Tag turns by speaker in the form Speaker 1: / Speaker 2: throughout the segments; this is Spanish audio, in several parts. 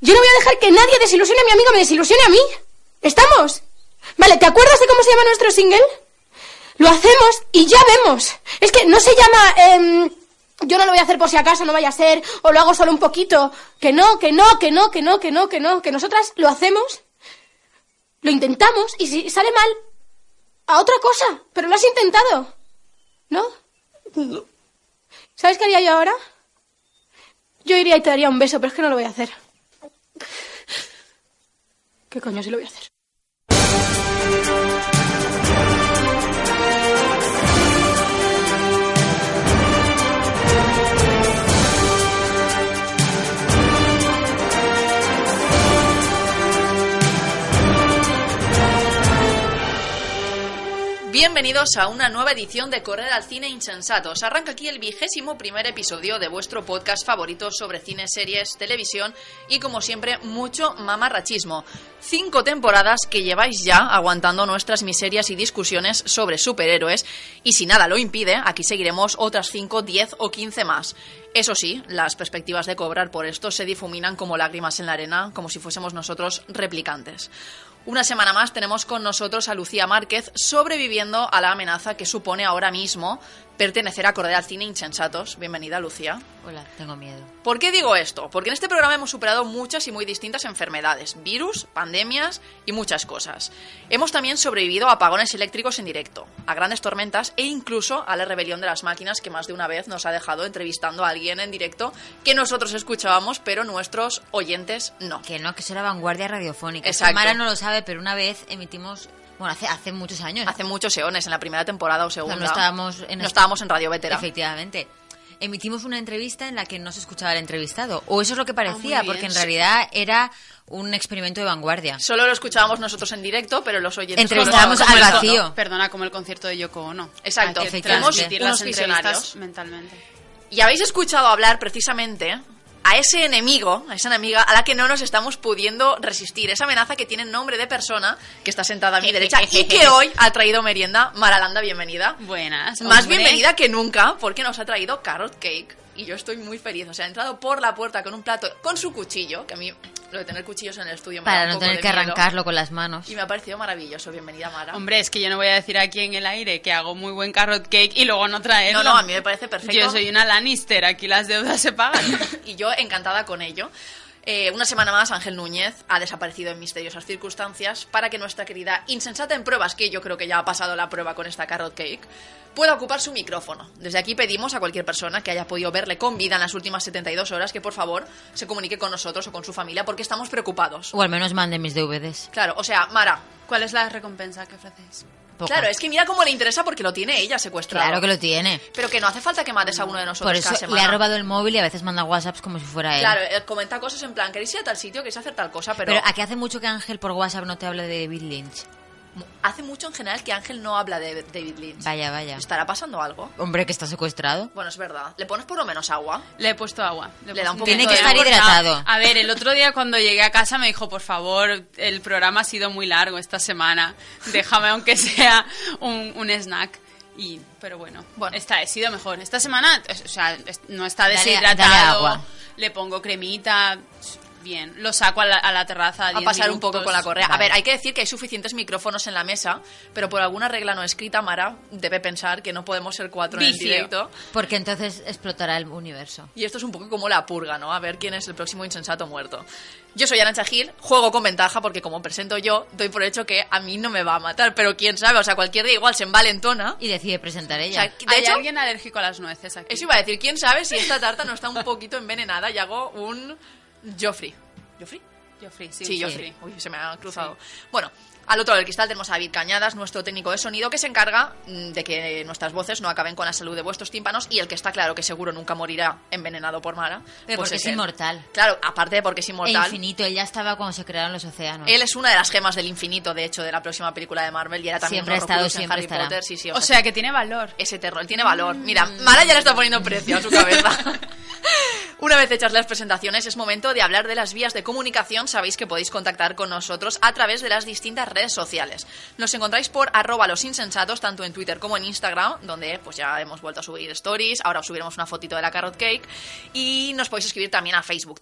Speaker 1: yo no voy a dejar que nadie desilusione a mi amigo, me desilusione a mí. ¿Estamos? Vale, ¿te acuerdas de cómo se llama nuestro single? Lo hacemos y ya vemos. Es que no se llama... em, yo no lo voy a hacer por si acaso, no vaya a ser, o lo hago solo un poquito. Que no, que no, que no, que no, que no, que no, que nosotras lo hacemos, lo intentamos y si sale mal, a otra cosa. Pero lo has intentado, ¿no? ¿Sabes qué haría yo ahora? Yo iría y te daría un beso, pero es que no lo voy a hacer. ¿Qué coño sí lo voy a hacer?
Speaker 2: Bienvenidos a una nueva edición de Correr al Cine Insensatos. Arranca aquí el vigésimo primer episodio de vuestro podcast favorito sobre cine, series, televisión y, como siempre, mucho mamarrachismo. Cinco temporadas que lleváis ya aguantando nuestras miserias y discusiones sobre superhéroes y, si nada lo impide, aquí seguiremos otras cinco, diez o quince más. Eso sí, las perspectivas de cobrar por esto se difuminan como lágrimas en la arena, como si fuésemos nosotros replicantes. Una semana más tenemos con nosotros a Lucía Márquez sobreviviendo a la amenaza que supone ahora mismo pertenecer a Correr al Cine Insensatos. Bienvenida, Lucía.
Speaker 3: Hola, tengo miedo.
Speaker 2: ¿Por qué digo esto? Porque en este programa hemos superado muchas y muy distintas enfermedades, virus, pandemias y muchas cosas. Hemos también sobrevivido a apagones eléctricos en directo, a grandes tormentas e incluso a la rebelión de las máquinas que más de una vez nos ha dejado entrevistando a alguien en directo que nosotros escuchábamos pero nuestros oyentes no.
Speaker 3: Que no, que soy la vanguardia radiofónica.
Speaker 2: Exacto.
Speaker 3: Mara no lo sabe, pero una vez emitimos... Bueno, hace, hace muchos años.
Speaker 2: Hace muchos eones, en la primera temporada o
Speaker 3: O
Speaker 2: segunda.
Speaker 3: sea, no estábamos en...
Speaker 2: no estábamos en Radio Vetera.
Speaker 3: Efectivamente. Emitimos una entrevista en la que no se escuchaba el entrevistado. O eso es lo que parecía,
Speaker 2: Ah, bien.
Speaker 3: porque en realidad era un experimento de vanguardia.
Speaker 2: Solo lo escuchábamos nosotros en directo, pero los oyentes...
Speaker 3: Entrevistábamos
Speaker 2: no lo
Speaker 3: al
Speaker 2: escuchaban.
Speaker 3: vacío.
Speaker 4: Ah, Perdona, como el concierto de Yoko Ono.
Speaker 2: Exacto.
Speaker 4: Hay que
Speaker 3: Tenemos
Speaker 4: transmitir
Speaker 2: unos
Speaker 4: las entrevistas
Speaker 2: visionarios.
Speaker 4: mentalmente.
Speaker 2: Y habéis escuchado hablar precisamente a ese enemigo, a esa enemiga a la que no nos estamos pudiendo resistir. Esa amenaza que tiene nombre de persona que está sentada a mi derecha y que hoy ha traído merienda. Maralanda, bienvenida.
Speaker 4: Buenas.
Speaker 2: Más
Speaker 4: hombre.
Speaker 2: bienvenida que nunca porque nos ha traído carrot cake y yo estoy muy feliz. O sea, ha entrado por la puerta con un plato, con su cuchillo, que a mí lo de tener cuchillos en el estudio me da
Speaker 3: Para
Speaker 2: un
Speaker 3: no
Speaker 2: poco
Speaker 3: tener
Speaker 2: de
Speaker 3: que
Speaker 2: miedo.
Speaker 3: arrancarlo con las manos.
Speaker 2: Y me ha parecido maravilloso. Bienvenida, Mara.
Speaker 4: Hombre, es que yo no voy a decir aquí en el aire que hago muy buen carrot cake y luego no traerlo.
Speaker 2: No, no, a mí me parece perfecto.
Speaker 4: Yo soy una Lannister, aquí las deudas se pagan.
Speaker 2: y yo encantada con ello. Eh, una semana más, Ángel Núñez ha desaparecido en misteriosas circunstancias para que nuestra querida insensata en pruebas, que yo creo que ya ha pasado la prueba con esta carrot cake, pueda ocupar su micrófono. Desde aquí pedimos a cualquier persona que haya podido verle con vida en las últimas 72 horas que por favor se comunique con nosotros o con su familia porque estamos preocupados.
Speaker 3: O al menos manden mis DVDs.
Speaker 2: Claro, o sea, Mara,
Speaker 4: ¿Cuál es la recompensa que ofrecéis?
Speaker 3: Poco.
Speaker 2: claro, es que mira cómo le interesa porque lo tiene ella secuestrado.
Speaker 3: Claro que lo tiene.
Speaker 2: Pero que no hace falta que mates a uno de nosotros
Speaker 3: Por eso
Speaker 2: cada semana.
Speaker 3: le ha robado el móvil y a veces manda WhatsApps como si fuera él.
Speaker 2: Claro, eh, comenta cosas en plan, queréis ir a tal sitio, queréis hacer tal cosa,
Speaker 3: pero... aquí hace mucho que Ángel por WhatsApp no te habla de David Lynch.
Speaker 2: Hace mucho en general que Ángel no habla de David Lynch.
Speaker 3: Vaya, vaya.
Speaker 2: ¿Estará pasando algo?
Speaker 3: Hombre que está secuestrado.
Speaker 2: Bueno, es verdad. ¿Le pones por lo menos agua?
Speaker 4: Le he puesto agua. he
Speaker 2: Le da
Speaker 4: puesto
Speaker 2: un Tiene
Speaker 4: poquito
Speaker 2: que
Speaker 4: de
Speaker 2: estar
Speaker 4: agua.
Speaker 3: hidratado.
Speaker 4: A ver, el otro día cuando llegué a casa me dijo, por favor, el programa ha sido muy largo esta semana, déjame aunque sea un, un snack. Y, pero bueno,
Speaker 2: Bueno.
Speaker 4: esta he sido mejor. Esta semana, es- o sea, es- no está
Speaker 3: Dale-
Speaker 4: deshidratado.
Speaker 3: dale agua.
Speaker 4: Le pongo cremita, bien. Lo saco a la, a la terraza
Speaker 2: A
Speaker 4: 10
Speaker 2: pasar un
Speaker 4: minutos.
Speaker 2: poco con la correa. A
Speaker 3: Vale.
Speaker 2: ver, hay que decir que hay suficientes micrófonos en la mesa, pero por alguna regla no escrita, Mara debe pensar que no podemos ser cuatro en el
Speaker 4: Vicio.
Speaker 2: directo.
Speaker 3: Porque entonces explotará el universo.
Speaker 2: Y esto es un poco como la purga, ¿no? A ver quién es el próximo insensato muerto. Yo soy Arancha Gil, juego con ventaja porque como presento yo, doy por hecho que a mí no me va a matar, pero quién sabe, o sea, cualquier día igual se envalentona.
Speaker 3: Y decide presentar
Speaker 2: O
Speaker 3: ella.
Speaker 2: sea, de
Speaker 4: ¿Hay
Speaker 2: hecho,
Speaker 4: alguien alérgico a las nueces aquí?
Speaker 2: Eso iba a decir, quién sabe si esta tarta no está un poquito envenenada y hago un Joffrey. ¿Joffrey?
Speaker 4: Joffrey, sí.
Speaker 2: Sí, yo sí. Uy, se me ha cruzado. Bueno, al otro lado del cristal tenemos a David Cañadas, nuestro técnico de sonido, que se encarga mm, de que nuestras voces no acaben con la salud de vuestros tímpanos y el que está claro que seguro nunca morirá envenenado por Mara. pues
Speaker 3: Pero porque es
Speaker 2: él.
Speaker 3: inmortal.
Speaker 2: Claro, aparte de porque es
Speaker 3: E
Speaker 2: inmortal.
Speaker 3: infinito, él ya estaba cuando se crearon los océanos.
Speaker 2: Él es una de las gemas del infinito, de hecho, de la próxima película de Marvel y era también
Speaker 3: Siempre
Speaker 2: un
Speaker 3: ha estado,
Speaker 2: Horrocrux en
Speaker 3: siempre
Speaker 2: Harry
Speaker 3: estará.
Speaker 2: Potter. Sí, sí,
Speaker 4: O sea, que tiene valor.
Speaker 2: ese terror, él tiene valor. Mira, Mara ya le está poniendo precio a su cabeza. Una vez hechas las presentaciones, es momento de hablar de las vías de comunicación. Sabéis que podéis contactar con nosotros a través de las distintas redes sociales. Nos encontráis por arroba los insensatos, tanto en Twitter como en Instagram, donde pues ya hemos vuelto a subir stories. Ahora os subiremos una fotito de la carrot cake. Y nos podéis escribir también a Facebook,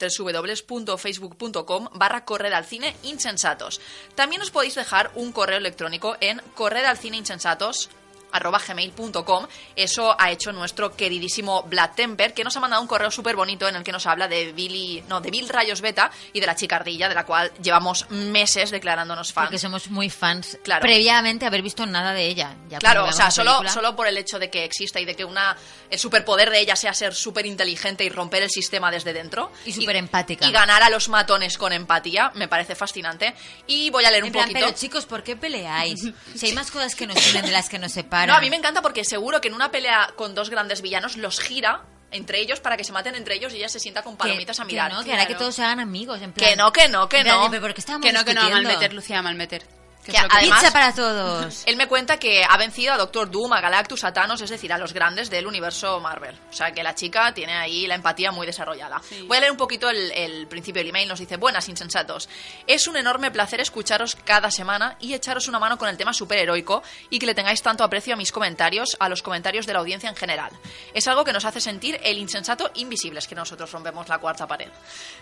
Speaker 2: www.facebook.com barra corred al cine insensatos. También os podéis dejar un correo electrónico en corred al cine insensatos arroba gmail.com. Eso ha hecho nuestro queridísimo Vlad Temper, que nos ha mandado un correo súper bonito en el que nos habla de Billy, no, de Bill Rayos Beta y de la chicardilla, de la cual llevamos meses declarándonos fans.
Speaker 3: Porque somos muy fans.
Speaker 2: Claro.
Speaker 3: Previamente haber visto nada de ella. Ya
Speaker 2: Claro,
Speaker 3: cuando
Speaker 2: o
Speaker 3: veamos
Speaker 2: sea,
Speaker 3: la
Speaker 2: solo,
Speaker 3: película-
Speaker 2: solo por el hecho de que exista y de que una, el superpoder de ella sea ser súper inteligente y romper el sistema desde dentro.
Speaker 3: Y superempática.
Speaker 2: Y ganar a los matones con empatía, me parece fascinante. Y voy a leer
Speaker 3: En
Speaker 2: un
Speaker 3: plan,
Speaker 2: poquito.
Speaker 3: pero chicos, ¿por qué peleáis? Si hay más cosas que nos unen de las que nos separan.
Speaker 2: No, a mí me encanta porque seguro que en una pelea con dos grandes villanos los gira entre ellos para que se maten entre ellos y ella se sienta con palomitas
Speaker 3: que,
Speaker 2: a mirar.
Speaker 3: Que no, que hará que
Speaker 4: claro.
Speaker 3: todos se hagan amigos. En plan,
Speaker 2: Que no, que no, que
Speaker 3: en plan,
Speaker 2: no.
Speaker 3: pero ¿por qué estábamos
Speaker 4: Que no, que no, a
Speaker 3: discutiendo?
Speaker 4: malmeter, Lucía, a malmeter. Que
Speaker 2: Que
Speaker 4: es lo que-
Speaker 2: además-
Speaker 3: Pizza para todos.
Speaker 2: Él me cuenta que ha vencido a Doctor Doom, a Galactus, a Thanos, es decir, a los grandes del universo Marvel. O sea, que la chica tiene ahí la empatía muy desarrollada. Voy a leer un poquito el, el principio del email. Nos dice, buenas, insensatos. Es un enorme placer escucharos cada semana y echaros una mano con el tema superheroico y que le tengáis tanto aprecio a mis comentarios, a los comentarios de la audiencia en general. Es algo que nos hace sentir el insensato invisibles, que nosotros rompemos la cuarta pared.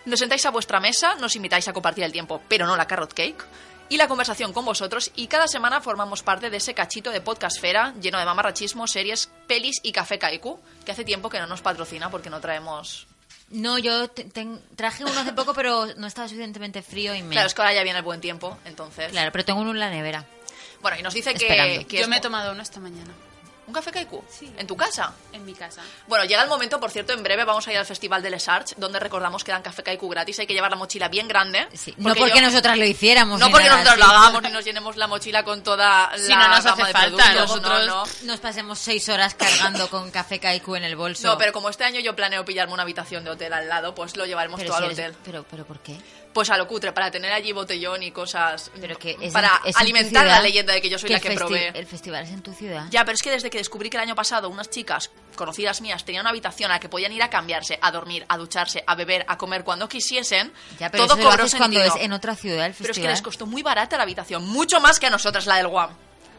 Speaker 2: Nos sentáis a vuestra mesa, nos invitáis a compartir el tiempo, pero no la carrot cake y la conversación con vosotros y cada semana formamos parte de ese cachito de podcastfera lleno de mamarrachismo, series, pelis y café kaiku, que hace tiempo que no nos patrocina porque no traemos...
Speaker 3: No, yo te- ten- traje uno hace poco, pero no estaba suficientemente frío y me...
Speaker 2: Claro, es que ahora ya viene el buen tiempo, entonces...
Speaker 3: Claro, pero tengo uno en la nevera.
Speaker 2: Bueno, y nos dice que...
Speaker 3: Esperando.
Speaker 2: que
Speaker 4: Yo
Speaker 2: es
Speaker 4: me he tomado uno esta mañana,
Speaker 2: ¿Un café kaiku? ¿En tu casa?
Speaker 4: en mi casa.
Speaker 2: Bueno, llega el momento, por cierto, en breve vamos a ir al Festival de Les Arts, donde recordamos que dan café kaiku gratis, hay que llevar la mochila bien grande.
Speaker 3: Sí, No
Speaker 2: yo-
Speaker 3: porque nosotras lo hiciéramos.
Speaker 2: No
Speaker 3: ni
Speaker 2: porque
Speaker 3: nada
Speaker 2: nosotros lo
Speaker 3: así.
Speaker 2: hagamos y nos llenemos la mochila con toda la
Speaker 4: Si no nos hace
Speaker 2: gama de
Speaker 4: falta,
Speaker 2: productos, no,
Speaker 4: nosotros-
Speaker 2: no.
Speaker 3: Nos pasemos seis horas cargando con café Kaiku en el bolso.
Speaker 2: No, pero como este año yo planeo pillarme una habitación de hotel al lado, pues lo llevaremos
Speaker 3: Pero
Speaker 2: todo
Speaker 3: si
Speaker 2: al
Speaker 3: eres-
Speaker 2: hotel.
Speaker 3: Pero, pero ¿por qué?
Speaker 2: Pues a lo cutre, para tener allí botellón y cosas.
Speaker 3: Pero que es en-
Speaker 2: para
Speaker 3: es en tu
Speaker 2: alimentar la
Speaker 3: ciudad,
Speaker 2: leyenda de que yo soy la
Speaker 3: el
Speaker 2: que
Speaker 3: festi-
Speaker 2: provee.
Speaker 3: El festival es en tu ciudad.
Speaker 2: Ya, pero es que desde que descubrí que el año pasado unas chicas conocidas mías tenían una habitación a la que podían ir a cambiarse, a dormir, a ducharse, a beber, a comer cuando quisiesen,
Speaker 3: Ya, pero
Speaker 2: todo
Speaker 3: eso lo
Speaker 2: cobró
Speaker 3: haces cuando es
Speaker 2: sentido.
Speaker 3: en otra ciudad el festival.
Speaker 2: Pero es que les costó muy barata la habitación, mucho más que a nosotras la del Guam.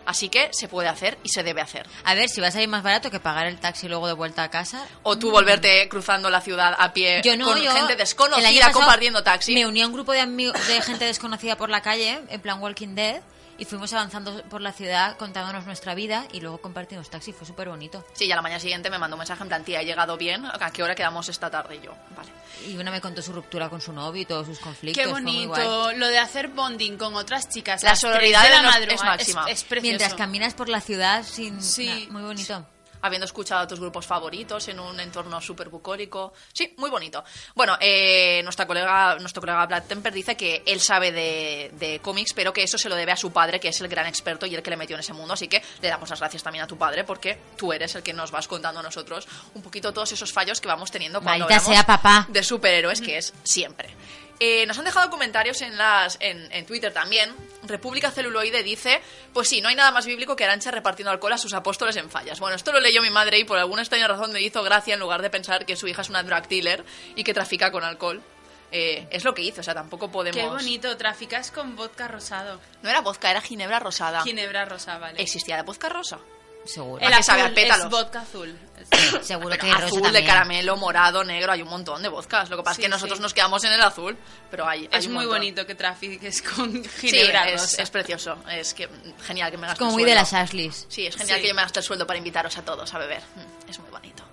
Speaker 2: Así que se puede hacer y se debe hacer.
Speaker 3: A ver, si va a salir más barato que pagar el taxi luego de vuelta a casa.
Speaker 2: O tú volverte cruzando la ciudad a pie
Speaker 3: Yo no,
Speaker 2: Eh, con
Speaker 3: yo-
Speaker 2: gente
Speaker 3: el año
Speaker 2: desconocida
Speaker 3: pasado
Speaker 2: compartiendo taxi.
Speaker 3: Me uní a un grupo de, amigos, de gente desconocida por la calle, en plan Walking Dead, y fuimos avanzando por la ciudad contándonos nuestra vida y luego compartimos taxi. Fue súper bonito.
Speaker 2: Sí, ya la mañana siguiente me mandó un mensaje en plan, tía, he llegado bien, ¿a qué hora quedamos esta tarde? Y yo, vale.
Speaker 3: Y una me contó su ruptura con su novio y todos sus conflictos.
Speaker 4: Qué
Speaker 3: fue muy guay.
Speaker 4: bonito, lo de hacer bonding con otras chicas.
Speaker 2: La
Speaker 4: a las tres
Speaker 2: sororidad
Speaker 4: de la
Speaker 2: es- es
Speaker 4: madrugada
Speaker 2: máxima.
Speaker 4: Es, es precioso.
Speaker 3: Mientras caminas por la ciudad sin...
Speaker 4: Sí.
Speaker 3: na- muy bonito.
Speaker 2: Habiendo escuchado a tus grupos favoritos en un entorno súper bucólico. Sí, muy bonito. Bueno, eh, nuestra colega, nuestro colega Brad Temper dice que él sabe de, de cómics, pero que eso se lo debe a su padre, que es el gran experto y el que le metió en ese mundo. Así que le damos las gracias también a tu padre, porque tú eres el que nos vas contando a nosotros un poquito todos esos fallos que vamos teniendo cuando
Speaker 3: Maldita
Speaker 2: hablamos
Speaker 3: sea, papá.
Speaker 2: de superhéroes, que es siempre. Eh, nos han dejado comentarios en, las, en, en Twitter también. República Celuloide dice, pues sí, no hay nada más bíblico que Arancha repartiendo alcohol a sus apóstoles en fallas. Bueno, esto lo leyó mi madre y por alguna extraña razón me hizo gracia en lugar de pensar que su hija es una drug dealer y que trafica con alcohol. Eh, es lo que hizo, o sea, tampoco podemos...
Speaker 4: Qué bonito, traficas con vodka rosado.
Speaker 2: No era vodka, era ginebra rosada.
Speaker 4: Ginebra rosa, vale.
Speaker 2: ¿Existía la vodka rosa?
Speaker 3: Seguro.
Speaker 2: El Ah. que sabe a pétalos.
Speaker 4: es vodka azul.
Speaker 3: Seguro
Speaker 2: Bueno,
Speaker 3: que Rosa
Speaker 2: azul, de
Speaker 3: también.
Speaker 2: caramelo, morado, negro, hay un montón de vodkas. Lo que pasa
Speaker 4: Sí,
Speaker 2: es que nosotros
Speaker 4: sí.
Speaker 2: nos quedamos en el azul, pero hay... hay
Speaker 4: es
Speaker 2: un
Speaker 4: muy
Speaker 2: montón.
Speaker 4: bonito que trafiques con
Speaker 2: Sí,
Speaker 4: ginebra
Speaker 2: es,
Speaker 4: rosa.
Speaker 2: es precioso. Es que mm, genial que me gaste
Speaker 3: Es como
Speaker 2: el
Speaker 3: muy de
Speaker 2: sueldo.
Speaker 3: las Ashleys.
Speaker 2: Sí, es genial
Speaker 4: Sí.
Speaker 2: que yo me gaste el sueldo para invitaros a todos a beber. Mm, Es muy bonito.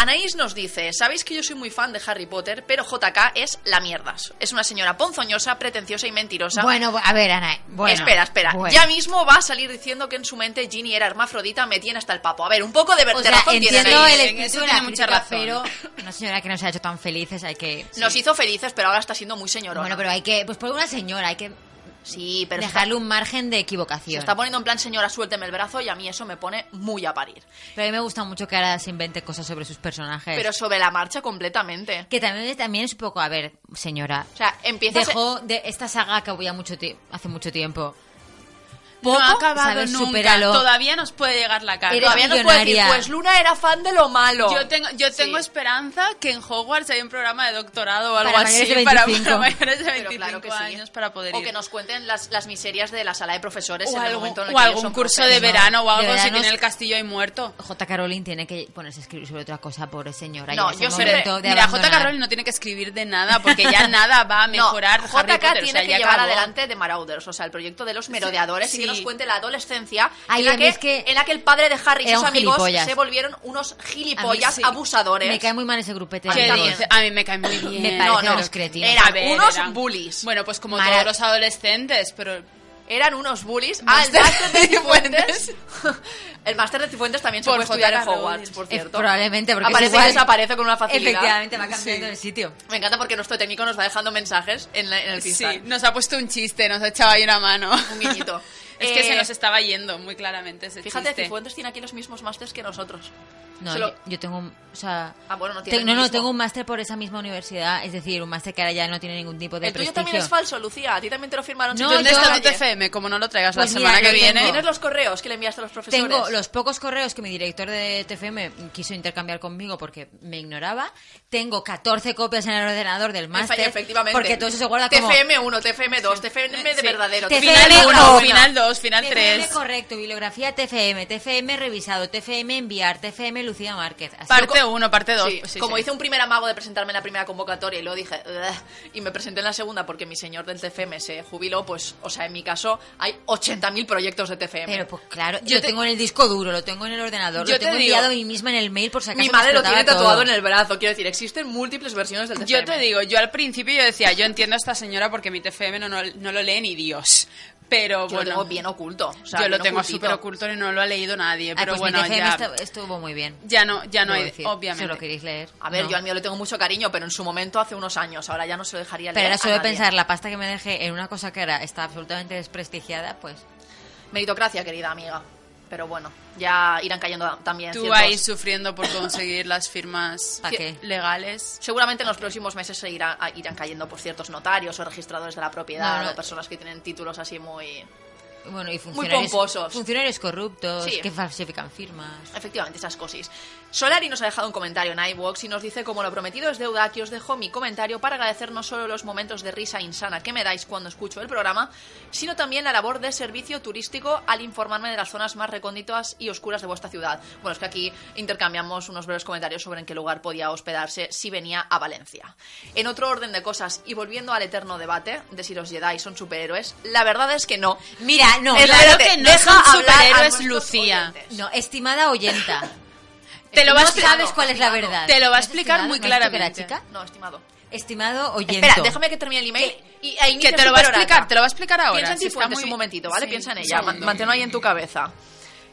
Speaker 2: Anaís nos dice, sabéis que yo soy muy fan de Harry Potter, pero JK es la mierda. Es una señora ponzoñosa, pretenciosa y mentirosa.
Speaker 3: Bueno, a ver, Ana. bueno,
Speaker 2: espera, espera.
Speaker 3: bueno.
Speaker 2: Ya mismo va a salir diciendo que en su mente Ginny era hermafrodita, me tiene hasta el papo. A ver, un poco de, ver-
Speaker 3: O
Speaker 2: de
Speaker 3: sea,
Speaker 2: razón tiene
Speaker 3: entiendo
Speaker 2: Anaís.
Speaker 3: el
Speaker 4: en eso
Speaker 3: espíritu de la
Speaker 4: tiene mucha
Speaker 3: crítica,
Speaker 4: razón.
Speaker 3: pero una señora que nos ha hecho tan felices, hay que...
Speaker 2: Nos hizo felices, pero ahora está siendo muy señorona.
Speaker 3: Bueno, pero hay que... Pues por una señora, hay que
Speaker 2: Sí, pero se
Speaker 3: dejarle
Speaker 2: está-
Speaker 3: un margen de
Speaker 2: se
Speaker 3: equivocación.
Speaker 2: está poniendo en plan señora, suélteme el brazo y a mí eso me pone muy a parir.
Speaker 3: Pero a mí me gusta mucho que ahora se invente cosas sobre sus personajes.
Speaker 2: Pero sobre la marcha completamente.
Speaker 3: Que también, también es un poco... A ver, señora...
Speaker 2: O sea, empieza a ser-
Speaker 3: Dejó de esta saga que había mucho ti- hace mucho tiempo.
Speaker 4: no ha acabado
Speaker 3: ¿sabes?
Speaker 4: nunca.
Speaker 3: Supéralo.
Speaker 4: Todavía nos puede llegar la carta.
Speaker 3: Eres
Speaker 2: Todavía no puede decir,
Speaker 3: millonaria.
Speaker 2: pues Luna era fan de lo malo.
Speaker 4: Yo tengo, yo tengo
Speaker 2: Sí.
Speaker 4: esperanza que en Hogwarts haya un programa de doctorado o algo
Speaker 3: Para
Speaker 4: así
Speaker 3: mayores de
Speaker 4: para,
Speaker 3: 25.
Speaker 4: para mayores de
Speaker 2: Pero
Speaker 4: 25
Speaker 2: claro que sí.
Speaker 4: años para poder
Speaker 2: O
Speaker 4: ir.
Speaker 2: que nos cuenten las, las miserias de la sala de profesores
Speaker 4: O
Speaker 2: en el
Speaker 4: algún,
Speaker 2: momento en el
Speaker 4: o
Speaker 2: que ellos
Speaker 4: algún
Speaker 2: son
Speaker 4: curso de
Speaker 2: profesores.
Speaker 4: verano o algo
Speaker 3: de
Speaker 4: si
Speaker 3: verano
Speaker 4: tiene
Speaker 3: es-
Speaker 4: el castillo ahí muerto.
Speaker 3: J. Caroline tiene que ponerse a escribir sobre otra cosa, pobre señora.
Speaker 2: No,
Speaker 3: ya es el
Speaker 2: yo siempre-
Speaker 3: momento de
Speaker 4: Mira, J.
Speaker 3: abandonar.
Speaker 4: Carroll no tiene que escribir de nada porque ya nada va a mejorar.
Speaker 2: no,
Speaker 4: Harry
Speaker 2: JK
Speaker 4: Potter, o
Speaker 2: tiene
Speaker 4: sea,
Speaker 2: que
Speaker 4: ya
Speaker 2: llevar
Speaker 4: acabó.
Speaker 2: adelante de Marauders, o sea, el proyecto de los merodeadores y que
Speaker 4: sí.
Speaker 2: nos cuente la adolescencia
Speaker 3: Ay, a
Speaker 2: en, la
Speaker 3: mí
Speaker 2: que,
Speaker 3: es que
Speaker 2: en la que el padre de Harry y
Speaker 3: era
Speaker 2: sus
Speaker 3: un
Speaker 2: amigos
Speaker 3: gilipollas.
Speaker 2: se volvieron unos
Speaker 3: A mí
Speaker 2: gilipollas
Speaker 3: sí.
Speaker 2: abusadores.
Speaker 3: Me cae muy mal ese grupete. de
Speaker 4: ¿Qué
Speaker 3: amigos.
Speaker 4: dice? A mí me cae muy bien.
Speaker 3: Me parece de los cretinos.
Speaker 2: Eran
Speaker 4: A ver,
Speaker 2: unos
Speaker 4: eran-
Speaker 2: bullies.
Speaker 4: Bueno, pues como
Speaker 3: Mara-
Speaker 4: todos los adolescentes, pero
Speaker 2: Eran unos bullies. Ah, el
Speaker 4: Máster
Speaker 2: máster de
Speaker 4: de
Speaker 2: Cifuentes. el máster de Cifuentes también se
Speaker 4: Por
Speaker 2: puede
Speaker 4: J.K.
Speaker 2: estudiar en
Speaker 4: Rowling.
Speaker 2: Hogwarts, por
Speaker 3: Eh,
Speaker 2: cierto.
Speaker 3: probablemente, porque es
Speaker 2: Aparece y
Speaker 3: igual.
Speaker 2: desaparece con una facilidad.
Speaker 3: Efectivamente, va cambiando de sitio.
Speaker 2: Me encanta porque nuestro técnico nos va dejando mensajes en, la- en el
Speaker 4: sí,
Speaker 2: cristal.
Speaker 4: nos ha puesto un chiste, nos ha echado ahí una mano.
Speaker 2: Un guiñito.
Speaker 4: es que
Speaker 2: Eh,
Speaker 4: se nos estaba yendo muy claramente ese
Speaker 2: Fíjate,
Speaker 4: chiste.
Speaker 2: Cifuentes tiene aquí los mismos másters que nosotros.
Speaker 3: No,
Speaker 2: Solo-
Speaker 3: yo, yo tengo un. O sea,
Speaker 2: Ah, bueno, no
Speaker 3: te-
Speaker 2: tiene el
Speaker 3: no, no,
Speaker 2: mismo.
Speaker 3: tengo un máster por esa misma universidad, es decir, un máster que ahora ya no tiene ningún tipo de
Speaker 2: el tuyo
Speaker 3: prestigio.
Speaker 2: también es falso, Lucía. A ti también te lo firmaron.
Speaker 3: No,
Speaker 4: ¿Dónde
Speaker 3: yo-
Speaker 4: está tu
Speaker 2: Calle.
Speaker 4: TFM? Como no lo traigas
Speaker 3: Pues
Speaker 4: la
Speaker 3: mira,
Speaker 4: semana que
Speaker 3: lo
Speaker 4: viene.
Speaker 3: tengo.
Speaker 2: ¿Tienes los correos que le enviaste a los
Speaker 4: Pues
Speaker 2: profesores?
Speaker 3: Tengo los pocos correos que mi director de TFM quiso intercambiar conmigo porque me ignoraba. Tengo 14 copias en el ordenador del
Speaker 2: Efe-
Speaker 3: máster.
Speaker 2: Efectivamente.
Speaker 3: Porque todo eso se guarda como
Speaker 2: TFM1, TFM2, TFM de
Speaker 4: Sí.
Speaker 2: verdadero.
Speaker 3: TFM
Speaker 4: Final
Speaker 3: TFM
Speaker 4: 1,
Speaker 3: uno.
Speaker 4: final 2, final
Speaker 3: TFM
Speaker 4: 3.
Speaker 3: correcto, bibliografía TFM, TFM revisado, TFM enviar, TFM Lucía Márquez. Así-
Speaker 4: Parte 1, parte 2.
Speaker 2: pues Sí, como hice un primer amago de presentarme en la primera convocatoria y luego dije, "Ugh", y me presenté en la segunda porque mi señor del TFM se jubiló, pues, o sea, en mi caso hay 80.000 proyectos de TFM.
Speaker 3: Pero pues claro,
Speaker 4: Yo
Speaker 3: yo
Speaker 4: te-
Speaker 3: tengo en el disco duro, lo tengo en el ordenador,
Speaker 4: Yo
Speaker 3: lo
Speaker 4: te
Speaker 3: tengo
Speaker 4: digo,
Speaker 3: enviado a mí misma en el mail por si acaso
Speaker 2: mi
Speaker 3: me
Speaker 2: madre lo tiene
Speaker 3: explotaba todo.
Speaker 2: tatuado en el brazo, quiero decir, existen múltiples versiones del TFM.
Speaker 4: Yo te digo, yo al principio yo decía, yo entiendo a esta señora porque mi TFM no, no, no lo lee ni Dios. Pero
Speaker 2: Yo
Speaker 4: bueno,
Speaker 2: lo tengo bien oculto. o sea,
Speaker 4: yo lo
Speaker 2: bien
Speaker 4: tengo
Speaker 2: ocultito.
Speaker 4: súper oculto y no lo ha leído nadie.
Speaker 3: Ay,
Speaker 4: Pero
Speaker 3: pues mi
Speaker 4: bueno,
Speaker 3: TFM
Speaker 4: ya,
Speaker 3: estu- estuvo muy bien.
Speaker 4: ya no, ya no
Speaker 3: debo
Speaker 4: hay,
Speaker 3: decir.
Speaker 4: obviamente.
Speaker 3: Si lo queréis leer.
Speaker 2: A ver,
Speaker 3: no.
Speaker 2: yo al mío le tengo mucho cariño, pero en su momento hace unos años, ahora ya no se lo dejaría leer
Speaker 3: Pero era
Speaker 2: a
Speaker 3: solo
Speaker 2: nadie.
Speaker 3: pensar la pasta que me dejé en una cosa que era está absolutamente desprestigiada, pues
Speaker 2: Meritocracia, querida amiga. Pero bueno, ya irán cayendo también.
Speaker 4: Tú
Speaker 2: ciertos-
Speaker 4: ahí sufriendo por conseguir las firmas
Speaker 3: ¿Pa qué?
Speaker 4: legales.
Speaker 2: Seguramente en los próximos meses se irá- a- irán cayendo por ciertos notarios o registradores de la propiedad
Speaker 3: No, no.
Speaker 2: o personas que tienen títulos así muy...
Speaker 3: bueno, y funcionarios
Speaker 2: pomposos.
Speaker 3: funcionarios corruptos
Speaker 2: Sí.
Speaker 3: que falsifican firmas.
Speaker 2: Efectivamente, esas cosas. Solari nos ha dejado un comentario en iVoox y nos dice, como lo prometido es deuda, aquí os dejo mi comentario para agradecer no solo los momentos de risa insana que me dais cuando escucho el programa, sino también la labor de servicio turístico al informarme de las zonas más recónditas y oscuras de vuestra ciudad. Bueno, es que aquí intercambiamos unos breves comentarios sobre en qué lugar podía hospedarse si venía a Valencia. En otro orden de cosas, y volviendo al eterno debate de si los Jedi son superhéroes, la verdad es que no.
Speaker 3: Mira, no,
Speaker 2: Es
Speaker 3: la-
Speaker 4: Claro
Speaker 2: Espérate,
Speaker 4: que no
Speaker 2: deja
Speaker 4: son
Speaker 2: hablar a
Speaker 4: superhéroes,
Speaker 2: nuestros
Speaker 4: Lucía.
Speaker 2: oyentes.
Speaker 3: no, estimada oyenta.
Speaker 4: Te lo va a
Speaker 3: no
Speaker 4: explicar-
Speaker 3: sabes cuál es la verdad.
Speaker 4: Te lo va a
Speaker 3: ¿No has
Speaker 4: explicar
Speaker 3: estimado?
Speaker 4: muy
Speaker 3: ¿No has dicho que era
Speaker 4: claramente.
Speaker 3: chica?
Speaker 2: No, estimado.
Speaker 3: Estimado oyente.
Speaker 2: Espera, déjame que termine el email y ahí
Speaker 4: Que te lo va a explicar, te lo va a explicar ahora.
Speaker 2: Piensa en
Speaker 4: si está
Speaker 2: Cifuentes
Speaker 4: muy-
Speaker 2: un momentito, ¿vale?
Speaker 4: Sí,
Speaker 2: Piensa en
Speaker 4: un
Speaker 2: ella, ma-
Speaker 4: segundo.
Speaker 2: manténlo ahí en tu cabeza.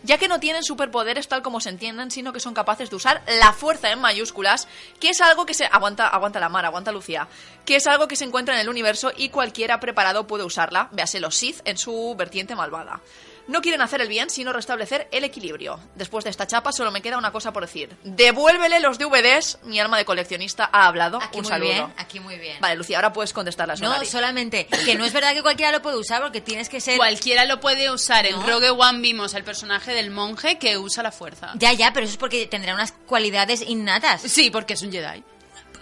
Speaker 2: Ya que no tienen superpoderes tal como se entienden, sino que son capaces de usar la fuerza en mayúsculas, que es algo que se aguanta, aguanta la mar, aguanta Lucía, que es algo que se encuentra en el universo y cualquiera preparado puede usarla, véase los Sith en su vertiente malvada. No quieren hacer el bien, sino restablecer el equilibrio. Después de esta chapa solo me queda una cosa por decir. Devuélvele los DVDs, mi alma de coleccionista ha hablado.
Speaker 3: Aquí
Speaker 2: un
Speaker 3: muy
Speaker 2: saludo.
Speaker 3: bien, aquí muy bien.
Speaker 2: Vale, Lucía, ahora puedes contestar las
Speaker 3: No, solamente que no es verdad que cualquiera lo puede usar porque tienes que ser
Speaker 4: Cualquiera lo puede usar. En
Speaker 3: No.
Speaker 4: Rogue One vimos al personaje del monje que usa la fuerza.
Speaker 3: Ya, ya, pero eso es porque tendrá unas cualidades innatas.
Speaker 4: Sí, porque es un Jedi.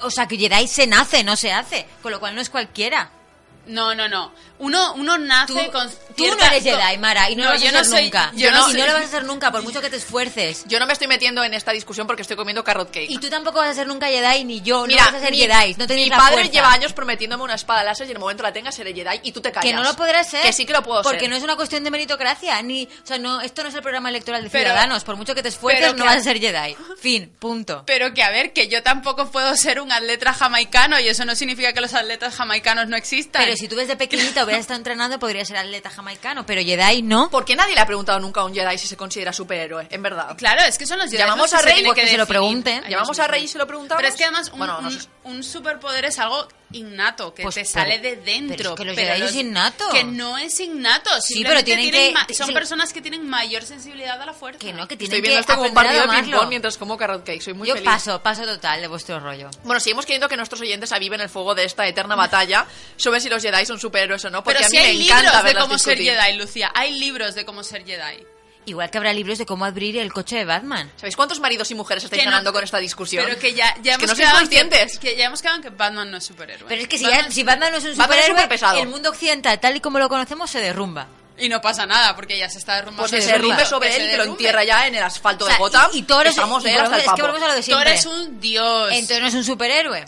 Speaker 3: O sea, que Jedi se nace, no se hace, con lo cual no es cualquiera.
Speaker 4: No, no, no. Uno, uno nace
Speaker 3: Tú,
Speaker 4: con.
Speaker 3: tú no
Speaker 4: cierta-
Speaker 3: eres Jedi, Mara, y no,
Speaker 4: No,
Speaker 3: lo vas a
Speaker 4: yo no
Speaker 3: ser
Speaker 4: soy-
Speaker 3: nunca.
Speaker 4: yo
Speaker 3: no,
Speaker 4: no
Speaker 3: y
Speaker 4: soy-
Speaker 3: no lo vas a hacer nunca, por mucho que te esfuerces.
Speaker 2: Yo no me estoy metiendo en esta discusión porque estoy comiendo carrot cake.
Speaker 3: Y tú tampoco vas a ser nunca Jedi, ni yo.
Speaker 2: Mira,
Speaker 3: no vas a ser
Speaker 2: mi,
Speaker 3: Jedi. No tenéis
Speaker 2: mi
Speaker 3: la
Speaker 2: padre
Speaker 3: fuerza.
Speaker 2: lleva años prometiéndome una espada láser y en el momento la tenga seré Jedi y tú te callas.
Speaker 3: Que no lo podrás ser.
Speaker 2: Que sí que lo puedo
Speaker 3: Porque
Speaker 2: ser.
Speaker 3: no es una cuestión de meritocracia. ni O sea, no, esto no es el programa electoral de
Speaker 4: Pero-
Speaker 3: Ciudadanos. Por mucho que te esfuerces,
Speaker 4: pero
Speaker 3: no
Speaker 4: que-
Speaker 3: vas a ser Jedi. Fin, punto.
Speaker 4: Pero que a ver, que yo tampoco puedo ser un atleta jamaicano y eso no significa que los atletas jamaicanos no existan.
Speaker 3: Pero si tú desde pequeñita hubieras estado entrenando, podrías ser atleta jamaicano. Pero Jedi no.
Speaker 2: ¿Por qué nadie le ha preguntado nunca a un Jedi si se considera superhéroe? En verdad.
Speaker 4: Claro, es que son los Jedi
Speaker 2: Llamamos
Speaker 4: los
Speaker 2: a
Speaker 4: que
Speaker 2: Rey,
Speaker 4: tienen
Speaker 3: pues que se lo
Speaker 4: definir.
Speaker 3: pregunten.
Speaker 4: Ay,
Speaker 2: Llamamos
Speaker 4: Dios
Speaker 2: a Rey
Speaker 4: mío.
Speaker 2: y se lo preguntamos.
Speaker 4: Pero es que además un,
Speaker 2: Bueno, no
Speaker 4: un-
Speaker 2: sé.
Speaker 4: un superpoder es algo innato, que
Speaker 3: Pues,
Speaker 4: te
Speaker 3: pero-
Speaker 4: sale de
Speaker 3: pero es
Speaker 4: dentro.
Speaker 3: que los Jedi es innato.
Speaker 4: Que no es innato. Sí,
Speaker 3: pero
Speaker 4: pero
Speaker 3: tienen
Speaker 4: tienen,
Speaker 3: que-
Speaker 4: ma- Son
Speaker 3: sí.
Speaker 4: personas que tienen mayor sensibilidad a la fuerza.
Speaker 3: Que no, que tienen
Speaker 2: Estoy viendo
Speaker 3: que
Speaker 2: esto como un
Speaker 3: aprender a
Speaker 2: partido de
Speaker 3: domarlo.
Speaker 2: ping-pong mientras como carrot cake. Soy muy
Speaker 3: Yo
Speaker 2: feliz.
Speaker 3: paso, paso total de vuestro rollo.
Speaker 2: Bueno, seguimos queriendo que nuestros oyentes aviven el fuego de esta eterna batalla sobre si los Jedi son superhéroes o no, porque
Speaker 4: Pero
Speaker 2: a mí
Speaker 4: si hay
Speaker 2: me encanta
Speaker 4: libros de
Speaker 2: verlas
Speaker 4: cómo ser
Speaker 2: discutir.
Speaker 4: Jedi, Lucía. Hay libros de cómo ser Jedi.
Speaker 3: Igual que habrá libros de cómo abrir el coche de Batman.
Speaker 2: ¿Sabéis cuántos maridos y mujeres estáis
Speaker 4: Que no-
Speaker 2: ganando con esta discusión?
Speaker 4: Pero que ya, ya
Speaker 2: Es que
Speaker 4: hemos
Speaker 2: no sois
Speaker 4: quedado en
Speaker 2: conscientes.
Speaker 4: Que, que ya hemos quedado en que Batman no es superhéroe.
Speaker 3: Pero es que si,
Speaker 4: Batman
Speaker 3: ya- si Batman no es un
Speaker 2: Batman es
Speaker 3: superhéroe,
Speaker 2: superpesado.
Speaker 3: el mundo occidental, tal y como lo conocemos, se derrumba.
Speaker 4: Y no pasa nada, porque ya se está derrumbando.
Speaker 2: Pues
Speaker 3: Sí,
Speaker 2: que
Speaker 3: es
Speaker 2: se derrumbe
Speaker 3: verdad.
Speaker 2: sobre
Speaker 4: Que
Speaker 2: él
Speaker 4: se
Speaker 2: y que lo
Speaker 4: derrumbe.
Speaker 2: entierra ya en el asfalto
Speaker 3: O sea,
Speaker 2: de Gotham.
Speaker 3: y, y todos los-
Speaker 2: Estamos
Speaker 3: y
Speaker 2: de él hasta
Speaker 3: volvemos-
Speaker 2: el
Speaker 3: es que
Speaker 2: papo.
Speaker 3: volvemos a lo de
Speaker 4: Thor
Speaker 3: siempre.
Speaker 4: es un dios.
Speaker 3: Entonces no es un superhéroe.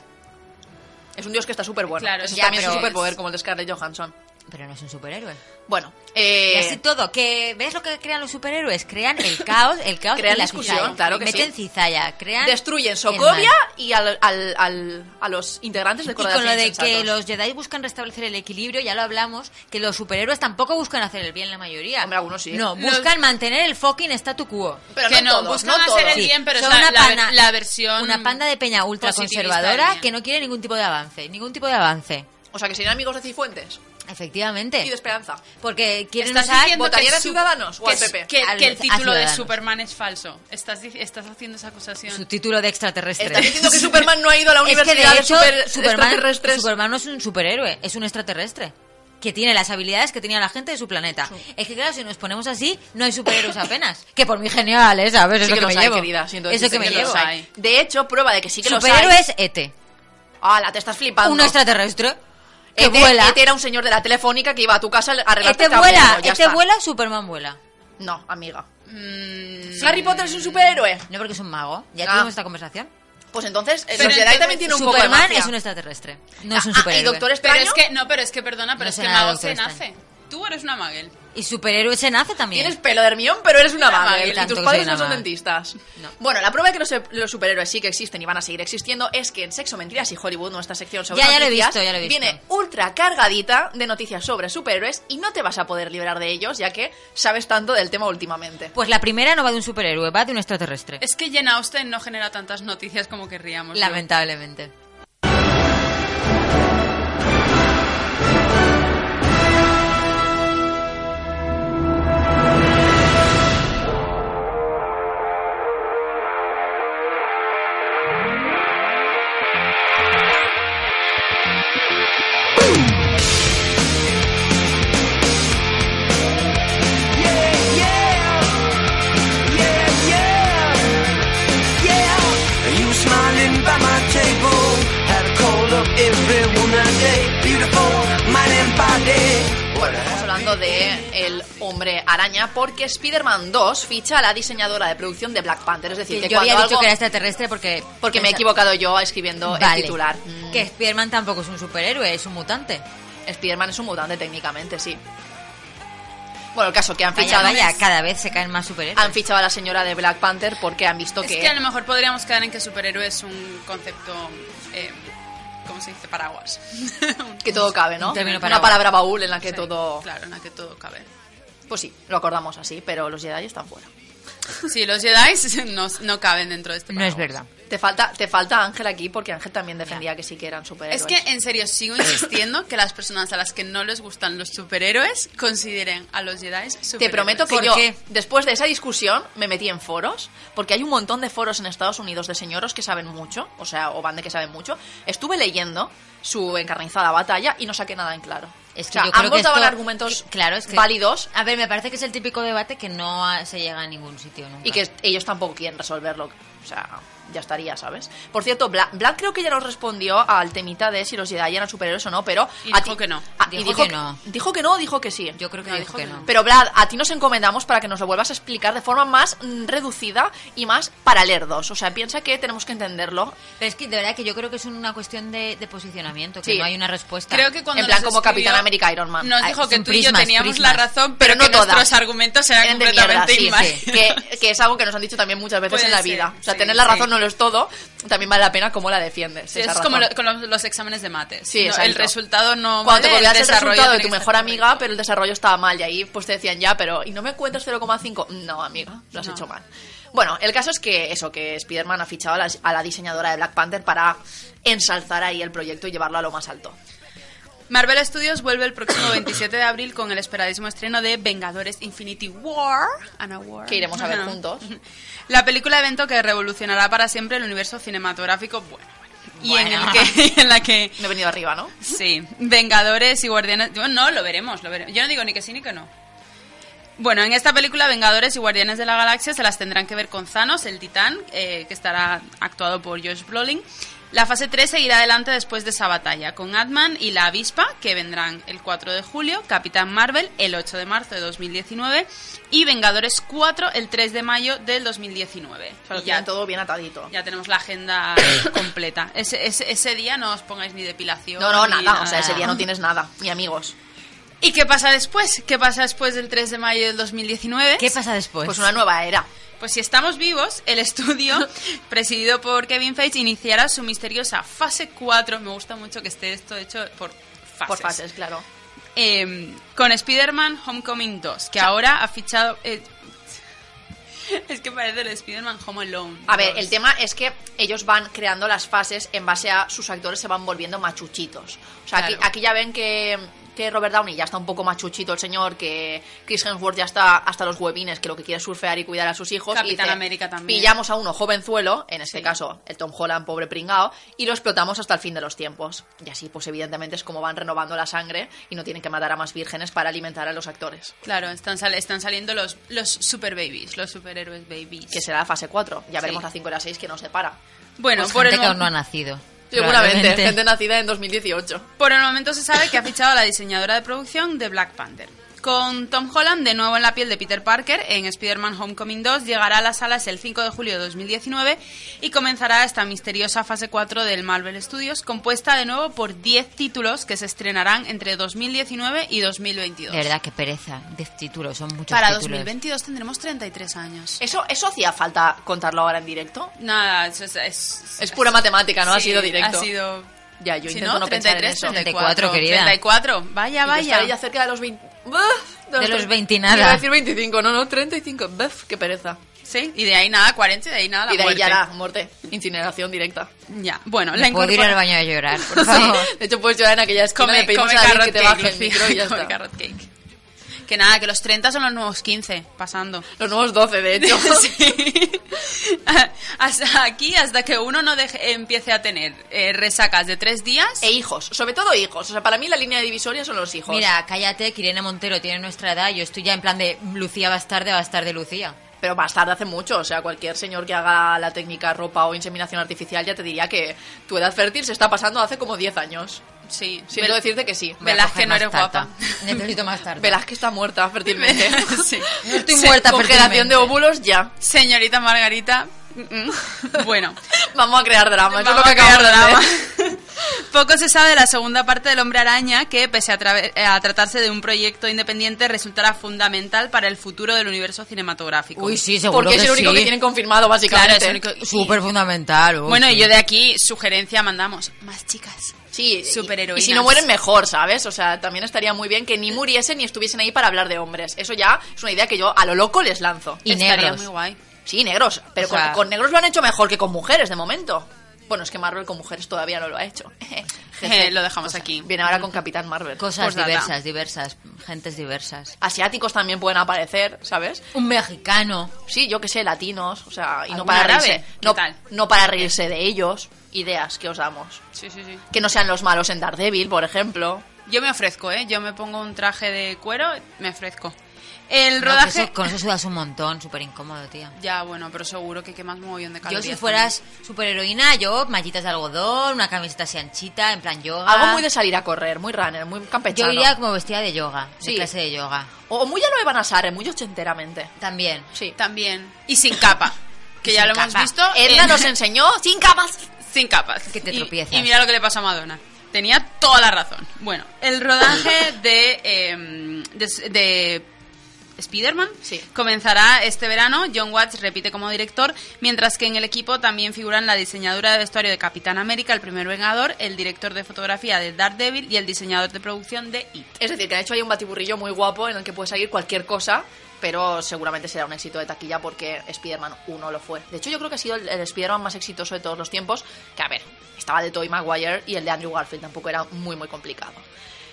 Speaker 2: Es un dios que está súper bueno.
Speaker 4: Claro,
Speaker 2: Eso
Speaker 3: ya,
Speaker 2: también es un
Speaker 3: pero-
Speaker 2: superpoder, como el de Scarlett Johansson.
Speaker 3: Pero no es un superhéroe.
Speaker 2: Bueno,
Speaker 3: Y
Speaker 2: eh,
Speaker 3: así todo, que ves lo que crean los superhéroes, crean el caos, el caos
Speaker 2: Crean
Speaker 3: y la
Speaker 2: discusión,
Speaker 3: cizalla.
Speaker 2: claro que
Speaker 3: meten
Speaker 2: sí.
Speaker 3: cizalla, crean
Speaker 2: destruyen
Speaker 3: el
Speaker 2: Sokovia
Speaker 3: mal.
Speaker 2: y al- al- al- a los integrantes de
Speaker 3: Y con lo de que
Speaker 2: Insensatos.
Speaker 3: los Jedi buscan restablecer el equilibrio, ya lo hablamos, que los superhéroes tampoco buscan hacer el bien la mayoría.
Speaker 2: Hombre, algunos sí.
Speaker 3: No,
Speaker 4: Los-
Speaker 3: buscan mantener el fucking statu quo.
Speaker 2: Pero
Speaker 4: que
Speaker 2: no,
Speaker 4: no,
Speaker 2: todos,
Speaker 4: buscan
Speaker 2: no
Speaker 4: hacer
Speaker 2: todos.
Speaker 4: el bien, pero
Speaker 3: son
Speaker 4: es la,
Speaker 3: una
Speaker 4: la-
Speaker 3: pana-
Speaker 4: la versión.
Speaker 3: Una panda de peña ultra
Speaker 4: positivista del
Speaker 3: conservadora
Speaker 4: bien.
Speaker 3: que no quiere ningún tipo de avance, ningún tipo de avance.
Speaker 2: O sea, que serían amigos de Cifuentes
Speaker 3: Efectivamente.
Speaker 2: y de Esperanza.
Speaker 3: Porque quieren
Speaker 4: Estás
Speaker 3: usar...
Speaker 4: diciendo
Speaker 2: ¿votarían
Speaker 4: que
Speaker 2: a
Speaker 4: su-
Speaker 2: Ciudadanos o
Speaker 4: que
Speaker 2: al
Speaker 4: su-
Speaker 2: PP?
Speaker 4: Que,
Speaker 3: Al-
Speaker 4: que el
Speaker 3: a
Speaker 4: título de
Speaker 3: Ciudadanos.
Speaker 4: Superman es falso. Estás, dic- estás haciendo esa
Speaker 3: Su
Speaker 4: acusación.
Speaker 3: título de extraterrestre.
Speaker 2: Estás diciendo que Superman no ha ido a la
Speaker 3: Es que
Speaker 2: universidad
Speaker 3: de
Speaker 2: de,
Speaker 3: hecho
Speaker 2: super-
Speaker 3: Superman,
Speaker 2: extraterrestres.
Speaker 3: Superman no es un superhéroe, es un extraterrestre que tiene las habilidades que tenía la gente de su planeta. Es que claro, si nos ponemos así, no hay superhéroes apenas. Que por mí genial, ¿eh? ¿sabes? Es
Speaker 2: Sí
Speaker 3: lo
Speaker 2: que
Speaker 3: que,
Speaker 2: los
Speaker 3: me
Speaker 2: hay,
Speaker 3: llevo.
Speaker 2: querida, siento
Speaker 3: Eso
Speaker 2: decirte
Speaker 3: que me
Speaker 2: que
Speaker 3: llevo.
Speaker 2: los hay. De hecho, prueba de que sí que los hay.
Speaker 3: Superhéroes ET.
Speaker 2: ¡Hala, te estás flipando!
Speaker 3: Un extraterrestre que
Speaker 2: Este-
Speaker 3: vuela.
Speaker 2: este era un señor de la telefónica que iba a tu casa a arreglarte
Speaker 3: Este
Speaker 2: el
Speaker 3: vuela,
Speaker 2: cabello, ya
Speaker 3: este
Speaker 2: está.
Speaker 3: vuela, Superman vuela.
Speaker 2: No, amiga.
Speaker 4: Mm,
Speaker 2: ¿Harry Potter es un superhéroe?
Speaker 3: No porque es un mago. Ya
Speaker 2: Ah.
Speaker 3: tuvimos esta conversación.
Speaker 2: Pues entonces, eh,
Speaker 4: Pero
Speaker 2: los Jedi
Speaker 4: entonces,
Speaker 2: también tiene un poco de
Speaker 3: Superman
Speaker 2: magia.
Speaker 3: es un extraterrestre, no es un
Speaker 2: Ah, ah, y
Speaker 3: superhéroe.
Speaker 2: Doctor
Speaker 4: pero
Speaker 2: extraño?
Speaker 4: es que, no, pero es que, perdona, pero
Speaker 3: No
Speaker 4: es
Speaker 3: sé
Speaker 4: que
Speaker 3: nada de
Speaker 4: mago
Speaker 3: Doctor
Speaker 4: se
Speaker 3: Strange.
Speaker 4: nace. Tú eres una Magel.
Speaker 3: Y superhéroe se nace también.
Speaker 2: Tienes pelo de Hermión, pero eres una
Speaker 4: Una
Speaker 2: maga.
Speaker 4: maga,
Speaker 2: Y
Speaker 3: tanto
Speaker 2: tus
Speaker 3: que
Speaker 2: padres
Speaker 3: soy
Speaker 2: no
Speaker 3: una
Speaker 2: son
Speaker 3: maga.
Speaker 2: dentistas.
Speaker 3: No.
Speaker 2: Bueno, la prueba de que los, los superhéroes sí que existen y van a seguir existiendo es que en Sexo, Mentiras y Hollywood, nuestra sección sobre
Speaker 3: Ya, ya lo he
Speaker 2: noticias,
Speaker 3: visto, ya lo he visto.
Speaker 2: viene ultra cargadita de noticias sobre superhéroes y no te vas a poder liberar de ellos, ya que sabes tanto del tema últimamente.
Speaker 3: Pues la primera no va de un superhéroe, va de un extraterrestre.
Speaker 4: Es que Jane Austen no genera tantas noticias como querríamos. ¿no?
Speaker 3: Lamentablemente.
Speaker 5: You smiling by my table. Had a call up every woman day. Beautiful, mind and body. What a
Speaker 2: Estamos hablando de el hombre araña porque Spider-Man 2 ficha a la diseñadora de producción de Black Panther. Es decir, que,
Speaker 3: yo había
Speaker 2: cuando
Speaker 3: dicho
Speaker 2: algo-
Speaker 3: que era extraterrestre porque...
Speaker 2: Porque me he
Speaker 3: pensa-
Speaker 2: equivocado yo escribiendo
Speaker 3: Vale.
Speaker 2: el titular. Mm.
Speaker 3: Que Spiderman tampoco es un superhéroe, es un mutante.
Speaker 2: Spider-Man es un mutante técnicamente, sí. Bueno, el caso que han
Speaker 3: Vaya,
Speaker 2: fichado,
Speaker 3: vaya, cada vez se caen más superhéroes.
Speaker 2: han fichado a la señora de Black Panther porque han visto
Speaker 4: Es que a lo mejor podríamos quedar en que superhéroe es un concepto. eh, ¿Cómo se dice? Paraguas.
Speaker 2: que todo cabe, ¿no?
Speaker 3: Un término
Speaker 2: Una
Speaker 3: paraguas.
Speaker 2: palabra baúl en la que
Speaker 4: Sí,
Speaker 2: todo...
Speaker 4: Claro, en la que todo cabe.
Speaker 2: Pues sí, lo acordamos así, pero los Jedi están fuera.
Speaker 4: Sí, los Jedi no, no caben dentro de este
Speaker 3: No es
Speaker 4: paraguas.
Speaker 3: verdad.
Speaker 2: Te falta, te falta Ángel aquí porque Ángel también defendía que sí que eran superhéroes.
Speaker 4: Es que, en serio, sigo insistiendo que las personas a las que no les gustan los superhéroes consideren a los Jedi superhéroes.
Speaker 2: Te prometo que
Speaker 3: ¿Por
Speaker 2: yo,
Speaker 3: qué?
Speaker 2: después de esa discusión, me metí en foros, porque hay un montón de foros en Estados Unidos de señoros que saben mucho, o sea, o van de que saben mucho. Estuve leyendo su encarnizada batalla y no saqué nada en claro.
Speaker 3: Es que
Speaker 2: o sea,
Speaker 3: yo creo
Speaker 2: ambos
Speaker 3: que
Speaker 2: daban
Speaker 3: esto-
Speaker 2: argumentos
Speaker 3: que- claro, es que-
Speaker 2: válidos
Speaker 3: A ver, me parece que es el típico debate que no ah, se llega a ningún sitio nunca.
Speaker 2: y que ellos tampoco quieren resolverlo. O sea, ya estaría, ¿sabes? Por cierto, Black, Black creo que ya nos respondió al temita de si los Jedi eran superhéroes o no, pero...
Speaker 4: Y
Speaker 2: a
Speaker 4: dijo
Speaker 2: ti-
Speaker 4: que no.
Speaker 2: Ah, y
Speaker 3: Dijo
Speaker 2: dijo
Speaker 3: que no.
Speaker 2: Dijo que no, dijo que sí.
Speaker 3: Yo creo que
Speaker 4: No,
Speaker 3: dijo
Speaker 4: dijo
Speaker 3: que
Speaker 4: que
Speaker 3: no.
Speaker 2: Pero Vlad, a ti nos encomendamos para que nos lo vuelvas a explicar de forma más mm, reducida y más para lerdos. O sea, piensa que tenemos que entenderlo.
Speaker 3: Pero es que de verdad que yo creo que es una cuestión de, de posicionamiento, que
Speaker 2: Sí.
Speaker 3: no hay una respuesta.
Speaker 4: Creo que cuando
Speaker 2: En plan
Speaker 4: nos
Speaker 2: como
Speaker 4: escribió,
Speaker 2: Capitán América, Iron Man.
Speaker 4: Nos
Speaker 3: Ah,
Speaker 4: dijo que
Speaker 3: son
Speaker 4: tú y
Speaker 3: prismas,
Speaker 4: yo teníamos
Speaker 3: prismas.
Speaker 4: la razón, pero,
Speaker 2: Pero no
Speaker 4: que nuestros
Speaker 2: todas.
Speaker 4: argumentos eran
Speaker 2: Eran de
Speaker 4: completamente
Speaker 2: mierda, sí, sí.
Speaker 4: inválidos.
Speaker 2: Que, que es algo que nos han dicho también muchas veces
Speaker 4: Puede
Speaker 2: en la
Speaker 4: ser,
Speaker 2: vida. O sea,
Speaker 4: sí,
Speaker 2: tener la
Speaker 4: sí.
Speaker 2: razón no lo es todo, también vale la pena cómo la defiendes.
Speaker 4: Sí,
Speaker 2: esa
Speaker 4: eso es como
Speaker 2: razón.
Speaker 4: lo- con los, los exámenes de mates.
Speaker 2: Sí,
Speaker 4: No,
Speaker 2: exacto.
Speaker 4: el resultado no
Speaker 2: Cuando te
Speaker 4: vale,
Speaker 2: copiabas el
Speaker 4: desarrollo
Speaker 2: resultado de
Speaker 4: tiene
Speaker 2: tu
Speaker 4: que
Speaker 2: mejor
Speaker 4: estar
Speaker 2: amiga, pero el desarrollo estaba mal y ahí pues te decían ya, pero ¿y no me encuentras 0,5? Mm, No, amiga, lo has
Speaker 4: No.
Speaker 2: hecho mal. Bueno, el caso es que eso, que Spider-Man ha fichado a la, a la diseñadora de Black Panther para ensalzar ahí el proyecto y llevarlo a lo más alto.
Speaker 4: Marvel Studios vuelve el próximo 27 de abril con el esperadísimo estreno de Vengadores Infinity War. Anna War.
Speaker 2: Que iremos a ver
Speaker 4: Ajá.
Speaker 2: juntos.
Speaker 4: La película evento que revolucionará para siempre el universo cinematográfico. Bueno, bueno. Y en,
Speaker 3: Bueno.
Speaker 4: el que, en la que.
Speaker 2: Me he venido arriba, ¿no?
Speaker 4: Sí, Vengadores y Guardianes. Bueno, no, lo veremos, lo veremos. Yo no digo ni que sí ni que no. Bueno, en esta película Vengadores y Guardianes de la Galaxia se las tendrán que ver con Thanos, el titán, eh, que estará actuado por Josh Brolin. La fase 3 seguirá adelante después de esa batalla, con Ant-Man y la Avispa, que vendrán el 4 de julio, Capitán Marvel el 8 de marzo de 2019 y Vengadores 4 el 3 de mayo del 2019.
Speaker 2: O sea, lo
Speaker 4: Y
Speaker 2: tienen
Speaker 4: ya,
Speaker 2: todo bien atadito.
Speaker 4: ya tenemos la agenda completa. Ese, ese- ese día no os pongáis ni depilación.
Speaker 2: No, no,
Speaker 4: ni
Speaker 2: nada. O sea, ese día no tienes nada, ni amigos.
Speaker 4: ¿Y qué pasa después? ¿Qué pasa después del 3 de mayo del 2019?
Speaker 3: ¿Qué pasa después?
Speaker 2: Pues una nueva era.
Speaker 4: Pues si estamos vivos, el estudio, presidido por Kevin Feige, iniciará su misteriosa fase 4. Me gusta mucho que esté esto hecho por fases.
Speaker 2: Por fases, claro.
Speaker 4: Eh, con Spider-Man Homecoming 2, que ahora ha fichado... eh, es que parece el Spider-Man Home Alone.
Speaker 2: A ver,
Speaker 4: 2.
Speaker 2: el tema es que ellos van creando las fases en base a sus actores se van volviendo machuchitos. O sea, aquí,
Speaker 4: Claro.
Speaker 2: aquí ya ven que, que Robert Downey ya está un poco machuchito el señor, que Chris Hemsworth ya está hasta los huevines, que lo que quiere es surfear y cuidar a sus hijos. y
Speaker 4: Capitán América también.
Speaker 2: Pillamos a uno jovenzuelo, en este
Speaker 4: Sí.
Speaker 2: caso el Tom Holland, pobre pringao, y lo explotamos hasta el fin de los tiempos. Y así, pues evidentemente es como van renovando la sangre y no tienen que matar a más vírgenes para alimentar a los actores.
Speaker 4: Claro, están, sal- están saliendo los, los super babies, los superhéroes babies.
Speaker 2: Que será la fase 4. Ya
Speaker 4: Sí.
Speaker 2: veremos la 5 y la 6 que nos separa.
Speaker 4: Bueno,
Speaker 3: Pues
Speaker 4: por,
Speaker 3: gente
Speaker 4: el
Speaker 3: que
Speaker 4: mo-
Speaker 3: aún no ha nacido.
Speaker 2: Seguramente,
Speaker 3: probablemente.
Speaker 2: gente nacida en 2018.
Speaker 4: por el momento se sabe que ha fichado a la diseñadora de producción de Black Panther. Con Tom Holland de nuevo en la piel de Peter Parker en Spider-Man Homecoming 2 llegará a las salas el 5 de julio de 2019 y comenzará esta misteriosa fase 4 del Marvel Studios compuesta de nuevo por 10 títulos que se estrenarán entre 2019 y 2022.
Speaker 3: De verdad, qué pereza. 10 títulos, son muchos
Speaker 4: Para
Speaker 3: títulos.
Speaker 4: 2022 tendremos 33 años.
Speaker 2: ¿Eso, ¿Eso hacía falta contarlo ahora en directo?
Speaker 4: Nada, es, es- es-
Speaker 2: Es pura matemática, ¿no? Ha
Speaker 4: sí,
Speaker 2: sido directo.
Speaker 4: Ha sido
Speaker 2: Ya, yo
Speaker 4: Si
Speaker 2: intento no, pensar en eso.
Speaker 3: 34, querida.
Speaker 4: 34,
Speaker 2: Y
Speaker 4: vaya,
Speaker 2: yo estaré ya
Speaker 4: vaya.
Speaker 2: cerca de los 20... ¡Buf!
Speaker 3: De los 20 y
Speaker 2: Iba
Speaker 3: nada.
Speaker 2: a decir 25, no, no, 35. ¡Buf! ¡Qué pereza!
Speaker 4: Sí, y de ahí nada, 40, y de ahí nada, la
Speaker 2: y de ahí
Speaker 4: muerte.
Speaker 2: ya la muerte. Incineración directa.
Speaker 4: Ya, bueno, la
Speaker 3: Me puedo ir
Speaker 4: incorpora-
Speaker 3: al baño a llorar, por favor.
Speaker 2: De hecho, puedes llorar en aquella esquina le
Speaker 4: Come,
Speaker 2: pedimos
Speaker 4: come
Speaker 2: a alguien
Speaker 4: carrot
Speaker 2: que te
Speaker 4: cake,
Speaker 2: baje el
Speaker 4: Lucía,
Speaker 2: micro y ya
Speaker 4: come
Speaker 2: está.
Speaker 4: carrot cake. Que nada, que los 30 son los nuevos 15, pasando.
Speaker 2: Los nuevos 12, de hecho.
Speaker 4: Sí. hasta aquí, hasta que uno no deje- empiece a tener eh, resacas de tres días.
Speaker 2: E hijos, sobre todo hijos. O sea, para mí la línea divisoria son los hijos.
Speaker 3: Mira, cállate, que Irene Montero tiene nuestra edad. Yo estoy ya en plan de Lucía vas tarde, vas tarde, Lucía.
Speaker 2: Pero más tarde hace mucho, o sea, cualquier señor que haga la técnica ropa o inseminación artificial ya te diría que tu edad fértil se está pasando hace como 10 años.
Speaker 4: Sí,
Speaker 2: Siento
Speaker 4: Vel-
Speaker 2: decirte que sí.
Speaker 3: Voy a
Speaker 4: Velázquez,
Speaker 3: coger
Speaker 4: no
Speaker 3: más
Speaker 4: eres
Speaker 3: tarta.
Speaker 4: guapa.
Speaker 3: Necesito más tarde.
Speaker 2: Velázquez está muerta fértilmente.
Speaker 4: Sí.
Speaker 3: No estoy muerta,
Speaker 2: Congelación de
Speaker 3: fértilmente.
Speaker 2: óvulos ya.
Speaker 4: Señorita Margarita. mm, mm. Bueno.
Speaker 2: Vamos a crear drama, eso es lo
Speaker 4: Vamos
Speaker 2: que
Speaker 4: a
Speaker 2: acabamos de
Speaker 4: crear
Speaker 2: drama.
Speaker 4: drama. ¿eh? Poco se sabe de la segunda parte del Hombre Araña, que pese a, traver- a tratarse de un proyecto independiente, resultará fundamental para el futuro del universo cinematográfico.
Speaker 3: Uy, sí, seguro
Speaker 2: Porque es
Speaker 3: que
Speaker 2: el único
Speaker 3: sí.
Speaker 2: que tienen confirmado,
Speaker 4: Claro,
Speaker 2: básicamente.
Speaker 4: es el único-
Speaker 3: Súper fundamental. uy,
Speaker 4: Bueno, y
Speaker 3: sí.
Speaker 4: yo de aquí sugerencia mandamos más chicas.
Speaker 2: Sí, y-
Speaker 4: Superheroínas.
Speaker 2: Y si no mueren, mejor, ¿sabes? O sea, también estaría muy bien que ni muriesen ni estuviesen ahí para hablar de hombres. Eso ya es una idea que yo a lo loco les lanzo.
Speaker 3: Y
Speaker 4: Estaría
Speaker 3: negros.
Speaker 4: muy guay.
Speaker 2: Sí, negros, pero
Speaker 4: O sea-
Speaker 2: con, con negros lo han hecho mejor que con mujeres de momento. Bueno, es que Marvel con mujeres todavía no lo ha hecho.
Speaker 4: Eh, lo dejamos aquí.
Speaker 2: Viene ahora con Capitán Marvel. Pues
Speaker 3: Cosas
Speaker 4: Postdata.
Speaker 3: diversas, diversas. Gentes diversas.
Speaker 2: Asiáticos también pueden aparecer, ¿sabes?
Speaker 3: Un mexicano.
Speaker 2: Sí, yo qué sé, latinos, o sea, y no
Speaker 4: ¿Algún
Speaker 2: para
Speaker 4: árabe?
Speaker 2: reírse.
Speaker 4: ¿eh? ¿Qué
Speaker 2: No,
Speaker 4: tal?
Speaker 2: no para reírse de ellos. Ideas que os damos.
Speaker 4: Sí, sí, sí.
Speaker 2: Que no sean los malos en Daredevil, por ejemplo.
Speaker 4: Yo me ofrezco, ¿eh? Yo me pongo un traje de cuero, me ofrezco. El
Speaker 3: No, que
Speaker 4: rodaje.
Speaker 3: eso- con eso sudas un montón, súper incómodo, tía.
Speaker 4: Ya, bueno, pero seguro que quemas un mogollón de
Speaker 3: Yo
Speaker 4: calorías.
Speaker 3: si fueras superheroína, yo mallitas de algodón, una camiseta así anchita, en plan
Speaker 4: Ah.
Speaker 3: yoga.
Speaker 2: Algo muy de salir a correr, muy runner, muy campechano.
Speaker 3: Yo iría como vestida de yoga,
Speaker 2: Sí.
Speaker 3: de clase de yoga.
Speaker 2: O muy a lo de Banasare, muy ochenteramente.
Speaker 3: También.
Speaker 2: Sí.
Speaker 4: También. Y sin capa. Que ya
Speaker 3: sin
Speaker 4: lo hemos
Speaker 3: capa.
Speaker 4: visto.
Speaker 2: Edna
Speaker 4: en-
Speaker 2: nos enseñó sin capas.
Speaker 4: sin capas.
Speaker 3: Que te
Speaker 4: Y-
Speaker 3: tropiezas.
Speaker 4: Y, mira lo que le pasó a Madonna. Tenía toda la razón. Bueno, el rodaje de, eh, de, de Spider-Man
Speaker 2: Sí.
Speaker 4: comenzará este verano. John Watts repite como director, mientras que en el equipo también figuran la diseñadora de vestuario de Capitán América, el primer Vengador, el director de fotografía de Daredevil y el diseñador de producción de It.
Speaker 2: Es decir, que han hecho ahí un batiburrillo muy guapo en el que puede salir cualquier cosa, pero seguramente será un éxito de taquilla porque Spider-Man 1 lo fue. De hecho, yo creo que ha sido el, el Spider-Man más exitoso de todos los tiempos, que a ver, estaba el de Tobey Maguire y el de Andrew Garfield tampoco era muy, muy complicado.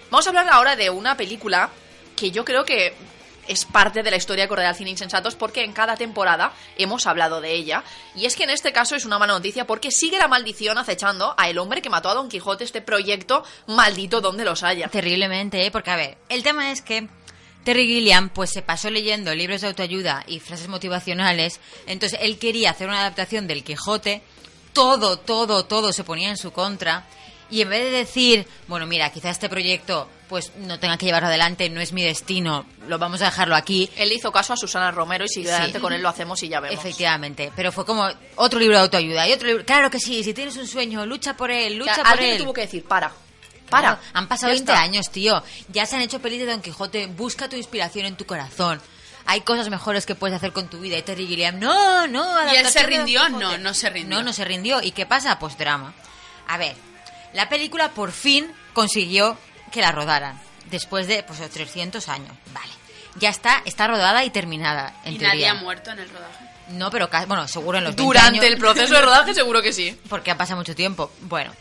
Speaker 2: Vamos a hablar ahora de una película que yo creo que es parte de la historia de Corredal Cine Insensatos porque en cada temporada hemos hablado de ella. Y es que en este caso es una mala noticia porque sigue la maldición acechando a el hombre que mató a Don Quijote, este proyecto maldito donde los haya.
Speaker 3: Terriblemente, ¿eh? Porque, a ver, el tema es que Terry Gilliam pues se pasó leyendo libros de autoayuda y frases motivacionales, entonces él quería hacer una adaptación del Quijote, todo, todo, todo se ponía en su contra, y en vez de decir, bueno, mira, quizá este proyecto pues no tenga que llevarlo adelante, no es mi destino, lo vamos a dejarlo aquí,
Speaker 2: Él le hizo caso a Susana Romero y sigue
Speaker 3: Sí.
Speaker 2: adelante con él, lo hacemos y ya vemos.
Speaker 3: Efectivamente, pero fue como otro libro de autoayuda y otro libro. Claro que sí, si tienes un sueño, lucha por él,
Speaker 2: O sea,
Speaker 3: lucha por
Speaker 2: alguien le
Speaker 3: él.
Speaker 2: tuvo que decir, para, para.
Speaker 3: Claro, Han pasado
Speaker 2: Ya
Speaker 3: 20
Speaker 2: está.
Speaker 3: años, tío. Ya se han hecho pelis de Don Quijote. Busca tu inspiración en tu corazón. Hay cosas mejores que puedes hacer con tu vida. Y Terry Gilliam, no, no.
Speaker 4: Y él
Speaker 3: adaptación
Speaker 4: se
Speaker 3: de Don
Speaker 4: rindió,
Speaker 3: Quijote.
Speaker 4: no, no se rindió.
Speaker 3: No, no se rindió. ¿Y qué pasa? Pues drama. A ver, la película por fin consiguió que la rodaran. Después de, pues, 300 años. Vale. Ya está, está rodada y terminada, en
Speaker 4: y nadie
Speaker 3: teoría.
Speaker 4: ha muerto en el rodaje.
Speaker 3: No, pero ca- bueno, seguro en los 20 años-
Speaker 2: Durante el proceso de rodaje seguro que sí.
Speaker 3: porque ha pasado mucho tiempo. Bueno,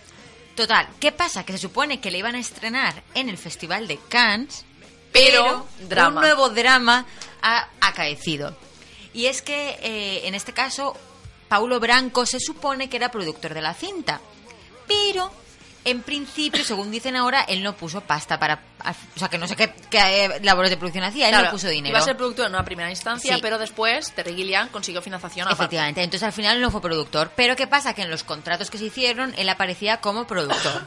Speaker 3: total, ¿qué pasa? Que se supone que le iban a estrenar en el Festival de Cannes,
Speaker 2: Pero,
Speaker 3: pero,
Speaker 2: drama.
Speaker 3: un nuevo drama ha acaecido. Y es que eh, en este caso, Paulo Branco se supone que era productor de la cinta, pero en principio, según dicen ahora, él no puso pasta para. O sea, que no sé qué, qué, eh, labores de producción hacía, él no
Speaker 2: Claro,
Speaker 3: puso dinero.
Speaker 2: Iba a ser productor en una primera instancia,
Speaker 3: Sí.
Speaker 2: pero después Terry Gilliam consiguió financiación aparte.
Speaker 3: Efectivamente, entonces al final no fue productor. Pero ¿qué pasa? Que en los contratos que se hicieron él aparecía como productor.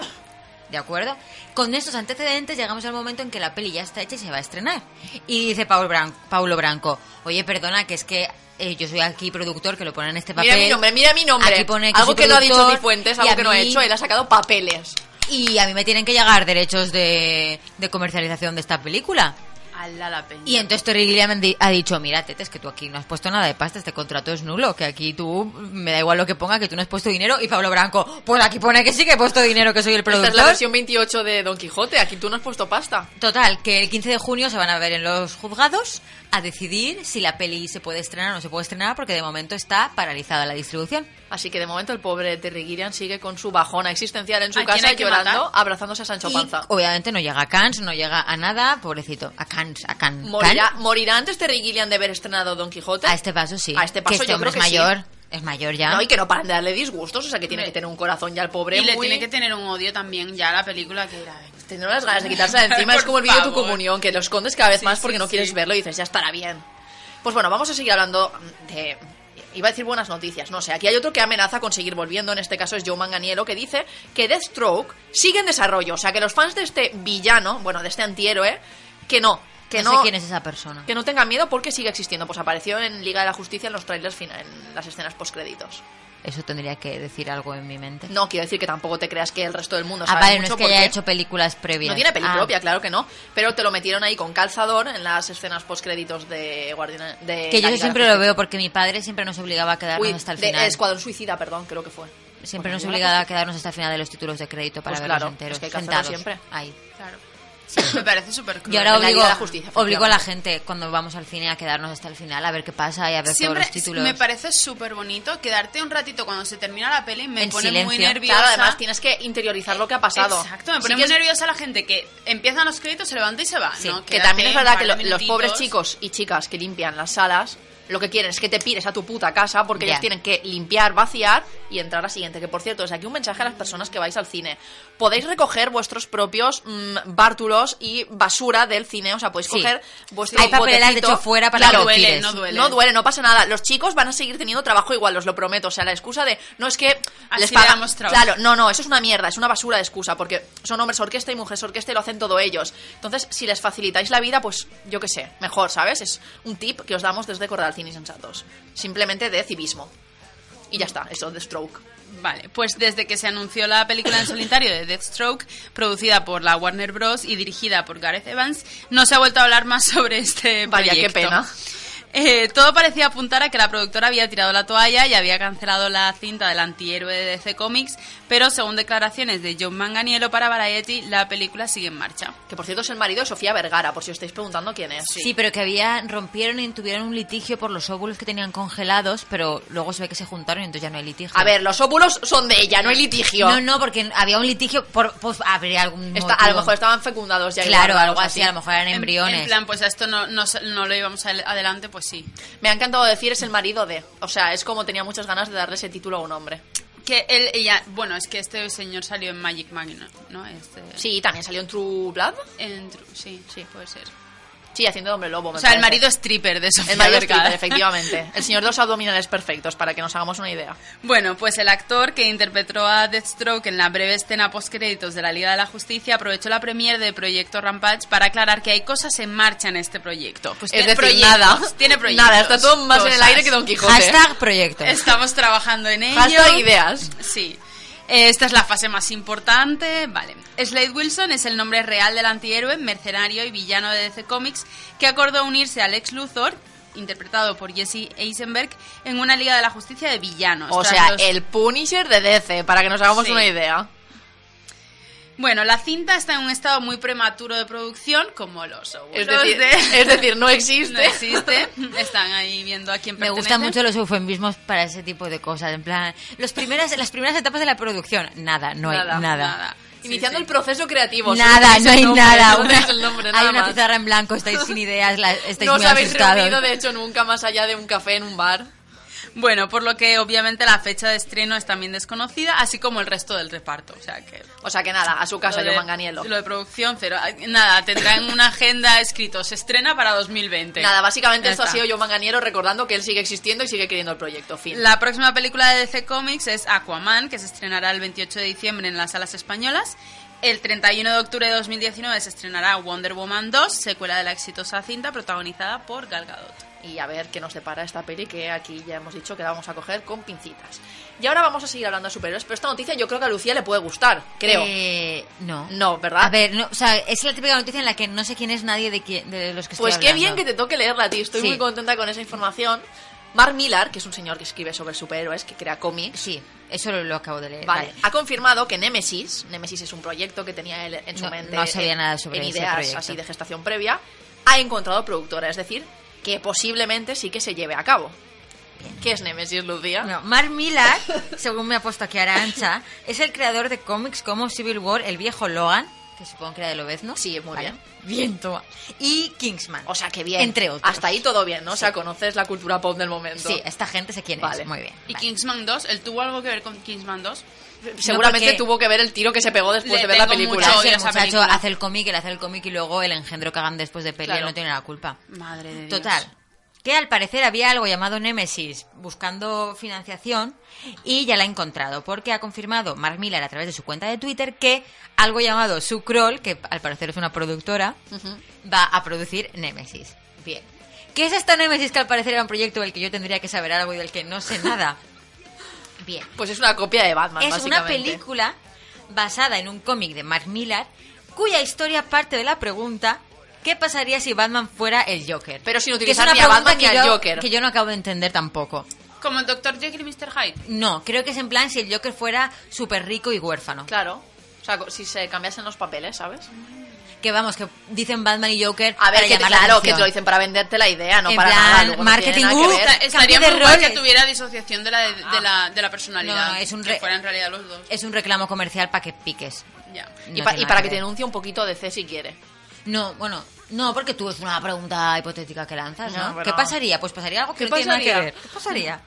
Speaker 3: ¿De acuerdo? Con estos antecedentes llegamos al momento en que la peli ya está hecha y se va a estrenar. Y dice Paul Bran- Paulo Branco, oye, perdona, que es que eh, yo soy aquí productor, que lo pone en este papel.
Speaker 2: Mira mi nombre, mira mi nombre.
Speaker 3: Aquí pone
Speaker 2: algo
Speaker 3: soy
Speaker 2: que no ha dicho
Speaker 3: productor,
Speaker 2: ni Fuentes,
Speaker 3: y
Speaker 2: algo
Speaker 3: a
Speaker 2: que no ha
Speaker 3: mí-
Speaker 2: hecho, él ha sacado papeles.
Speaker 3: Y a mí me tienen que llegar derechos de, de comercialización de esta película.
Speaker 4: Ala la peña.
Speaker 3: Y entonces Terry Gilliam di- ha dicho, mira, Tetes, que tú aquí no has puesto nada de pasta, este contrato es nulo, que aquí tú, me da igual lo que ponga, que tú no has puesto dinero. Y Pablo Branco, pues aquí pone que sí que he puesto dinero, que soy el
Speaker 2: Esta
Speaker 3: productor.
Speaker 2: es la versión 28 de Don Quijote, aquí tú no has puesto pasta.
Speaker 3: Total, que el 15 de junio se van a ver en los juzgados a decidir si la peli se puede estrenar o no se puede estrenar, porque de momento está paralizada la distribución.
Speaker 2: Así que de momento el pobre Terry Gilliam sigue con su bajona existencial en
Speaker 4: ¿A
Speaker 2: su
Speaker 4: quién
Speaker 2: casa
Speaker 4: hay que
Speaker 2: llorando,
Speaker 4: matar?
Speaker 2: abrazándose a Sancho
Speaker 3: Y,
Speaker 2: Panza.
Speaker 3: obviamente no llega a Cannes, no llega a nada, pobrecito, a Cannes, a Cannes.
Speaker 2: ¿Morirá,
Speaker 3: Cannes.
Speaker 2: ¿Morirá antes Terry Gilliam de haber estrenado Don Quijote?
Speaker 3: A este paso sí.
Speaker 2: A este paso
Speaker 3: que este
Speaker 2: yo
Speaker 3: hombre
Speaker 2: creo
Speaker 3: es
Speaker 2: que sí.
Speaker 3: mayor, es mayor ya.
Speaker 2: No, y que no paran de darle disgustos, o sea que tiene
Speaker 4: Hombre.
Speaker 2: que tener un corazón ya el pobre.
Speaker 4: Y le
Speaker 2: muy-
Speaker 4: tiene que tener un odio también ya a la película que era.
Speaker 2: Tendrá las ganas de quitarse de encima.
Speaker 4: Por
Speaker 2: es como el vídeo de tu
Speaker 4: favor.
Speaker 2: comunión, que lo escondes cada vez
Speaker 4: Sí,
Speaker 2: más
Speaker 4: sí,
Speaker 2: porque no
Speaker 4: sí.
Speaker 2: quieres verlo y dices, ya estará bien. Pues bueno, vamos a seguir hablando de. Iba a decir buenas noticias, no sé. Aquí hay otro que amenaza con seguir volviendo, en este caso es Joe Manganiello, que dice que Deathstroke sigue en desarrollo. O sea, que los fans de este villano, bueno, de este antihéroe, que no. Que no,
Speaker 3: sé quién es esa persona.
Speaker 2: que no tengan miedo porque sigue existiendo. Pues apareció en Liga de la Justicia en los trailers, fina- en las escenas postcréditos.
Speaker 3: Eso tendría que decir algo en mi mente.
Speaker 2: No, quiero decir que tampoco te creas que el resto del mundo
Speaker 3: ah,
Speaker 2: sabe
Speaker 3: vale, no
Speaker 2: mucho
Speaker 3: es que
Speaker 2: porque
Speaker 3: haya hecho películas previas.
Speaker 2: No tiene peli
Speaker 3: Ah,
Speaker 2: propia, claro que no. Pero te lo metieron ahí con calzador en las escenas postcréditos de Guardiana de
Speaker 3: Que
Speaker 2: la Liga de
Speaker 3: yo
Speaker 2: la
Speaker 3: siempre lo
Speaker 2: Justicia.
Speaker 3: veo porque mi padre siempre nos obligaba a quedarnos
Speaker 2: Uy,
Speaker 3: hasta el
Speaker 2: de- Pues
Speaker 3: final.
Speaker 2: Escuadrón Suicida, perdón, creo que fue.
Speaker 3: Siempre
Speaker 2: Bueno,
Speaker 3: nos
Speaker 2: yo la
Speaker 3: obligaba a
Speaker 2: pasé.
Speaker 3: quedarnos hasta el final de los títulos de crédito para
Speaker 2: Pues
Speaker 3: verlos
Speaker 2: claro,
Speaker 3: enteros.
Speaker 2: es que hay que hacerlo
Speaker 3: sentados,
Speaker 2: siempre.
Speaker 3: Ahí.
Speaker 4: Claro. me parece súper cruel.
Speaker 3: Y ahora
Speaker 2: en la Liga
Speaker 3: obligo,
Speaker 2: de la Justicia,
Speaker 3: obligo a la gente cuando vamos al cine a quedarnos hasta el final a ver qué pasa y a ver
Speaker 4: Siempre
Speaker 3: todos los títulos.
Speaker 4: me parece súper bonito quedarte un ratito cuando se termina la peli me
Speaker 3: En
Speaker 4: pone muy
Speaker 3: silencio.
Speaker 4: nerviosa.
Speaker 2: Claro, además tienes que interiorizar lo que ha pasado.
Speaker 4: Exacto, me
Speaker 2: Sí
Speaker 4: pone
Speaker 2: que
Speaker 4: muy
Speaker 2: es-
Speaker 4: nerviosa la gente que empiezan los créditos, se levanta y se va.
Speaker 3: Sí,
Speaker 4: ¿no?
Speaker 2: Que
Speaker 4: Quédate
Speaker 2: también es verdad
Speaker 4: un
Speaker 2: que
Speaker 4: par
Speaker 2: lo-
Speaker 4: de
Speaker 2: los pobres
Speaker 4: minutitos.
Speaker 2: chicos y chicas que limpian las salas Lo que quieren es que te pires a tu puta casa porque
Speaker 3: Ya.
Speaker 2: ellos tienen que limpiar, vaciar y entrar a la siguiente. Que por cierto, es aquí un mensaje a las personas que vais al cine. Podéis recoger vuestros propios mm, bártulos y basura del cine. O sea, podéis
Speaker 3: Sí.
Speaker 2: coger vuestro
Speaker 3: Hay papeleras, de
Speaker 2: botecito.
Speaker 3: hecho, fuera para
Speaker 2: Claro,
Speaker 3: que lo
Speaker 4: duele,
Speaker 3: tires.
Speaker 4: no duele.
Speaker 2: no duele, no pasa nada. Los chicos van a seguir teniendo trabajo igual, os lo prometo. O sea, la excusa de no es que
Speaker 4: Así
Speaker 2: les
Speaker 4: le
Speaker 2: pagamos
Speaker 4: damos trabajo.
Speaker 2: Claro, no, no, eso es una mierda, es una basura de excusa, porque son hombres orquesta y mujeres orquesta y lo hacen todo ellos. Entonces, si les facilitáis la vida, pues yo qué sé, mejor, ¿sabes? Es un tip que os damos desde Corral Cine Sensatos. Simplemente de civismo. Y ya está, eso de Stroke.
Speaker 4: Vale, pues desde que se anunció la película en solitario de Deathstroke, producida por la Warner Bros. y dirigida por Gareth Evans, no se ha vuelto a hablar más sobre este
Speaker 2: Vaya, qué
Speaker 4: proyecto.
Speaker 2: pena.
Speaker 4: Eh, todo parecía apuntar a que la productora había tirado la toalla y había cancelado la cinta del antihéroe de DC Comics, pero según declaraciones de John Manganiello para Variety, la película sigue en marcha.
Speaker 2: Que por cierto es el marido de Sofía Vergara, por si os estáis preguntando quién es.
Speaker 3: Sí. pero que había rompieron y tuvieron un litigio por los óvulos que tenían congelados, pero luego se ve que se juntaron y entonces ya no hay litigio.
Speaker 2: A ver, los óvulos son de ella, no hay litigio.
Speaker 3: No, no, porque había un litigio por pues, habría algún
Speaker 2: Está- a
Speaker 3: motivo.
Speaker 2: lo mejor estaban fecundados ya.
Speaker 3: claro,
Speaker 2: igual,
Speaker 3: algo así, a lo mejor eran
Speaker 4: En-
Speaker 3: embriones.
Speaker 4: En, plan, pues a esto no, no, se- no lo íbamos a- adelante, pues sí.
Speaker 2: Me ha encantado decir es el marido de. O sea, es como tenía muchas ganas de darle ese título a un hombre.
Speaker 4: Que él, ella, bueno, es que este señor salió en Magic Magnet, ¿no? Este,
Speaker 2: Sí, también salió en True Blood.
Speaker 4: en Tru- sí, sí, puede ser.
Speaker 2: Sí, haciendo de hombre lobo. me
Speaker 4: O sea, el
Speaker 2: parece.
Speaker 4: marido stripper de Sofía
Speaker 2: El marido es
Speaker 4: Vergara.
Speaker 2: Peter, efectivamente. El señor de los abdominales perfectos, para que nos hagamos una idea.
Speaker 4: Bueno, pues el actor que interpretó a Deathstroke en la breve escena postcréditos de la Liga de la Justicia aprovechó la premiere del proyecto Rampage para aclarar que hay cosas en marcha en este proyecto. Pues
Speaker 2: es
Speaker 4: tiene
Speaker 2: decir,
Speaker 4: proyectos,
Speaker 2: nada.
Speaker 4: Tiene proyectos.
Speaker 2: Nada, está todo más en el
Speaker 4: cosas.
Speaker 2: aire que Don Quijote.
Speaker 3: Hashtag proyecto.
Speaker 4: Estamos trabajando en ello.
Speaker 2: Hashtag ideas.
Speaker 4: Sí. Eh, Esta es la fase más importante. Vale. Slade Wilson es el nombre real del antihéroe, mercenario y villano de DC Comics que acordó unirse a Lex Luthor, interpretado por Jesse Eisenberg, en una Liga de la Justicia de villanos.
Speaker 2: O
Speaker 4: Tras
Speaker 2: sea,
Speaker 4: los-
Speaker 2: el Punisher de DC, para que nos hagamos
Speaker 4: Sí.
Speaker 2: una idea.
Speaker 4: Bueno, la cinta está en un estado muy prematuro de producción, como los óvulos
Speaker 2: Es decir,
Speaker 4: de-
Speaker 2: es decir, no existe.
Speaker 4: No existe. Están ahí viendo a quién
Speaker 3: Me
Speaker 4: pertenece.
Speaker 3: gustan mucho los eufemismos para ese tipo de cosas. En plan, los primeras, las primeras etapas de la producción. Nada, no hay nada.
Speaker 4: nada. Sí,
Speaker 2: Iniciando
Speaker 4: sí.
Speaker 2: el proceso creativo. solo
Speaker 3: Nada,
Speaker 2: tenéis
Speaker 3: no
Speaker 2: el
Speaker 3: hay
Speaker 2: nombre,
Speaker 3: nada.
Speaker 2: solo
Speaker 3: Una-
Speaker 2: tenéis el nombre,
Speaker 3: hay
Speaker 2: nada
Speaker 3: una
Speaker 2: más.
Speaker 3: pizarra en blanco, estáis sin ideas, la- estáis
Speaker 2: No os
Speaker 3: muy
Speaker 2: habéis
Speaker 3: asustados.
Speaker 2: reunido, de hecho, nunca más allá de un café en un bar.
Speaker 4: Bueno, por lo que obviamente la fecha de estreno es también desconocida, así como el resto del reparto. O sea que.
Speaker 2: O sea que nada, a su casa,
Speaker 4: lo
Speaker 2: yo
Speaker 4: de-
Speaker 2: manganielo.
Speaker 4: Lo de producción, cero. Ay, Nada, tendrán una agenda escrito. Se estrena para 2020.
Speaker 2: Nada, básicamente
Speaker 4: Ya
Speaker 2: esto ha
Speaker 4: está.
Speaker 2: sido yo manganiero recordando que él sigue existiendo y sigue queriendo el proyecto. Fin.
Speaker 4: La próxima película de DC Comics es Aquaman, que se estrenará el 28 de diciembre en las salas españolas. El 31 de octubre de 2019 se estrenará Wonder Woman 2, secuela de la exitosa cinta protagonizada por Gal Gadot.
Speaker 2: Y a ver qué nos depara esta peli que aquí ya hemos dicho que la vamos a coger con pincitas. Y ahora vamos a seguir hablando de superhéroes, pero esta noticia yo creo que a Lucía le puede gustar, creo.
Speaker 3: Eh, no.
Speaker 2: No, ¿verdad?
Speaker 3: A ver, no, o sea, es la típica noticia en la que no sé quién es nadie de, qui- de los que
Speaker 2: pues
Speaker 3: estoy
Speaker 2: qué
Speaker 3: hablando.
Speaker 2: bien que te toque leerla a ti, estoy
Speaker 3: Sí.
Speaker 2: muy contenta con esa información. Mark Millar, que es un señor que escribe sobre superhéroes, que crea cómics,
Speaker 3: Sí, eso lo, lo acabo de leer.
Speaker 2: Eh, Vale. Ha confirmado que Nemesis, Nemesis es un proyecto que tenía él en su
Speaker 3: No-
Speaker 2: mente.
Speaker 3: no sabía
Speaker 2: en-
Speaker 3: nada sobre
Speaker 2: en
Speaker 3: ese
Speaker 2: ideas
Speaker 3: proyecto.
Speaker 2: así de gestación previa, ha encontrado productora, es decir, que posiblemente sí que se lleve a cabo. ¿Qué es Nemesis, Lucía?
Speaker 3: No, Mark Millar, según me ha puesto aquí Arancha, es el creador de cómics como Civil War, El Viejo Logan, que supongo que era de Lobezno.
Speaker 2: Sí, muy bien.
Speaker 3: Bien, toma. Y Kingsman.
Speaker 2: O sea, que bien.
Speaker 3: Entre otros.
Speaker 2: Hasta ahí todo bien, ¿no? O sea, conoces la cultura pop del momento.
Speaker 3: Sí, esta gente se quién es.
Speaker 2: Vale.
Speaker 3: Muy bien.
Speaker 4: ¿Y
Speaker 3: vale.
Speaker 4: Kingsman 2? ¿Él tuvo algo que ver con Kingsman 2?
Speaker 2: Seguramente
Speaker 3: No, porque-
Speaker 2: tuvo que ver el tiro que se pegó después
Speaker 4: Le
Speaker 2: de ver la
Speaker 4: tengo
Speaker 2: película.
Speaker 4: mucho
Speaker 3: Claro,
Speaker 4: odio
Speaker 3: el
Speaker 4: esa
Speaker 3: muchacho
Speaker 4: película.
Speaker 3: hace el cómic, él hace el cómic y luego el engendro que hagan después de pelear
Speaker 4: Claro.
Speaker 3: no tiene la culpa.
Speaker 2: Mm.
Speaker 4: Madre de Dios.
Speaker 3: Total. Que al parecer había algo llamado Nemesis buscando financiación y ya la ha encontrado, porque ha confirmado Mark Miller a través de su cuenta de Twitter que algo llamado Sucrol, que al parecer es una productora, va a producir Nemesis. Bien. ¿Qué es esta Nemesis que al parecer era un proyecto del que yo tendría que saber algo y del que no sé nada? Bien.
Speaker 2: Pues es una copia de Batman,
Speaker 3: Es una
Speaker 2: básicamente.
Speaker 3: película basada en un cómic de Mark Millar, cuya historia parte de la pregunta ¿qué pasaría si Batman fuera el Joker?
Speaker 2: Pero sin
Speaker 3: Que es
Speaker 2: utilizar
Speaker 3: una
Speaker 2: ni a
Speaker 3: pregunta
Speaker 2: Batman ni
Speaker 3: que
Speaker 2: al
Speaker 3: yo-
Speaker 2: Joker.
Speaker 3: Que yo no acabo de entender tampoco.
Speaker 4: Como el Dr. Jekyll y Mr. Hyde.
Speaker 3: No, creo que es en plan si el Joker fuera súper rico y huérfano.
Speaker 2: Claro. O sea, si se cambiasen los papeles, ¿sabes?
Speaker 3: Que vamos, que dicen Batman y Joker
Speaker 2: A ver,
Speaker 3: para
Speaker 2: que,
Speaker 3: llamar la
Speaker 2: claro, que
Speaker 3: atención.
Speaker 2: te lo dicen para venderte la idea, no
Speaker 3: En
Speaker 2: para nada.
Speaker 3: plan,
Speaker 2: luego no tiene
Speaker 3: marketing,
Speaker 2: nada
Speaker 3: uh,
Speaker 2: que ver.
Speaker 3: Pero
Speaker 4: Esta-
Speaker 3: cambio
Speaker 4: Estaría
Speaker 3: de
Speaker 4: muy guay que
Speaker 3: roles.
Speaker 4: tuviera disociación de la, de, la, de la personalidad.
Speaker 3: No, es un
Speaker 4: Que
Speaker 3: re-
Speaker 4: fueran en realidad los dos.
Speaker 3: Es un reclamo comercial para que piques.
Speaker 4: Ya.
Speaker 3: No
Speaker 2: Y, pa-
Speaker 3: tiene
Speaker 2: y
Speaker 3: nada
Speaker 2: para que
Speaker 3: ver.
Speaker 2: te denuncie un poquito de C si quiere.
Speaker 3: No, bueno, no, porque tú es una pregunta hipotética que lanzas, ¿no?
Speaker 4: No, pero-
Speaker 3: ¿Qué pasaría? Pues pasaría algo que
Speaker 4: ¿Qué
Speaker 3: no tiene nada que
Speaker 4: pasaría?
Speaker 3: ver. ¿Qué pasaría?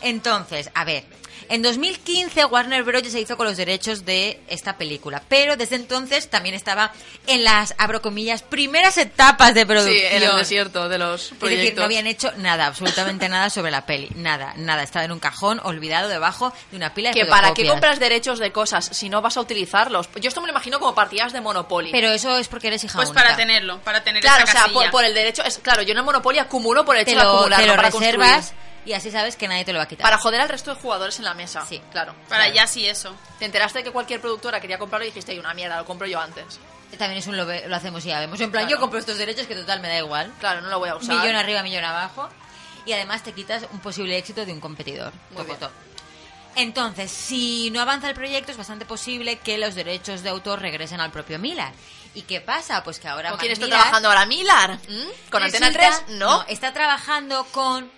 Speaker 3: Entonces, a ver. En 2015 Warner Bros. ya se hizo con los derechos de esta película, pero desde entonces también estaba en las, abro comillas, primeras etapas de producción.
Speaker 2: Sí, en el desierto de los
Speaker 3: Es decir, no
Speaker 2: proyectos.
Speaker 3: habían hecho nada, absolutamente nada sobre la peli. Nada, nada. Estaba en un cajón, olvidado debajo de una pila de
Speaker 2: que para qué
Speaker 3: fotocopias.
Speaker 2: compras derechos de cosas si no vas a utilizarlos. Yo esto me lo imagino como partidas de Monopoly.
Speaker 3: Pero eso es porque eres hija
Speaker 4: Pues
Speaker 3: única.
Speaker 4: para tenerlo, para tener
Speaker 2: claro, o
Speaker 4: esa
Speaker 2: sea,
Speaker 4: casilla.
Speaker 2: por, por el derecho. Es, claro, yo en el Monopoly acumulo por el
Speaker 3: Te
Speaker 2: hecho de
Speaker 3: lo,
Speaker 2: acumular,
Speaker 3: te
Speaker 2: no
Speaker 3: lo
Speaker 2: para
Speaker 3: reservas
Speaker 2: construir.
Speaker 3: y así sabes que nadie te lo va a quitar.
Speaker 2: Para joder al resto de jugadores en la mesa.
Speaker 3: Sí.
Speaker 2: claro.
Speaker 4: Para ya sí eso.
Speaker 2: Te enteraste de que cualquier productora quería comprarlo y dijiste, "Ay, una mierda, lo compro yo antes.
Speaker 3: También es un lo, ve- lo hacemos y ya vemos. En plan,
Speaker 2: Claro.
Speaker 3: yo compro estos derechos que total me da igual.
Speaker 2: Claro, no lo voy a usar.
Speaker 3: millón arriba, millón abajo. Y además te quitas un posible éxito de un competidor.
Speaker 2: Muy bien.
Speaker 3: Tocotó. Entonces, si no avanza el proyecto, es bastante posible que los derechos de autor regresen al propio Miller. ¿Y qué pasa? Pues que ahora
Speaker 2: ¿Con
Speaker 3: Mac
Speaker 2: quién está
Speaker 3: Millar-
Speaker 2: trabajando ahora Milar? ¿Mm? ¿Con
Speaker 3: Resulta-
Speaker 2: Antena 3? No.
Speaker 3: Está trabajando con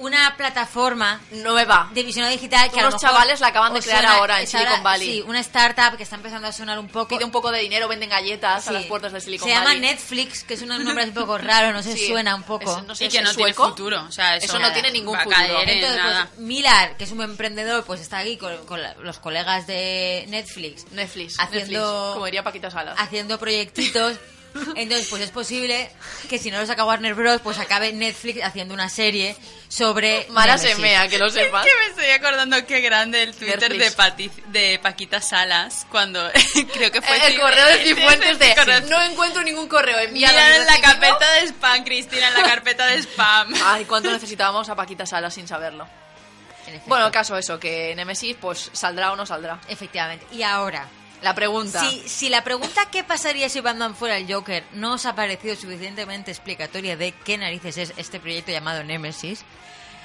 Speaker 3: una plataforma
Speaker 2: Nueva.
Speaker 3: de visión digital que a lo
Speaker 2: Unos
Speaker 3: mejor
Speaker 2: chavales la acaban de
Speaker 3: os
Speaker 2: crear
Speaker 3: suena-
Speaker 2: ahora en
Speaker 3: es
Speaker 2: Silicon Valley.
Speaker 3: Sí, una startup que está empezando a sonar un poco.
Speaker 2: Pide un poco de dinero, venden galletas a
Speaker 3: Sí.
Speaker 2: las puertas de Silicon
Speaker 3: Se llama
Speaker 2: Valley.
Speaker 3: Netflix, que es un nombre así un poco raro, no se
Speaker 2: Sí.
Speaker 3: suena un poco.
Speaker 2: Es- no sé,
Speaker 4: y que
Speaker 2: ¿es
Speaker 4: no tiene
Speaker 2: sueco?
Speaker 4: futuro. O sea, eso,
Speaker 2: Eso no
Speaker 4: nada,
Speaker 2: tiene ningún
Speaker 4: va a
Speaker 2: futuro.
Speaker 4: caer en
Speaker 3: Entonces, pues,
Speaker 4: nada.
Speaker 3: Milar, que es un emprendedor, pues está aquí con, con la- los colegas de Netflix
Speaker 2: Netflix.
Speaker 3: Haciendo-
Speaker 2: Netflix, como diría Paquita Salas.
Speaker 3: haciendo proyectitos. Entonces, pues es posible que si no lo saca Warner Bros., pues acabe Netflix haciendo una serie sobre...
Speaker 2: Mara se
Speaker 3: Nemesis.
Speaker 2: mea, que lo sepas.
Speaker 4: Que me estoy acordando qué grande el Twitter
Speaker 2: Netflix.
Speaker 4: de, Pati- de Paquita Salas cuando creo que fue
Speaker 2: Eh, el correo de Cifuentes
Speaker 4: el correo
Speaker 2: de no encuentro ningún correo enviado
Speaker 4: Mirar
Speaker 2: ni
Speaker 4: en la
Speaker 2: recibido".
Speaker 4: carpeta de spam, Cristina, en la carpeta de spam.
Speaker 2: Ay, cuánto necesitábamos a Paquita Salas sin saberlo.
Speaker 3: En efecto.
Speaker 2: Bueno, caso eso, que Nemesis pues saldrá o no saldrá.
Speaker 3: Efectivamente. Y ahora,
Speaker 2: La pregunta.
Speaker 3: si, si la pregunta qué pasaría si mandan fuera el Joker no os ha parecido suficientemente explicatoria de qué narices es este proyecto llamado Nemesis,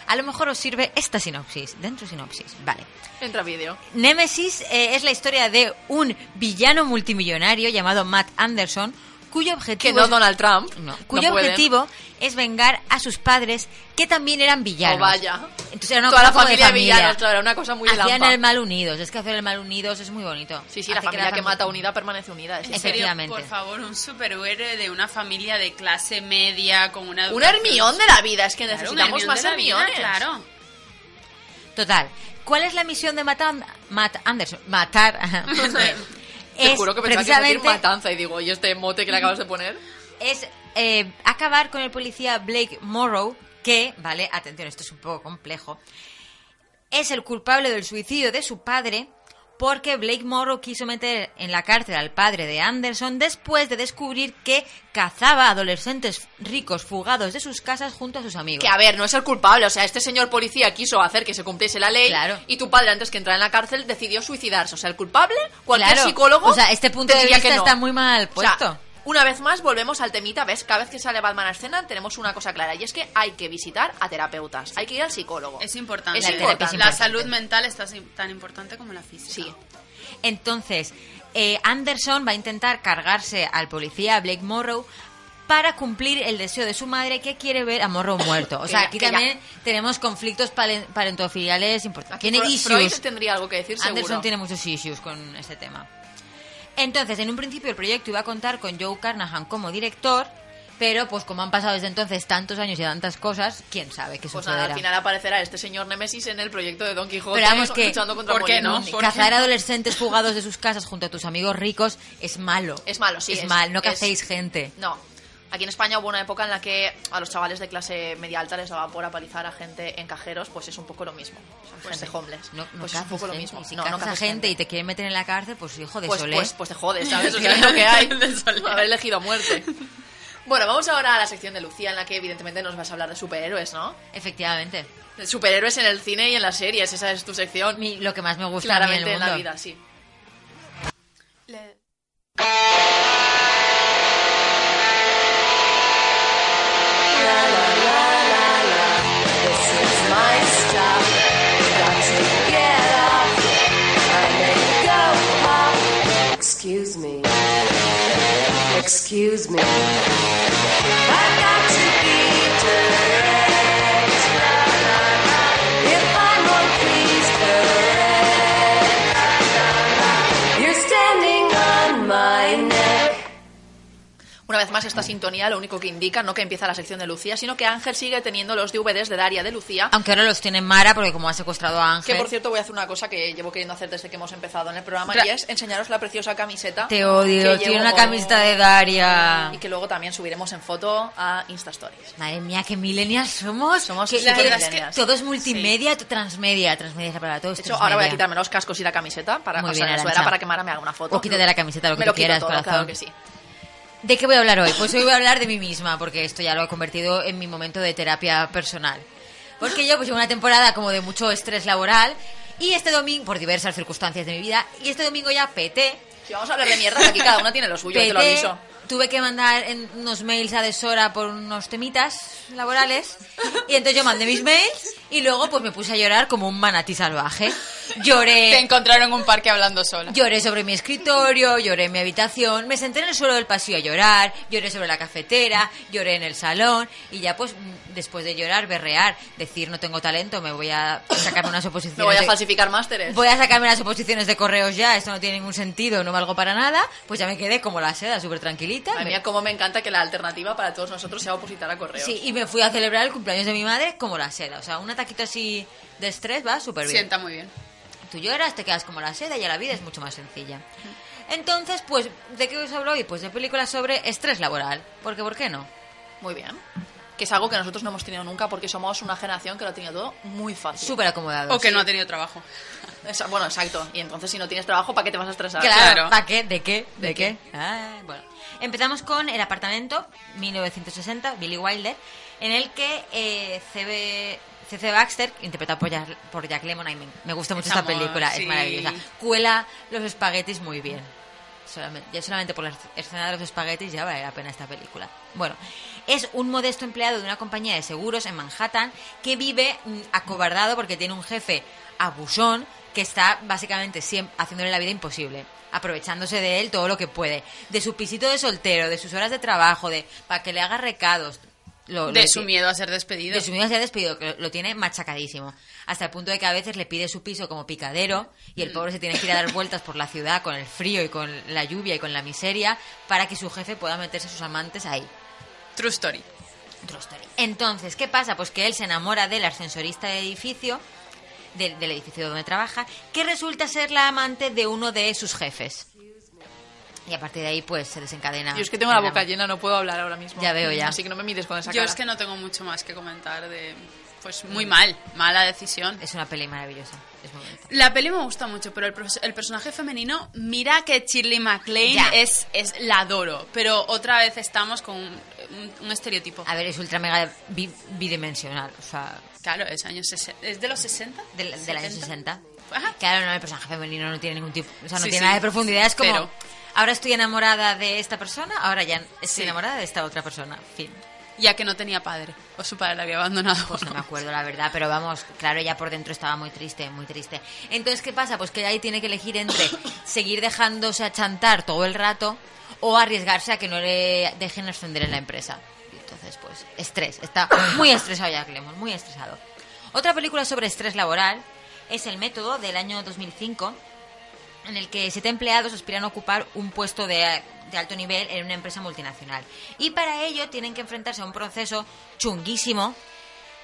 Speaker 3: a lo mejor os sirve esta sinopsis, dentro sinopsis, vale.
Speaker 2: Entra vídeo.
Speaker 3: Nemesis eh, es la historia de un villano multimillonario llamado Matt Anderson, cuyo
Speaker 2: Que
Speaker 3: objetivo...
Speaker 2: no
Speaker 3: es-
Speaker 2: Donald Trump.
Speaker 3: No,
Speaker 2: No
Speaker 3: cuyo
Speaker 2: pueden.
Speaker 3: objetivo es vengar a sus padres que también eran villanos.
Speaker 2: O Oh, vaya.
Speaker 3: Entonces era una
Speaker 2: Toda la
Speaker 3: cosa como de
Speaker 2: familia, de villanos, claro, era una cosa muy de
Speaker 3: Hacían
Speaker 2: Lampa.
Speaker 3: el mal unidos. Es que hacer el mal unidos es muy bonito.
Speaker 2: Sí, sí, la
Speaker 3: Hace
Speaker 2: familia que,
Speaker 3: fam-
Speaker 2: mata unida permanece unida. es
Speaker 4: En
Speaker 2: eso.
Speaker 4: serio,
Speaker 3: efectivamente.
Speaker 4: Por favor, un superhéroe de una familia de clase media con una.
Speaker 2: Un Hermión de la vida, es que
Speaker 4: Claro, un
Speaker 2: necesitamos
Speaker 4: Hermión
Speaker 2: más
Speaker 4: de la vida,
Speaker 2: Hermiones.
Speaker 4: Claro.
Speaker 3: Total. ¿Cuál es la misión de matar Matt Anderson? Matar.
Speaker 2: Te juro que pensaba que ibas a decir matanza y digo, ¿y este mote que le acabas de poner?
Speaker 3: es eh, acabar con el policía Blake Morrow, que, vale, atención, esto es un poco complejo, es el culpable del suicidio de su padre porque Blake Morrow quiso meter en la cárcel al padre de Anderson después de descubrir que cazaba adolescentes ricos fugados de sus casas junto a sus amigos.
Speaker 2: Que a ver, no es el culpable, o sea, este señor policía quiso hacer que se cumpliese la ley
Speaker 3: Claro.
Speaker 2: y tu padre antes que entrar en la cárcel decidió suicidarse, o sea, el culpable, cualquier
Speaker 3: Claro.
Speaker 2: psicólogo.
Speaker 3: O sea, este punto
Speaker 2: te
Speaker 3: de
Speaker 2: diría
Speaker 3: vista
Speaker 2: que no.
Speaker 3: está muy mal
Speaker 2: O sea,
Speaker 3: puesto.
Speaker 2: una vez más volvemos al temita, ves, cada vez que sale Batman a escena tenemos una cosa clara y es que hay que visitar a terapeutas, hay que ir al psicólogo.
Speaker 4: Es importante.
Speaker 2: Es
Speaker 4: la,
Speaker 2: importante.
Speaker 4: terapia es la salud mental está si- tan importante como la física.
Speaker 2: Sí.
Speaker 3: Entonces, eh, Anderson va a intentar cargarse al policía Blake Morrow para cumplir el deseo de su madre que quiere ver a Morrow muerto. O sea,
Speaker 2: Que ya-
Speaker 3: aquí
Speaker 2: que ya.
Speaker 3: también tenemos conflictos palen- parentofiliales importantes.
Speaker 2: Aquí
Speaker 3: Tiene
Speaker 2: Fre-
Speaker 3: issues.
Speaker 2: Freud tendría algo que decir
Speaker 3: Anderson
Speaker 2: seguro.
Speaker 3: tiene muchos issues con este tema. Entonces, en un principio el proyecto iba a contar con Joe Carnahan como director, pero pues como han pasado desde entonces tantos años y tantas cosas, quién sabe qué
Speaker 2: Pues nada,
Speaker 3: sucederá.
Speaker 2: al final aparecerá este señor Nemesis en el proyecto de Don Quijote
Speaker 3: Pero vamos que-
Speaker 2: luchando contra
Speaker 4: ¿por qué
Speaker 2: Molinos.
Speaker 4: no?
Speaker 3: Y
Speaker 4: ¿Por
Speaker 3: Cazar
Speaker 4: qué?
Speaker 3: adolescentes fugados de sus casas junto a tus amigos ricos es malo.
Speaker 2: Es malo, sí,
Speaker 3: Es,
Speaker 2: es-
Speaker 3: mal, no
Speaker 2: es-
Speaker 3: cacéis gente.
Speaker 2: No. Aquí en España hubo una época en la que a los chavales de clase media alta les daba por apalizar a gente en cajeros, pues es un poco lo mismo. O sea, gente homeless.
Speaker 3: No, no
Speaker 2: pues es
Speaker 3: cazas
Speaker 2: un poco lo
Speaker 3: gente.
Speaker 2: mismo.
Speaker 3: Y si
Speaker 2: no, no
Speaker 3: cazas a
Speaker 2: cazas
Speaker 3: gente, y te quieren meter en la cárcel, pues hijo de
Speaker 2: pues,
Speaker 3: Solé.
Speaker 2: pues, pues te jodes, ¿sabes? O sea, es lo que hay.
Speaker 4: De Solé.
Speaker 2: Haber elegido muerte. Bueno, vamos ahora a la sección de Lucía, en la que evidentemente nos vas a hablar de superhéroes, ¿no?
Speaker 3: Efectivamente.
Speaker 2: De superhéroes en el cine y en las series, esa es tu sección.
Speaker 3: Mi- lo que más me gusta a mí
Speaker 2: claramente en
Speaker 3: en el
Speaker 2: la
Speaker 3: mundo.
Speaker 2: vida, sí.
Speaker 6: Excuse me. Excuse me. I got to be direct. La, la, la. If I'm unpleased, direct. La, la, la. You're standing on my neck.
Speaker 2: Una vez más, esta sintonía lo único que indica no que empieza la sección de Lucía, sino que Ángel sigue teniendo los DVDs de Daria de Lucía.
Speaker 3: Aunque ahora los tiene Mara porque como ha secuestrado a
Speaker 2: Que
Speaker 3: Ángel.
Speaker 2: por cierto, voy a hacer una cosa que llevo queriendo hacer desde que hemos empezado en el programa
Speaker 4: Claro.
Speaker 2: y es enseñaros la preciosa camiseta.
Speaker 3: Te odio,
Speaker 2: que
Speaker 3: tiene
Speaker 2: llevo-
Speaker 3: una camiseta de Daria.
Speaker 2: Y que luego también subiremos en foto a Insta Stories.
Speaker 3: Madre mía, qué millennials somos.
Speaker 2: Somos
Speaker 3: Que-
Speaker 2: súper
Speaker 3: que-
Speaker 2: millennials.
Speaker 3: todo es multimedia, to- transmedia, transmedia es la palabra, todo es
Speaker 2: De hecho, ahora voy a
Speaker 3: transmedia.
Speaker 2: quitarme los cascos y la camiseta para,
Speaker 3: Muy
Speaker 2: o sea,
Speaker 3: bien,
Speaker 2: eso
Speaker 3: Arantxa.
Speaker 2: era para que Mara me haga una foto.
Speaker 3: O quítate la camiseta, lo que
Speaker 2: me
Speaker 3: tú
Speaker 2: lo quito
Speaker 3: quieras,
Speaker 2: todo,
Speaker 3: corazón.
Speaker 2: claro que sí.
Speaker 3: ¿De qué voy a hablar hoy? Pues hoy voy a hablar de mí misma, porque esto ya lo he convertido en mi momento de terapia personal. Porque yo pues llevo una temporada como de mucho estrés laboral y este domingo, por diversas circunstancias de mi vida, y este domingo ya peté.
Speaker 2: Si vamos a hablar de mierdas, aquí cada uno tiene lo suyo, te lo
Speaker 3: Peté.
Speaker 2: aviso.
Speaker 3: Tuve que mandar en- unos mails a deshora por unos temitas laborales y entonces yo mandé mis mails y luego pues me puse a llorar como un manatí salvaje. Lloré.
Speaker 4: Te encontraron en un parque hablando sola.
Speaker 3: Lloré sobre mi escritorio, lloré en mi habitación, me senté en el suelo del pasillo a llorar, lloré sobre la cafetera, lloré en el salón y ya pues mm, después de llorar, berrear, decir no tengo talento, me voy a sacarme unas oposiciones.
Speaker 2: Me voy a
Speaker 3: de-
Speaker 2: falsificar másteres.
Speaker 3: voy a sacarme las oposiciones de correos ya, esto no tiene ningún sentido, no valgo para nada, pues ya me quedé como la seda, súper tranquilita.
Speaker 2: Madre
Speaker 3: Me-
Speaker 2: mía, cómo me encanta que la alternativa para todos nosotros sea opositar a correos.
Speaker 3: Sí, y me fui a celebrar el cumpleaños de mi madre como la seda. O sea, un ataquito así de estrés va súper bien.
Speaker 4: Sienta muy bien.
Speaker 3: Tú lloras, te quedas como la seda y ya la vida es mucho más sencilla. Entonces, pues, ¿de qué os hablo hoy? Pues de películas sobre estrés laboral. Porque, ¿por qué no?
Speaker 2: Muy bien. Que es algo que nosotros no hemos tenido nunca porque somos una generación que lo ha tenido todo muy fácil.
Speaker 3: Súper
Speaker 2: Pues
Speaker 3: acomodados.
Speaker 4: O que no ha tenido trabajo.
Speaker 2: Esa- bueno, exacto. Y entonces si no tienes trabajo, ¿para qué te vas a estresar?
Speaker 3: Claro.
Speaker 4: Claro.
Speaker 3: ¿Para qué? ¿De qué? ¿De, qué? Ah, bueno. Empezamos con El apartamento, 1960, Billy Wilder, en el que eh, CB C.C. Baxter, interpretado por Jack, por Jack Lemmon, ay, me, me gusta mucho
Speaker 4: Es
Speaker 3: esta
Speaker 4: amor,
Speaker 3: película,
Speaker 4: sí.
Speaker 3: es maravillosa. Cuela los espaguetis muy bien. Solamente, ya solamente por la escena de los espaguetis ya vale la pena esta película. Bueno, es un modesto empleado de una compañía de seguros en Manhattan que vive mm, acobardado porque tiene un jefe abusón que está básicamente siempre haciéndole la vida imposible, aprovechándose de él todo lo que puede, de su pisito de soltero, de sus horas de trabajo, de para que le haga recados. Lo, lo
Speaker 4: De
Speaker 3: que-
Speaker 4: su miedo a ser despedido.
Speaker 3: de su vida se ha despedido, que lo tiene machacadísimo. Hasta el punto de que a veces le pide su piso como picadero y
Speaker 2: Mm.
Speaker 3: el pobre se tiene que ir a dar vueltas por la ciudad con el frío y con la lluvia y con la miseria para que su jefe pueda meterse sus amantes ahí.
Speaker 4: True story.
Speaker 3: True story. Entonces, ¿qué pasa? Pues que él se enamora del ascensorista del edificio, del, del edificio donde trabaja, que resulta ser la amante de uno de sus jefes. Y a partir de ahí, pues se desencadena.
Speaker 2: Yo es que tengo la
Speaker 3: el
Speaker 2: boca
Speaker 3: amor.
Speaker 2: llena, no puedo hablar ahora mismo.
Speaker 3: Ya veo, ya.
Speaker 2: Así que no me mires con esa
Speaker 4: Yo
Speaker 2: cara.
Speaker 4: es que no tengo mucho más que comentar de... Pues muy mal, mala decisión.
Speaker 3: Es una peli maravillosa. Es muy bonita.
Speaker 4: La peli me gusta mucho, pero el, pros- el personaje femenino, mira que Shirley MacLaine
Speaker 3: Ya.
Speaker 4: es, es la adoro, pero otra vez estamos con un, un- un estereotipo.
Speaker 3: A ver, es ultra mega bi- bidimensional. O sea,
Speaker 4: Claro, es años sesen- ¿Es de los 60?
Speaker 3: del, del año 60.
Speaker 4: Ajá.
Speaker 3: Claro, no, el personaje femenino no tiene ningún tipo, o sea, no
Speaker 4: Sí,
Speaker 3: tiene
Speaker 4: sí.
Speaker 3: nada de profundidad, es como
Speaker 4: Cero.
Speaker 3: ahora estoy enamorada de esta persona, ahora ya estoy
Speaker 4: Sí.
Speaker 3: enamorada de esta otra persona. Fin.
Speaker 4: Ya que no tenía padre, o su padre la había abandonado.
Speaker 3: Pues no me acuerdo la verdad, pero vamos, claro, ella por dentro estaba muy triste, muy triste. Entonces, ¿qué pasa? Pues que ahí tiene que elegir entre seguir dejándose achantar todo el rato o arriesgarse a que no le dejen ascender en la empresa. Y entonces, pues, estrés. Está muy estresado ya, Clemon, muy estresado. Otra película sobre estrés laboral es El Método del año 2005 en el que siete empleados aspiran a ocupar un puesto de, de alto nivel en una empresa multinacional. Y para ello tienen que enfrentarse a un proceso chunguísimo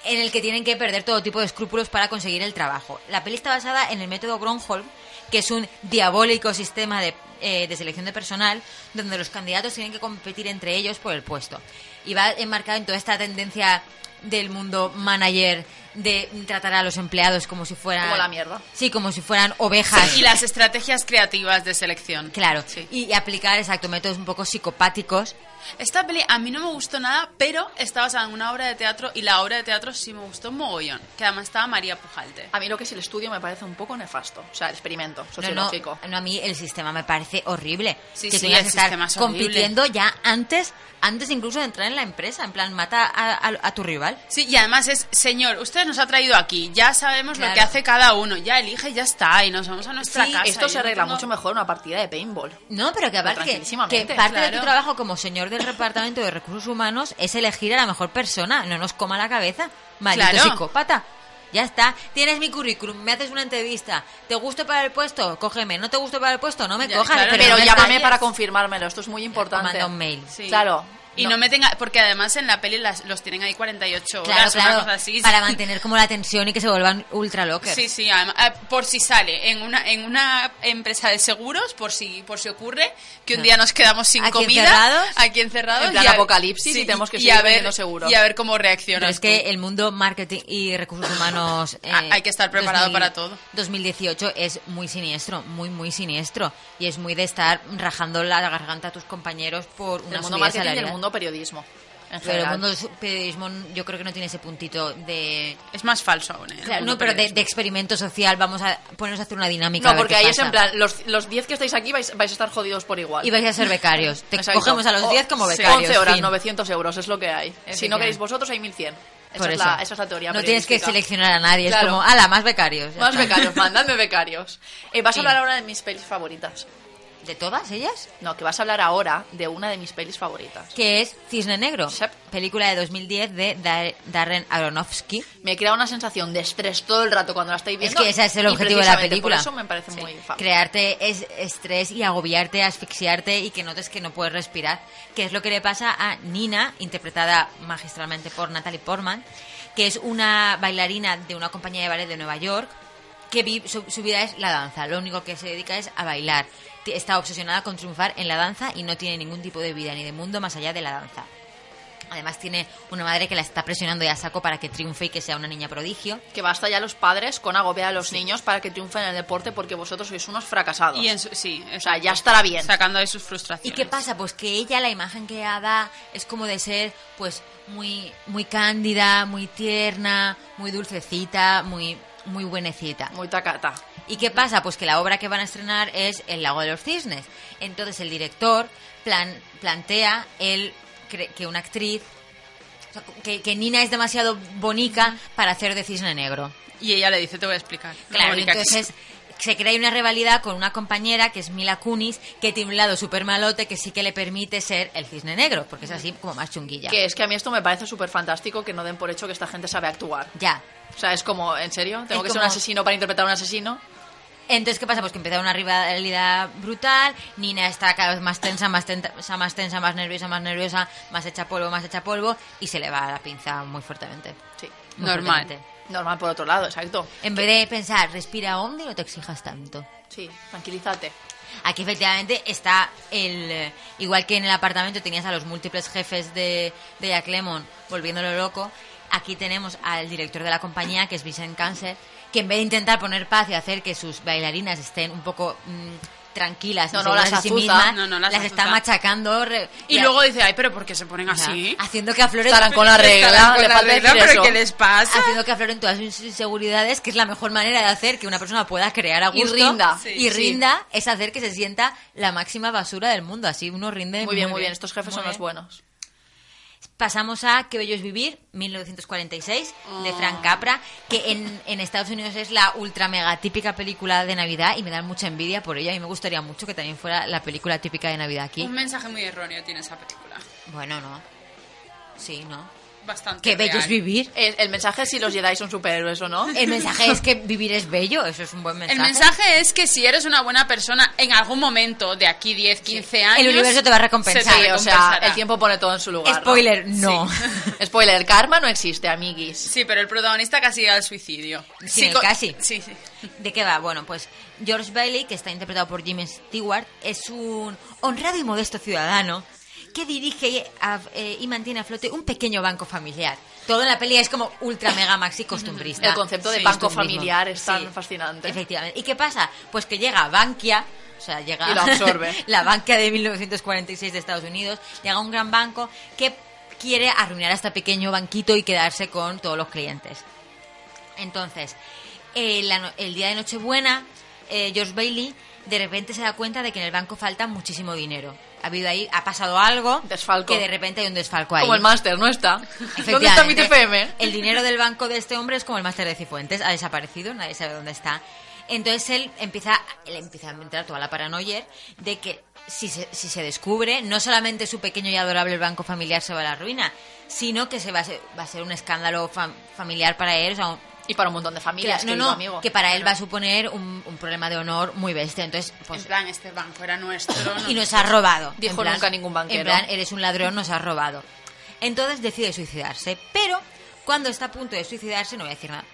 Speaker 3: en el que tienen que perder todo tipo de escrúpulos para conseguir el trabajo. La peli está basada en el método Gronholm, que es un diabólico sistema de, eh, de selección de personal donde los candidatos tienen que competir entre ellos por el puesto. Y va enmarcado en toda esta tendencia del mundo manager de tratar a los empleados como si fueran...
Speaker 2: Como la mierda.
Speaker 3: Sí, como si fueran ovejas.
Speaker 4: Y las estrategias creativas de selección.
Speaker 3: Claro,
Speaker 4: Sí.
Speaker 3: y, y aplicar, exacto, métodos un poco psicopáticos.
Speaker 4: Esta peli a mí no me gustó nada, pero está basada en una obra de teatro y la obra de teatro sí me gustó mogollón, que además estaba María Pujalte.
Speaker 2: A mí lo que es el estudio me parece un poco nefasto. O sea, el experimento sociológico.
Speaker 3: No, no, a mí el sistema me parece horrible.
Speaker 4: Sí,
Speaker 3: que
Speaker 4: sí,
Speaker 3: tengas
Speaker 4: el
Speaker 3: que estar
Speaker 4: sistema es horrible.
Speaker 3: compitiendo ya antes, antes incluso de entrar en la empresa. En plan, mata a, a- a tu rival.
Speaker 4: Sí, y además es, señor, usted nos ha traído aquí, ya sabemos
Speaker 3: Claro.
Speaker 4: lo que hace cada uno, ya elige y ya está, y nos vamos a nuestra
Speaker 3: Sí,
Speaker 4: casa.
Speaker 2: Esto se
Speaker 4: yo no
Speaker 2: arregla
Speaker 4: tengo-
Speaker 2: mucho mejor en una partida de paintball.
Speaker 3: No, pero que aparte que, que
Speaker 2: tranquilísimamente,
Speaker 3: parte de tu
Speaker 4: claro.
Speaker 3: trabajo como señor del departamento de recursos humanos es elegir a la mejor persona. No nos coma la cabeza. Maldito
Speaker 4: Claro.
Speaker 3: psicópata. Ya está, tienes mi currículum, me haces una entrevista. ¿Te gusto para el puesto? Cógeme. ¿No te gusto para el puesto? No me
Speaker 4: Ya,
Speaker 3: cojas.
Speaker 4: claro,
Speaker 2: Pero
Speaker 3: no me
Speaker 2: llámame
Speaker 3: falles.
Speaker 2: para confirmármelo, esto es muy importante.
Speaker 3: Manda un mail.
Speaker 4: Sí.
Speaker 2: Claro.
Speaker 4: Y no. me tenga. Porque además en la peli las- los tienen ahí 48
Speaker 3: Claro,
Speaker 4: horas, una
Speaker 3: claro,
Speaker 4: cosa así.
Speaker 3: para mantener como la tensión y que se vuelvan ultra lockers.
Speaker 4: Sí, sí, además, ah, por si sale en una en una empresa de seguros, por si por si ocurre que un
Speaker 3: No.
Speaker 4: día nos quedamos sin
Speaker 3: Aquí
Speaker 4: comida,
Speaker 3: encerrados.
Speaker 4: aquí encerrados,
Speaker 2: En plan
Speaker 4: y a-
Speaker 2: apocalipsis y tenemos que seguir
Speaker 4: a ver,
Speaker 2: vendiendo seguro.
Speaker 4: y a ver cómo
Speaker 3: Pero
Speaker 4: reaccionas.
Speaker 3: es que
Speaker 4: tú.
Speaker 3: el mundo marketing y recursos humanos... eh,
Speaker 4: Ah, hay que estar preparado para todo.
Speaker 3: 2018 es muy siniestro, muy, muy siniestro. Y es muy de estar rajando la garganta a tus compañeros por una
Speaker 2: El mundo
Speaker 3: subida
Speaker 2: marketing y
Speaker 3: salarial.
Speaker 2: el mundo periodismo. En
Speaker 3: Pero el
Speaker 2: general.
Speaker 3: mundo del periodismo yo creo que no tiene ese puntito de...
Speaker 4: es más falso aún. ¿eh? El
Speaker 3: Claro,
Speaker 4: mundo
Speaker 3: no, pero de,
Speaker 4: periodismo.
Speaker 3: de experimento social, vamos a ponernos a hacer una dinámica. a
Speaker 2: No,
Speaker 3: ver
Speaker 2: porque
Speaker 3: qué
Speaker 2: ahí es
Speaker 3: pasa.
Speaker 2: en plan, los los 10 que estáis aquí vais, vais a estar jodidos por igual.
Speaker 3: Y vais a ser becarios. Te
Speaker 2: Exacto.
Speaker 3: cogemos a los
Speaker 2: O-
Speaker 3: 10 como
Speaker 2: sí,
Speaker 3: becarios.
Speaker 2: 11 horas,
Speaker 3: fin.
Speaker 2: 900 euros, es lo que hay. Si no
Speaker 3: Efectivamente.
Speaker 2: queréis vosotros, hay 1100. Esa,
Speaker 3: Por
Speaker 2: es
Speaker 3: eso.
Speaker 2: la, esa es la teoría.
Speaker 3: No tienes que
Speaker 2: periodística.
Speaker 3: seleccionar a nadie.
Speaker 2: Claro.
Speaker 3: Es como, ala, más becarios. ya
Speaker 2: Más
Speaker 3: está.
Speaker 2: becarios, mandadme becarios. Eh, vas a
Speaker 3: Sí.
Speaker 2: hablar ahora de mis pelis favoritas.
Speaker 3: ¿De todas ellas?
Speaker 2: No, que vas a hablar ahora de una de mis pelis favoritas.
Speaker 3: Que es Cisne Negro,
Speaker 2: Sep.
Speaker 3: película de 2010 de Dar- Darren Aronofsky.
Speaker 2: Me crea una sensación de estrés todo el rato cuando la estáis
Speaker 3: Es
Speaker 2: viendo.
Speaker 3: que ese es el
Speaker 2: y
Speaker 3: objetivo de la
Speaker 2: precisamente
Speaker 3: película.
Speaker 2: Por eso me parece
Speaker 3: Sí.
Speaker 2: muy fan.
Speaker 3: Crearte es estrés y agobiarte, asfixiarte y que notes que no puedes respirar. Que es lo que le pasa a Nina, interpretada magistralmente por Natalie Portman, que es una bailarina de una compañía de ballet de Nueva York que vi- su, su vida es la danza. Lo único que se dedica es a bailar. T- Está obsesionada con triunfar en la danza y no tiene ningún tipo de vida ni de mundo más allá de la danza. Además tiene una madre que la está presionando ya a saco para que triunfe y que sea una niña prodigio.
Speaker 2: Que basta ya los padres con agobiar a los niños para que triunfen en el deporte porque vosotros sois unos fracasados.
Speaker 4: Y en su- sí,
Speaker 2: O sea,
Speaker 4: exacto.
Speaker 2: ya estará bien.
Speaker 4: sacando de sus
Speaker 3: ¿Y
Speaker 4: frustraciones.
Speaker 3: qué pasa? Pues que ella, la imagen que ella da es como de ser, pues, muy, muy cándida, muy tierna, muy dulcecita, muy, muy buenecita.
Speaker 2: Muy tacata.
Speaker 3: ¿Y qué pasa? Pues que la obra que van a estrenar es El lago de los cisnes. Entonces el director plan- plantea el cre- que una actriz, o sea, que, que Nina es demasiado bonita para hacer de cisne negro.
Speaker 4: Y ella le dice, te voy a explicar.
Speaker 3: Claro, y
Speaker 4: Mónica, que-
Speaker 3: entonces se crea una rivalidad con una compañera que es Mila Kunis, que tiene un lado súper malote que sí que le permite ser el cisne negro, porque es así como más chunguilla.
Speaker 2: Que es que a mí esto me parece súper fantástico que no den por hecho que esta gente sabe actuar.
Speaker 3: Ya.
Speaker 2: O sea, es como, ¿en serio? ¿Tengo
Speaker 3: Es
Speaker 2: que ser un
Speaker 3: como-
Speaker 2: asesino para interpretar a un asesino?
Speaker 3: Entonces, ¿qué pasa? Pues que empieza una rivalidad brutal, Nina está cada vez más tensa, más tensa, más tensa, más nerviosa, más nerviosa, más hecha polvo, más hecha polvo, y se le va la pinza muy fuertemente.
Speaker 2: Sí.
Speaker 3: Muy
Speaker 4: Normal.
Speaker 3: fuertemente.
Speaker 2: Normal por otro lado, exacto.
Speaker 3: En vez de pensar, respira hondo y no te exijas tanto.
Speaker 2: Sí, tranquilízate.
Speaker 3: Aquí efectivamente está el... eh, Igual que en el apartamento tenías a los múltiples jefes de, de Jack Lemmon volviéndolo loco, aquí tenemos al director de la compañía, que es Vincent Cancer, que en vez de intentar poner paz y hacer que sus bailarinas estén un poco... mm, tranquilas,
Speaker 2: No,
Speaker 3: no,
Speaker 2: no, las
Speaker 3: sí
Speaker 2: azuza.
Speaker 3: mismas,
Speaker 4: No, no, las
Speaker 3: las, está
Speaker 4: azuza.
Speaker 3: machacando re-
Speaker 4: Y
Speaker 3: la-
Speaker 4: luego dice, ay, pero ¿por qué se ponen
Speaker 3: o sea,
Speaker 4: así?
Speaker 3: haciendo que afloren
Speaker 2: Estarán con la regla,
Speaker 4: Estarán con
Speaker 2: le
Speaker 4: la
Speaker 2: falta
Speaker 4: regla,
Speaker 2: decir eso.
Speaker 4: pero ¿qué les pasa?
Speaker 3: haciendo que afloren todas sus inseguridades, que es la mejor manera de hacer que una persona pueda crear a
Speaker 2: Y
Speaker 3: gusto
Speaker 2: rinda.
Speaker 4: Sí,
Speaker 3: y
Speaker 4: sí.
Speaker 3: rinda es hacer que se sienta la máxima basura del mundo, así uno rinde
Speaker 2: Muy bien, muy bien. Estos jefes
Speaker 3: Muy
Speaker 2: son los
Speaker 3: bien.
Speaker 2: buenos.
Speaker 3: Pasamos a Qué bello es vivir, 1946,
Speaker 2: Ah.
Speaker 3: de Frank Capra, que en, en Estados Unidos es la ultra mega típica película de Navidad y me da mucha envidia por ello. A mí me gustaría mucho que también fuera la película típica de Navidad aquí.
Speaker 4: Un mensaje muy erróneo tiene esa película.
Speaker 3: Bueno, no. Sí, no.
Speaker 4: Bastante
Speaker 3: Qué bello
Speaker 4: real.
Speaker 3: es vivir.
Speaker 2: El, el mensaje es si los Jedi son superhéroes o no. Eh,
Speaker 3: El mensaje es que vivir es bello, eso es un buen
Speaker 4: El mensaje es que si eres una buena persona en algún momento de aquí 10, 15 años...
Speaker 3: universo te va a recompensar.
Speaker 4: se te
Speaker 2: Sí, o sea,
Speaker 4: recompensará.
Speaker 2: el tiempo pone todo en su lugar. ¿no?
Speaker 3: Spoiler, no.
Speaker 2: Spoiler, el karma no existe, amiguis.
Speaker 4: Sí, pero el protagonista casi llega al suicidio.
Speaker 3: Sí,
Speaker 4: co-
Speaker 3: casi.
Speaker 4: Sí, sí.
Speaker 3: ¿De qué va? Bueno, pues George Bailey, que está interpretado por Jimmy Stewart, es un honrado y modesto ciudadano que dirige a- eh, y mantiene a flote un pequeño banco familiar. Todo en la peli es como ultra mega maxi costumbrista.
Speaker 2: El concepto de
Speaker 3: Sí,
Speaker 2: banco
Speaker 3: costumbrismo.
Speaker 2: familiar es tan
Speaker 3: Sí.
Speaker 2: fascinante.
Speaker 3: Efectivamente. ¿Y qué pasa? Pues que llega a Bankia, o sea, llega
Speaker 2: Y lo absorbe.
Speaker 3: la Bankia de 1946 de Estados Unidos, llega un gran banco que quiere arruinar a este pequeño banquito y quedarse con todos los clientes. Entonces, eh, la no- el día de Nochebuena, eh, George Bailey de repente se da cuenta de que en el banco falta muchísimo dinero. Ha habido ahí, ha pasado algo
Speaker 2: Desfalco.
Speaker 3: que de repente hay un desfalco ahí.
Speaker 2: Como el máster, ¿no está? ¿Dónde está mi
Speaker 3: Efectivamente.
Speaker 2: TFM?
Speaker 3: El dinero del banco de este hombre es como el máster de Cifuentes, ha desaparecido, nadie sabe dónde está. Entonces él empieza, él empieza a entrar toda la paranoia de que si se, si se descubre, no solamente su pequeño y adorable banco familiar se va a la ruina, sino que se va a ser, va a ser un escándalo fam- familiar para él, o sea, un-
Speaker 2: Y para un montón de familias,
Speaker 3: no,
Speaker 2: que
Speaker 3: no,
Speaker 2: digo, amigo.
Speaker 3: que para él
Speaker 2: Claro.
Speaker 3: va a suponer un, un problema de honor muy bestia. Entonces,
Speaker 4: En
Speaker 3: pues,
Speaker 4: plan, este banco era nuestro.
Speaker 3: y nos ha robado.
Speaker 2: Dijo
Speaker 3: En plan-
Speaker 2: nunca ningún banquero.
Speaker 3: En plan, eres un ladrón, nos ha robado. Entonces decide suicidarse, pero cuando está a punto de suicidarse, no voy a decir nada,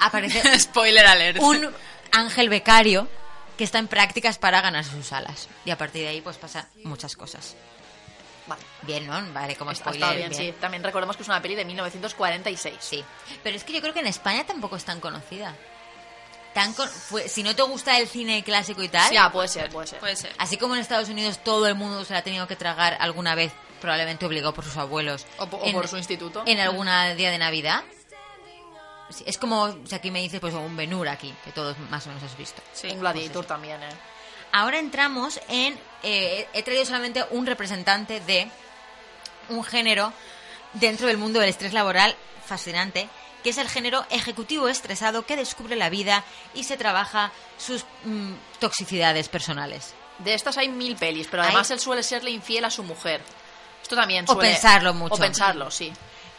Speaker 3: aparece
Speaker 4: Spoiler alert.
Speaker 3: un ángel becario que está en prácticas para ganar sus alas. Y a partir de ahí, pues pasan muchas cosas.
Speaker 2: Vale.
Speaker 3: Bien, ¿no? Vale, como
Speaker 2: Está,
Speaker 3: spoiler.
Speaker 2: bien, sí.
Speaker 3: bien.
Speaker 2: También recordemos que es una peli de 1946.
Speaker 3: Sí. Pero es que yo creo que en España tampoco es tan conocida. Tan con- fue- si no te gusta el cine clásico y tal,
Speaker 2: Ya, puede ser, puede ser.
Speaker 4: Puede ser.
Speaker 3: así como en Estados Unidos todo el mundo se la ha tenido que tragar alguna vez, probablemente obligado por sus abuelos.
Speaker 2: O po- o por su instituto.
Speaker 3: En algún día de Navidad. Sí, Es como si aquí me dices, pues un Benur aquí, que todos más o menos has visto.
Speaker 4: Sí.
Speaker 2: un gladiator también, ¿eh?
Speaker 3: Ahora entramos en. eh, he traído solamente un representante de un género dentro del mundo del estrés laboral fascinante, que es el género ejecutivo estresado que descubre la vida y se trabaja sus mm, toxicidades personales.
Speaker 2: De estas hay mil pelis, pero
Speaker 3: Hay-
Speaker 2: además él suele serle infiel a su mujer. Esto también
Speaker 3: O
Speaker 2: suele...
Speaker 3: pensarlo mucho.
Speaker 2: O pensarlo, sí.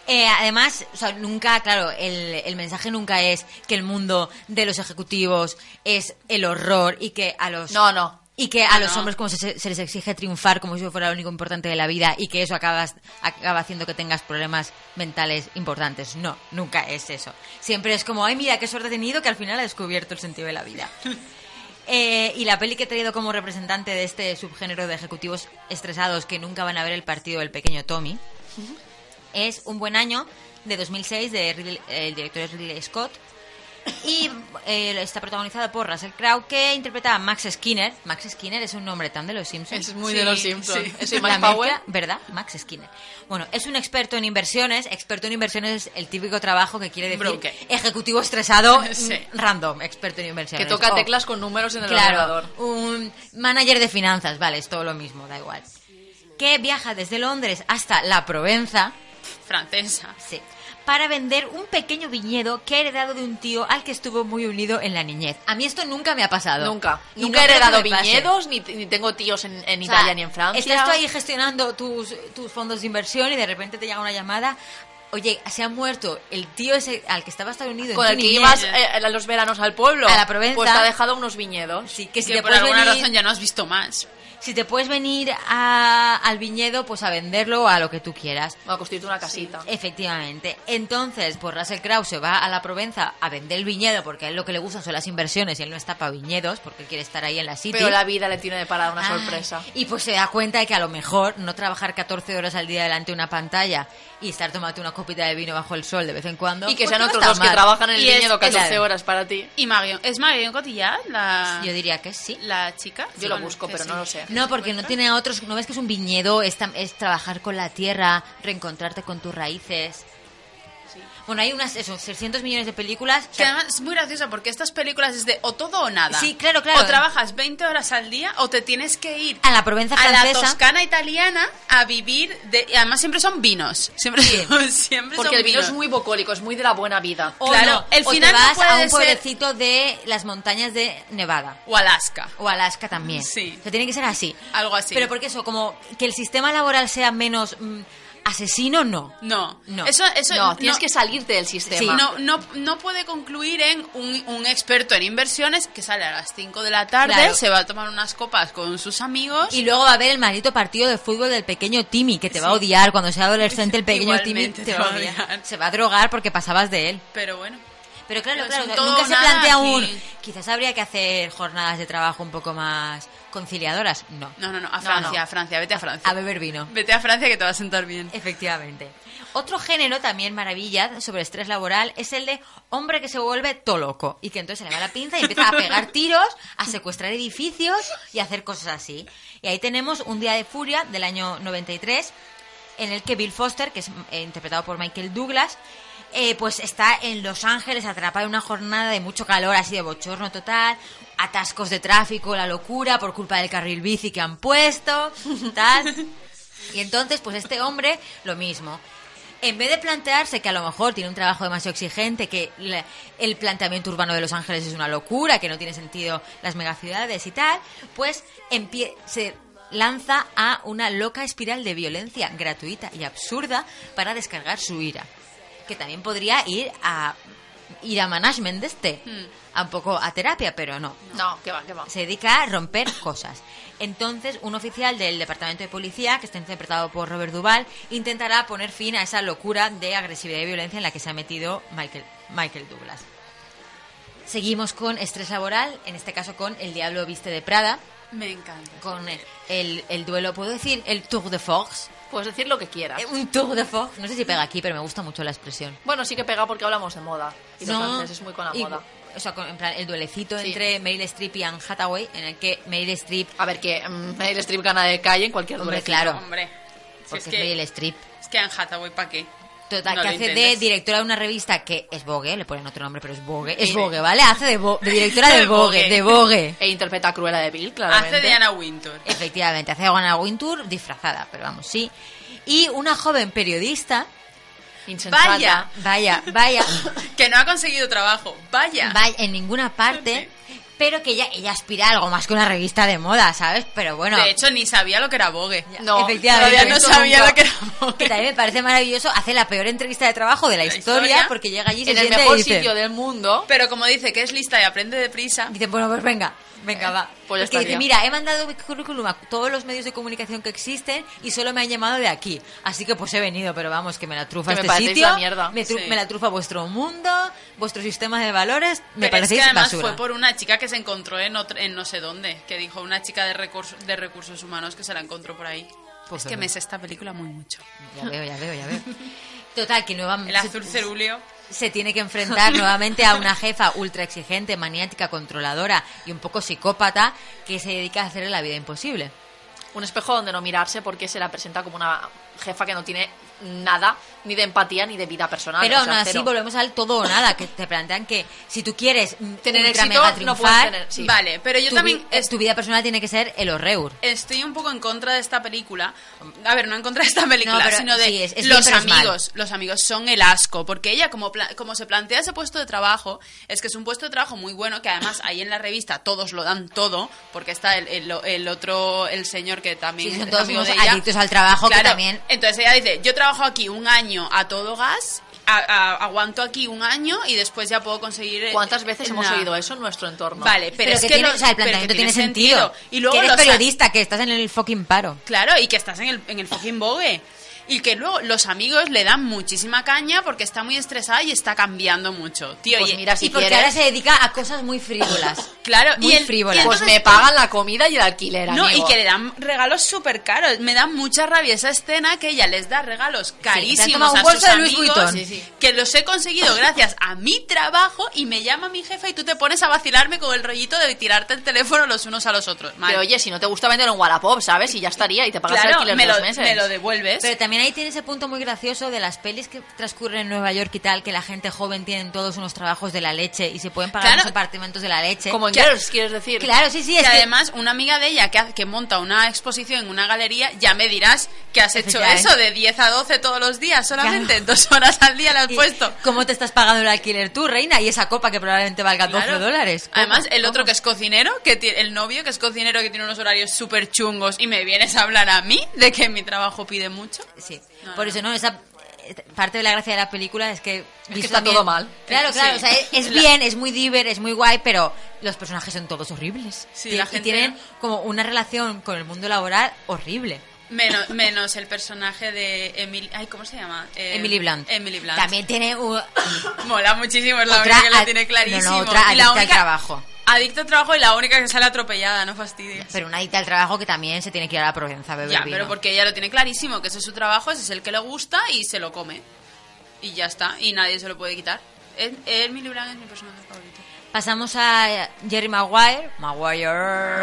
Speaker 3: Eh, además, o sea, nunca, claro, el, el mensaje nunca es que el mundo de los ejecutivos es el horror y que a los
Speaker 2: No, no.
Speaker 3: y que a los
Speaker 4: no.
Speaker 3: hombres como se, se les exige triunfar como si fuera lo único importante de la vida y que eso acabas, acaba haciendo que tengas problemas mentales importantes. No, nunca es eso. Siempre es como, ay, mira, qué suerte he tenido que al final ha descubierto el sentido de la vida. Eh, y la peli que he traído como representante de este subgénero de ejecutivos estresados que nunca van a ver el partido del pequeño Tommy es Un buen año de 2006 de Ridley- el director es Ridley Scott y eh, está protagonizada por Russell Crowe que interpreta a Max Skinner. Max Skinner es un nombre tan de los Simpsons.
Speaker 2: Es muy
Speaker 4: Sí,
Speaker 2: de los Simpsons.
Speaker 4: sí.
Speaker 2: Es el
Speaker 3: La
Speaker 2: Mike Powell.
Speaker 3: mezcla, ¿Verdad? Max Skinner. Bueno, es un experto en inversiones. Experto en inversiones es el típico trabajo que quiere decir
Speaker 2: Broker.
Speaker 3: ejecutivo estresado,
Speaker 2: Sí.
Speaker 3: mm, random, experto en inversiones.
Speaker 2: Que toca
Speaker 3: O-
Speaker 2: teclas con números en el
Speaker 3: Claro,
Speaker 2: ordenador.
Speaker 3: un manager de finanzas, vale, es todo lo mismo, da igual. Que viaja desde Londres hasta la Provenza,
Speaker 4: Francesa.
Speaker 3: sí, para vender un pequeño viñedo que ha heredado de un tío al que estuvo muy unido en la niñez. A mí esto nunca me ha pasado.
Speaker 2: Nunca.
Speaker 3: Y
Speaker 2: Nunca
Speaker 3: no
Speaker 2: he
Speaker 3: creo que
Speaker 2: heredado
Speaker 3: me pase.
Speaker 2: viñedos, ni, ni tengo tíos en, en
Speaker 3: O sea,
Speaker 2: Italia ni en Francia.
Speaker 3: Estás tú ahí gestionando tus, tus fondos de inversión y de repente te llega una llamada. Oye, se ha muerto el tío ese al que estabas tan unido en
Speaker 2: Con
Speaker 3: tu
Speaker 2: el que
Speaker 3: niñez".
Speaker 2: ibas eh, a los veranos al pueblo.
Speaker 3: A la Provenza.
Speaker 2: Pues te ha dejado unos viñedos.
Speaker 3: Sí, que si
Speaker 4: que
Speaker 3: te
Speaker 4: por
Speaker 3: puedes
Speaker 4: alguna
Speaker 3: venir-
Speaker 4: razón ya no has visto más.
Speaker 3: Si te puedes venir a- al viñedo, pues a venderlo a lo que tú quieras.
Speaker 2: Va a construirte una casita.
Speaker 3: Efectivamente. Entonces, pues Russell Crowe se va a la Provenza a vender el viñedo porque a él lo que le gustan son las inversiones y él no está para viñedos porque él quiere estar ahí en la City.
Speaker 2: Pero la vida le tiene para una
Speaker 3: Ay,
Speaker 2: sorpresa.
Speaker 3: Y pues se da cuenta de que a lo mejor no trabajar 14 horas al día delante de una pantalla y estar tomando una copita de vino bajo el sol de vez en cuando.
Speaker 2: Y que
Speaker 3: pues
Speaker 2: sean
Speaker 3: no
Speaker 2: otros
Speaker 3: está
Speaker 2: los que
Speaker 3: mal.
Speaker 2: trabajan en el
Speaker 4: Y es-
Speaker 2: viñedo 14
Speaker 3: claro.
Speaker 2: horas para ti.
Speaker 4: Y Marion, ¿es Marion Cotillard la,
Speaker 3: Yo diría que sí.
Speaker 4: la chica?
Speaker 2: Yo lo
Speaker 4: Bueno,
Speaker 2: busco,
Speaker 4: que
Speaker 2: pero
Speaker 4: sí.
Speaker 2: no lo sé.
Speaker 3: No, porque no tiene a otros. ¿No ves que es un viñedo? Es, tam- es trabajar con la tierra, reencontrarte con tus raíces. Bueno, hay unas, eso, 600 millones de películas.
Speaker 4: Que además es muy gracioso porque estas películas es de o todo o nada.
Speaker 3: Sí, claro, claro.
Speaker 4: O trabajas 20 horas al día o te tienes que ir
Speaker 3: A la Provenza
Speaker 4: a la
Speaker 3: francesa.
Speaker 4: Toscana italiana a vivir. De, y además siempre son vinos. Siempre, son, siempre
Speaker 2: Porque
Speaker 4: son
Speaker 2: el vino
Speaker 4: vinos.
Speaker 2: es muy bucólico, es muy de la buena vida.
Speaker 3: o
Speaker 4: claro,
Speaker 3: no,
Speaker 4: el
Speaker 3: o te
Speaker 4: final no
Speaker 3: vas a
Speaker 4: puede
Speaker 3: un
Speaker 4: ser-
Speaker 3: pueblecito de las montañas de Nevada.
Speaker 4: O Alaska.
Speaker 3: O Alaska también.
Speaker 4: Sí.
Speaker 3: O sea, tiene que ser así.
Speaker 4: Algo así.
Speaker 3: Pero porque eso, como que el sistema laboral sea menos mm, asesino, no.
Speaker 4: No.
Speaker 3: No.
Speaker 4: Eso, eso,
Speaker 2: no, tienes que salirte del sistema.
Speaker 3: Sí,
Speaker 4: no, no, no puede concluir en un, un experto en inversiones que sale a las 5 de la tarde,
Speaker 3: Claro.
Speaker 4: se va a tomar unas copas con sus amigos.
Speaker 3: Y luego va a haber el maldito partido de fútbol del pequeño Timmy, que te va a odiar. Cuando sea adolescente, el pequeño Timmy
Speaker 4: Igualmente
Speaker 3: te, va a odiar. Se va a drogar porque pasabas de él.
Speaker 4: Pero bueno.
Speaker 3: Pero claro,
Speaker 4: Pero
Speaker 3: claro,
Speaker 4: sin
Speaker 3: o sea,
Speaker 4: todo
Speaker 3: nunca se
Speaker 4: nada
Speaker 3: plantea
Speaker 4: aquí.
Speaker 3: un... Quizás habría que hacer jornadas de trabajo un poco más conciliadoras. No.
Speaker 4: No, no, no, a Francia,
Speaker 3: no.
Speaker 4: a Francia, vete a Francia.
Speaker 3: A Eh, beber vino.
Speaker 4: Vete a Francia que te va a sentar bien.
Speaker 3: Efectivamente. Otro género también maravilla sobre estrés laboral es el de hombre que se vuelve todo loco y que entonces se le va la pinza y empieza a pegar tiros, a secuestrar edificios y a hacer cosas así. Y ahí tenemos Un día de furia del año 93 en el que Bill Foster, que es eh, interpretado por Michael Douglas, eh, pues está en Los Ángeles atrapado en una jornada de mucho calor, así de bochorno total, atascos de tráfico, la locura por culpa del carril bici que han puesto, tal. Y entonces, pues este hombre, lo mismo. En vez de plantearse que a lo mejor tiene un trabajo demasiado exigente, que la- el planteamiento urbano de Los Ángeles es una locura, que no tiene sentido las megaciudades y tal, pues empie- se lanza a una loca espiral de violencia gratuita y absurda para descargar su ira. Que también podría ir a ir a management de este, a un poco a terapia, pero no.
Speaker 2: No, que va, que va.
Speaker 3: Se dedica a romper cosas. Entonces, un oficial del Departamento de Policía, que está interpretado por Robert Duval, intentará poner fin a esa locura de agresividad y violencia en la que se ha metido Michael, Michael Douglas. Seguimos con estrés laboral, en este caso con El Diablo Viste de Prada,
Speaker 4: Me encanta.
Speaker 3: con el, el- el duelo, puedo decir, el Tour de Force.
Speaker 2: Puedes decir lo que quieras.
Speaker 3: Eh, Un Tour de Force, no sé si pega aquí, pero me gusta mucho la expresión.
Speaker 2: Bueno, sí que pega porque hablamos de moda. Y los franceses muy con la
Speaker 3: y-
Speaker 2: moda.
Speaker 3: O sea, con- en plan, el duelecito
Speaker 2: Sí.
Speaker 3: entre Meryl Streep y Anne Hathaway, en el que Meryl Streep,
Speaker 2: A ver, que mm, Meryl Streep gana de calle en cualquier
Speaker 3: hombre,
Speaker 2: duelecito.
Speaker 3: claro,
Speaker 4: Hombre. Si
Speaker 3: porque
Speaker 4: es,
Speaker 3: es,
Speaker 4: que,
Speaker 3: Meryl Streep,
Speaker 4: es que Anne Hathaway, ¿para qué?
Speaker 3: total,
Speaker 4: No
Speaker 3: que
Speaker 4: lo
Speaker 3: hace de
Speaker 4: intentes.
Speaker 3: directora de una revista que es Vogue, le ponen otro nombre, pero es Vogue, es
Speaker 4: Sí.
Speaker 3: Vogue, ¿vale? Hace de, Vo- de directora de
Speaker 4: De
Speaker 3: Vogue,
Speaker 4: Vogue.
Speaker 3: de Vogue.
Speaker 2: E interpreta a Cruella de
Speaker 3: Ah.
Speaker 2: Bill, claramente.
Speaker 4: Hace de Anna Wintour.
Speaker 3: Eh. Efectivamente, hace a Anna Wintour disfrazada, pero vamos, sí. Y una joven periodista,
Speaker 2: Insensata.
Speaker 4: Vaya.
Speaker 3: vaya, vaya,
Speaker 4: Que no ha conseguido trabajo. Vaya.
Speaker 3: vaya, en ninguna parte, pero que ella, ella aspira a algo más que una revista de moda, ¿sabes? Pero bueno,
Speaker 4: De hecho, ni sabía lo que era Vogue.
Speaker 2: No,
Speaker 3: efectivamente. este
Speaker 4: todavía no sabía
Speaker 3: Nunca.
Speaker 4: lo que era Vogue.
Speaker 3: Que también me parece maravilloso. Hace la peor entrevista de trabajo de la historia,
Speaker 4: historia.
Speaker 3: porque llega allí y se
Speaker 2: En el
Speaker 3: siente
Speaker 2: mejor
Speaker 3: y dice,
Speaker 2: sitio del mundo.
Speaker 4: Pero como dice que es lista y aprende deprisa,
Speaker 3: dice, bueno, pues venga,
Speaker 4: Eh,
Speaker 3: venga, va.
Speaker 2: pues ya
Speaker 3: Es que dice,
Speaker 2: estaría.
Speaker 3: mira, he mandado mi currículum a todos los medios de comunicación que existen y solo me han llamado de aquí. Así que pues he venido, pero vamos, que me la trufa
Speaker 2: Que me
Speaker 3: este
Speaker 2: parecéis
Speaker 3: sitio.
Speaker 2: la mierda.
Speaker 3: Me, tru-
Speaker 4: Sí.
Speaker 3: me la trufa vuestro mundo, vuestro sistema de valores, me
Speaker 4: Pero es
Speaker 3: parecéis
Speaker 4: que además
Speaker 3: basura.
Speaker 4: fue por una chica que se encontró en, otro- en no sé dónde, que dijo una chica de, recurso- de recursos humanos que se la encontró por ahí.
Speaker 3: Pues
Speaker 4: es que
Speaker 3: no.
Speaker 4: me sé esta película muy mucho.
Speaker 3: Ya veo, ya veo, ya veo. Total, que nuevamente...
Speaker 4: El azul cerúleo.
Speaker 3: se tiene que enfrentar nuevamente a una jefa ultra exigente, maniática, controladora y un poco psicópata que se dedica a hacerle la vida imposible.
Speaker 2: Un espejo donde no mirarse porque se la presenta como una jefa que no tiene nada, ni de empatía, ni de vida
Speaker 4: Ah,
Speaker 2: personal.
Speaker 3: Pero
Speaker 2: o
Speaker 3: aún
Speaker 2: sea,
Speaker 3: así
Speaker 2: cero.
Speaker 3: volvemos al todo o nada, que te plantean que si tú quieres mm,
Speaker 2: Tener
Speaker 3: ultra
Speaker 2: éxito,
Speaker 3: mega
Speaker 2: no
Speaker 3: triunfar,
Speaker 2: puedes tener- Sí.
Speaker 4: Vale, pero yo
Speaker 3: tu,
Speaker 4: también
Speaker 3: vi- eh, tu vida personal tiene que ser el horreur.
Speaker 4: estoy un poco en contra de esta película. A ver, no en contra de esta película,
Speaker 3: No, pero
Speaker 4: sino de
Speaker 3: sí, es- es bien,
Speaker 4: los
Speaker 3: pero es mal.
Speaker 4: amigos. Los amigos son el asco, porque ella como, pla- como se plantea ese puesto de trabajo, es que es un puesto de trabajo muy bueno, que además ahí en la revista todos lo dan todo, porque está el, el- el otro, el señor que también
Speaker 3: Sí, son
Speaker 4: es
Speaker 3: todos
Speaker 4: amigo
Speaker 3: unos
Speaker 4: de ella.
Speaker 3: adictos al trabajo que
Speaker 4: Claro,
Speaker 3: también-
Speaker 4: Entonces ella dice, yo trabajo aquí un año a todo gas, a- a- aguanto aquí un año y después ya puedo conseguir...
Speaker 2: ¿Cuántas veces hemos
Speaker 4: Nah.
Speaker 2: oído eso en nuestro entorno?
Speaker 4: Vale, pero, es que,
Speaker 3: tiene,
Speaker 4: no-
Speaker 3: o sea, el
Speaker 4: pero que
Speaker 3: planteamiento tiene sentido.
Speaker 4: Y luego
Speaker 3: que eres
Speaker 4: los a-
Speaker 3: periodista, que estás en el fucking paro.
Speaker 4: Claro, y que estás en el, en el fucking Vogue. Y que luego los amigos le dan muchísima caña porque está muy estresada y está cambiando mucho. Tío,
Speaker 2: Pues
Speaker 4: y-
Speaker 2: mira, si
Speaker 3: y porque
Speaker 2: quieres-
Speaker 3: ahora se dedica a cosas muy frívolas.
Speaker 4: Claro,
Speaker 3: muy
Speaker 4: y el-
Speaker 3: frívolas.
Speaker 4: y
Speaker 2: Pues
Speaker 4: entonces-
Speaker 2: me pagan la comida y el alquiler,
Speaker 4: no, y
Speaker 2: amigo.
Speaker 4: que le dan regalos súper caros. Me da mucha rabia esa escena que ella les da regalos carísimos
Speaker 3: tomado un
Speaker 4: a
Speaker 3: bolso
Speaker 4: sus
Speaker 3: de Louis
Speaker 4: amigos,
Speaker 3: Vuitton.
Speaker 4: Sí, sí. que los he conseguido gracias a mi trabajo y me llama mi jefa y tú te pones a vacilarme con el rollito de tirarte el teléfono los unos a los otros. Mal.
Speaker 2: Que, oye, si no te gusta vender en Wallapop, ¿sabes? Y ya estaría, y te pagas el
Speaker 4: claro,
Speaker 2: alquiler
Speaker 4: me
Speaker 2: dos
Speaker 4: lo,
Speaker 2: meses.
Speaker 4: me lo devuelves.
Speaker 3: Pero también ahí tiene ese punto muy gracioso de las pelis que transcurren en Nueva York y tal, que la gente joven tienen todos unos trabajos de la leche y se pueden pagar
Speaker 4: Claro.
Speaker 3: los apartamentos de la leche.
Speaker 2: Como en
Speaker 4: Que-
Speaker 2: Girls, quieres decir.
Speaker 3: Claro, sí, sí,
Speaker 4: Y
Speaker 3: es que-
Speaker 4: además, una amiga de ella que, ha- que monta una exposición en una galería, ya me dirás que has hecho
Speaker 3: Efectivamente.
Speaker 4: eso de 10 a 12 todos los días, solamente dos horas al día la has
Speaker 3: y-
Speaker 4: puesto.
Speaker 3: ¿Cómo te estás pagando el alquiler tú, reina? Y esa copa que probablemente valga 12
Speaker 4: Claro.
Speaker 3: dólares. ¿Cómo?
Speaker 4: Además, el otro
Speaker 3: ¿Cómo?
Speaker 4: que es cocinero, que tiene, el novio que es cocinero que tiene unos horarios súper chungos y me vienes a hablar a mí de que mi trabajo pide mucho.
Speaker 3: Sí,
Speaker 4: No,
Speaker 3: por
Speaker 4: no.
Speaker 3: eso no, esa eh, parte de la gracia de la película es que... visto
Speaker 2: está todo mal.
Speaker 3: Claro,
Speaker 4: Sí.
Speaker 3: claro, o sea, es, es bien, es muy diver, es muy guay, pero los personajes son todos horribles.
Speaker 4: Sí,
Speaker 3: Tien-
Speaker 4: la
Speaker 3: Y
Speaker 4: gente-
Speaker 3: tienen como una relación con el mundo laboral horrible.
Speaker 4: Menos, menos el personaje de Emily... Ay, ¿cómo se llama? Eh,
Speaker 3: Emily Blunt.
Speaker 4: Emily Blunt.
Speaker 3: También tiene u-
Speaker 4: Mola muchísimo, es la
Speaker 3: Otra
Speaker 4: única que
Speaker 3: ad-
Speaker 4: lo tiene clarísimo.
Speaker 3: no, no, otra
Speaker 4: y
Speaker 3: adicta
Speaker 4: la
Speaker 3: al
Speaker 4: única,
Speaker 3: trabajo.
Speaker 4: Adicta al trabajo y la única que sale atropellada, no fastidies.
Speaker 3: Pero una adicta al trabajo que también se tiene que ir a la Provenza a beber
Speaker 4: Ya,
Speaker 3: vino.
Speaker 4: pero porque ella lo tiene clarísimo, que ese es su trabajo, ese es el que le gusta y se lo come. Y ya está, y nadie se lo puede quitar. Es- Emily Blunt es mi personaje favorito.
Speaker 3: Pasamos a eh, Jerry Maguire. Maguire.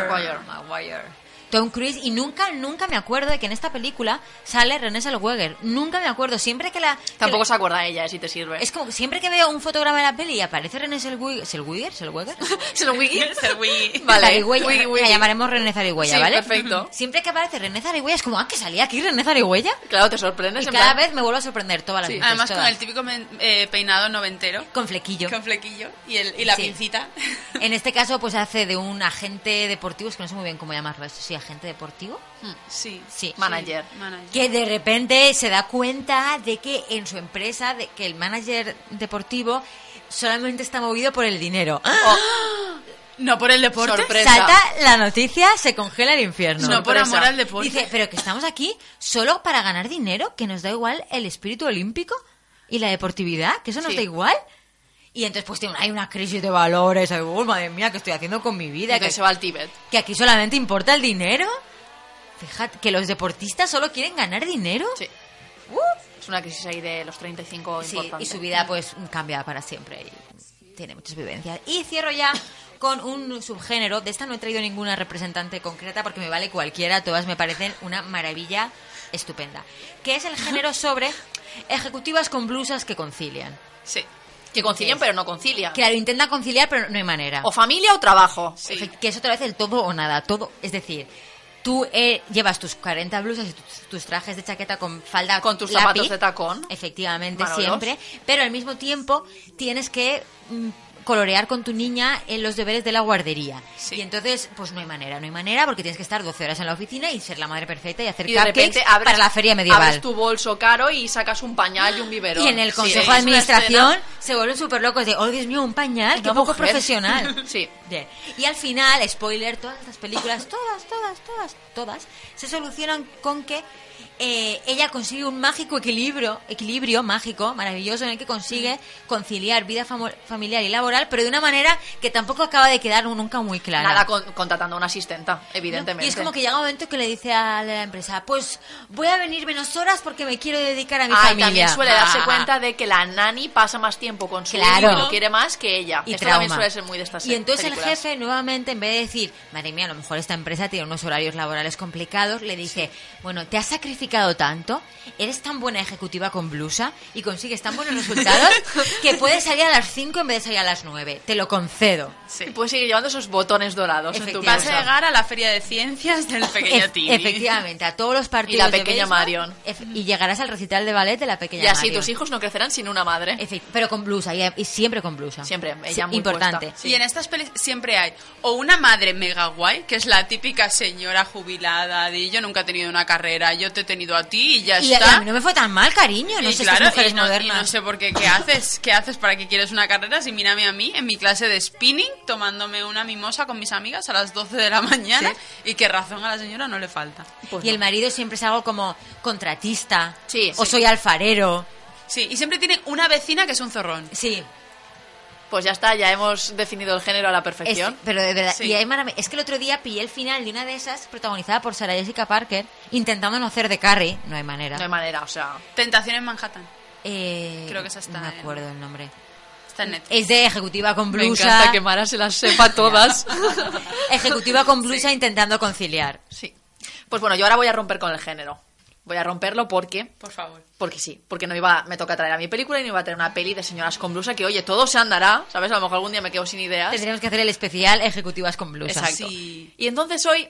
Speaker 2: Maguire.
Speaker 3: Maguire. Tom Cruise. Y nunca, nunca me acuerdo de que en esta película sale René Zellweger. Nunca me acuerdo. Siempre que la... que
Speaker 2: Tampoco
Speaker 3: la-
Speaker 2: se acuerda ella, si te sirve.
Speaker 3: Es como siempre que veo un fotograma de la peli y aparece René Zellweger... ¿Zellweger? ¿Zellweger?
Speaker 2: ¿Se lo wiki?
Speaker 4: Es el Wii.
Speaker 2: Vale,
Speaker 3: Zarigüeya.
Speaker 2: wiggy, wiggy.
Speaker 3: La llamaremos René Zarigüeya,
Speaker 2: Sí,
Speaker 3: ¿vale?
Speaker 2: perfecto.
Speaker 3: Siempre que aparece René Zarigüeya es como, ah, que salía aquí René Zarigüeya.
Speaker 2: Claro, te
Speaker 3: Y
Speaker 2: sorprendes. en
Speaker 3: cada
Speaker 2: plan- pues
Speaker 3: vez me vuelvo a sorprender todas las veces.
Speaker 4: Además con
Speaker 3: todas.
Speaker 4: el típico men- eh, peinado noventero,
Speaker 3: Con flequillo.
Speaker 4: con flequillo y, el, y la
Speaker 3: Sí.
Speaker 4: pincita.
Speaker 3: En este caso, pues hace de un agente deportivo, es que no sé muy bien cómo llamarlo esto, sí, agente deportivo,
Speaker 4: sí.
Speaker 3: sí.
Speaker 2: Mm. Manager.
Speaker 4: Manager.
Speaker 3: Que de repente se da cuenta de que en su empresa, de que el manager deportivo solamente está movido por el dinero.
Speaker 4: Ah, No por el deporte.
Speaker 2: Sorpresa.
Speaker 3: Salta la noticia, se congela el infierno.
Speaker 4: No, por
Speaker 2: Sorpresa.
Speaker 4: amor al deporte.
Speaker 3: Dice, pero que estamos aquí solo para ganar dinero, que nos da igual el espíritu olímpico y la deportividad, que eso nos
Speaker 2: Sí.
Speaker 3: da igual. Y entonces pues tiene- hay una crisis de valores, ay, oh, madre mía, ¿qué estoy haciendo con mi vida?
Speaker 2: que
Speaker 3: Que,
Speaker 2: se va al Tíbet.
Speaker 3: que aquí solamente importa el dinero. Fíjate, que los deportistas solo quieren ganar dinero.
Speaker 2: Sí.
Speaker 3: Uh,
Speaker 2: Es una crisis ahí de los 35
Speaker 3: sí,
Speaker 2: importante.
Speaker 3: y su vida pues cambia para siempre. y tiene muchas vivencias. Y cierro ya con un subgénero. De esta no he traído ninguna representante concreta porque me vale cualquiera. Todas me parecen una maravilla estupenda. Que es el género sobre ejecutivas con blusas que concilian.
Speaker 2: Sí. Que concilian, pero no concilian.
Speaker 3: Claro, intenta conciliar, pero no hay manera.
Speaker 2: O familia o trabajo.
Speaker 3: Efe- Que es otra vez el todo o nada, todo. Es decir, tú eh, llevas tus 40 blusas y tus, tus trajes de chaqueta con falda
Speaker 2: Con tus
Speaker 3: lápiz,
Speaker 2: zapatos de tacón.
Speaker 3: Efectivamente,
Speaker 2: Manolos.
Speaker 3: siempre. Pero al mismo tiempo tienes que mm, colorear con tu niña en los deberes de la guardería.
Speaker 2: Sí.
Speaker 3: Y entonces, pues no hay manera, no hay manera porque tienes que estar 12 horas en la oficina y ser la madre perfecta y hacer
Speaker 2: Y de
Speaker 3: cupcakes
Speaker 2: repente abres,
Speaker 3: para la feria medieval.
Speaker 2: abres tu bolso caro y sacas un pañal y un biberón.
Speaker 3: Y en el
Speaker 2: Sí,
Speaker 3: consejo
Speaker 2: es
Speaker 3: de
Speaker 2: una
Speaker 3: administración
Speaker 2: escena-
Speaker 3: se vuelven súper locos de, oh Dios mío, un pañal, qué
Speaker 2: Una
Speaker 3: poco
Speaker 2: mujer".
Speaker 3: profesional.
Speaker 2: Sí.
Speaker 3: Bien. Y al final, spoiler, todas estas películas, todas, todas, todas, todas, se solucionan con que eh, ella consigue un mágico equilibrio, equilibrio mágico, maravilloso, en el que consigue
Speaker 2: Mm.
Speaker 3: conciliar vida famo- familiar y laboral, pero de una manera que tampoco acaba de quedar nunca muy clara.
Speaker 2: Nada, con- contratando a una asistenta,
Speaker 3: ¿no?
Speaker 2: evidentemente.
Speaker 3: Y es como que llega un momento que le dice a la empresa, pues voy a venir menos horas porque me quiero dedicar a mi
Speaker 2: Ah, y
Speaker 3: familia.
Speaker 2: también suele darse
Speaker 3: Ah.
Speaker 2: cuenta de que la nani pasa más tiempo con su
Speaker 3: Claro.
Speaker 2: hijo y lo quiere más que ella.
Speaker 3: y
Speaker 2: Esto
Speaker 3: trauma.
Speaker 2: también suele ser muy de estas
Speaker 3: y entonces el
Speaker 2: películas.
Speaker 3: jefe nuevamente en vez de decir madre mía a lo mejor esta empresa tiene unos horarios laborales complicados le dice bueno te has sacrificado tanto eres tan buena ejecutiva con blusa y consigues tan buenos resultados que puedes salir a las 5 en vez de salir a las 9 te lo concedo
Speaker 2: Sí. Y puedes seguir llevando esos botones dorados en tu
Speaker 3: Efectivamente.
Speaker 4: Vas
Speaker 2: casa.
Speaker 4: a llegar a la feria de ciencias del pequeño
Speaker 3: Ef-
Speaker 4: Timmy.
Speaker 3: efectivamente a todos los partidos
Speaker 2: la
Speaker 3: de
Speaker 2: pequeña
Speaker 3: béisbol,
Speaker 2: Marion.
Speaker 3: ef- y llegarás al recital de ballet de la pequeña
Speaker 2: Y así
Speaker 3: Marion.
Speaker 2: tus hijos no crecerán sin una madre.
Speaker 3: Efe- pero con blusa y, y siempre con blusa
Speaker 2: Siempre, ella
Speaker 3: Sí,
Speaker 2: muy
Speaker 3: importante
Speaker 2: puesta.
Speaker 4: Y en estas pelis siempre hay o una madre mega guay, que es la típica señora jubilada de yo nunca he tenido una carrera, yo te he tenido a ti y ya
Speaker 3: Y a,
Speaker 4: está.
Speaker 3: y a mí no me fue tan mal cariño no
Speaker 4: Y
Speaker 3: sé
Speaker 4: claro,
Speaker 3: estas mujeres
Speaker 4: y no, y
Speaker 3: modernas
Speaker 4: no sé por qué, ¿qué haces? ¿Qué haces para que quieres una carrera? Si mírame a mí en mi clase de spinning tomándome una mimosa con mis amigas a las 12 de la mañana y qué razón a la señora no le falta.
Speaker 2: Pues
Speaker 3: y el marido siempre es algo como contratista.
Speaker 2: Sí,
Speaker 3: O
Speaker 2: sí.
Speaker 3: soy alfarero.
Speaker 4: Sí, y siempre tiene una vecina que es un zorrón.
Speaker 3: Sí.
Speaker 2: Pues ya está, ya hemos definido el género a la
Speaker 3: es-
Speaker 2: perfección.
Speaker 3: pero de verdad.
Speaker 4: Sí.
Speaker 3: y hay marav- es que el otro día pillé el final de una de esas protagonizada por Sarah Jessica Parker intentando no hacer de Carrie. No hay manera.
Speaker 2: No hay manera, o sea.
Speaker 4: Tentación en Manhattan.
Speaker 3: Eh,
Speaker 4: Creo que esa está
Speaker 3: No me
Speaker 4: en-
Speaker 3: acuerdo el nombre.
Speaker 4: Está en Netflix.
Speaker 3: Es de ejecutiva con
Speaker 2: Me
Speaker 3: blusa.
Speaker 2: encanta que Mara se las sepa todas.
Speaker 3: Ejecutiva con blusa intentando conciliar.
Speaker 2: sí. Pues bueno, yo ahora voy a romper con el género. Voy a romperlo porque.
Speaker 4: Por favor.
Speaker 2: Porque sí, porque no iba, me toca traer a mi película y no iba a traer una peli de señoras con blusa que, oye, todo se andará, ¿sabes? A lo mejor algún día me quedo sin ideas.
Speaker 3: Tendríamos que hacer el especial Ejecutivas con blusa.
Speaker 2: Exacto.
Speaker 4: Sí.
Speaker 2: Y entonces hoy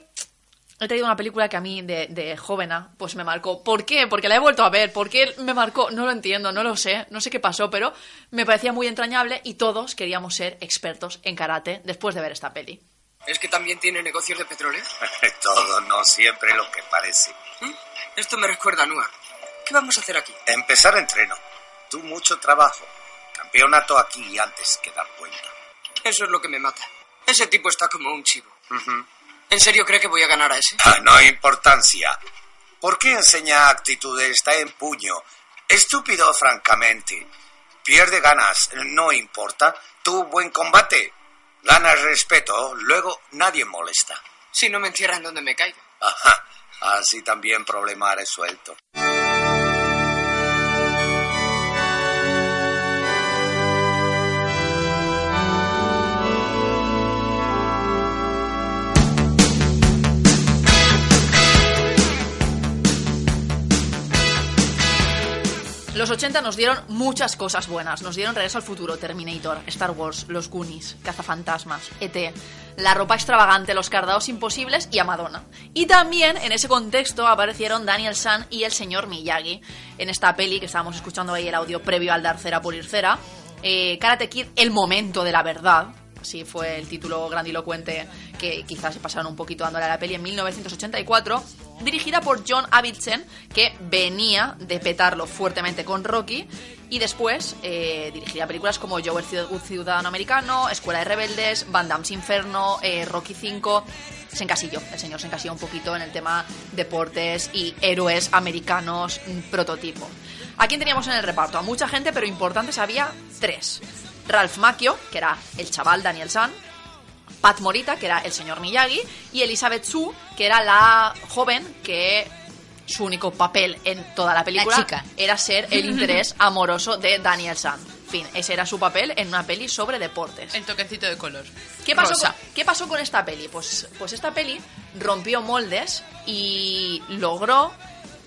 Speaker 2: he traído una película que a mí de, de jovena pues me marcó. ¿Por qué? Porque la he vuelto a ver. ¿Por qué me marcó? No lo entiendo, no lo sé, no sé qué pasó, pero me parecía muy entrañable y todos queríamos ser expertos en karate después de ver esta peli.
Speaker 7: ¿Es que también tiene negocios de petróleo?
Speaker 8: Todo no siempre lo que parece.
Speaker 7: ¿Eh? Esto me recuerda a Nua. ¿Qué vamos a hacer aquí?
Speaker 8: Empezar entreno. Tú mucho trabajo. Campeonato aquí antes que dar cuenta.
Speaker 7: Eso es lo que me mata. Ese tipo está como un chivo. ¿En serio cree que voy a ganar a ese?
Speaker 8: Ah, No hay importancia. ¿Por qué enseña actitud? Está en puño. Estúpido, francamente. Pierde ganas, no importa. Tú buen combate. Ganas respeto, luego nadie molesta.
Speaker 7: Si no me entierran donde me caiga.
Speaker 8: Ajá. Así también problema resuelto.
Speaker 2: Los 80 nos dieron muchas cosas buenas. Nos dieron Regreso al Futuro, Terminator, Star Wars, Los Goonies, Cazafantasmas, ET, la ropa extravagante, los cardados imposibles y a Madonna. Y también en ese contexto aparecieron Daniel San y el señor Miyagi en esta peli que estábamos escuchando ahí el audio previo al Darcera por Ircera. eh, Karate Kid, El Momento de la Verdad. Así fue el título grandilocuente que quizás se pasaron un poquito dándole a la peli en 1984 dirigida por John Avildsen, que venía de petarlo fuertemente con Rocky, Y después eh, dirigiría películas como Yo, el ciud- un ciudadano americano, Escuela de Rebeldes, Van Damme's Inferno, eh, Rocky 5. Se encasilló, el señor se encasilló un poquito en el tema deportes y héroes americanos mm, prototipo. ¿A quién teníamos en el reparto? A mucha gente, pero importantes había tres. Ralph Macchio, que era el chaval Daniel San, Pat Morita, que era el señor Miyagi, y Elizabeth Su, que era la joven que su único papel en toda la película
Speaker 3: La chica.
Speaker 2: era ser el interés amoroso de Daniel San. En fin, ese era su papel en una peli sobre deportes.
Speaker 4: El toquecito de color.
Speaker 2: ¿Qué pasó,
Speaker 4: Rosa.
Speaker 2: con, ¿Qué pasó con esta peli? Pues, pues esta peli rompió moldes y logró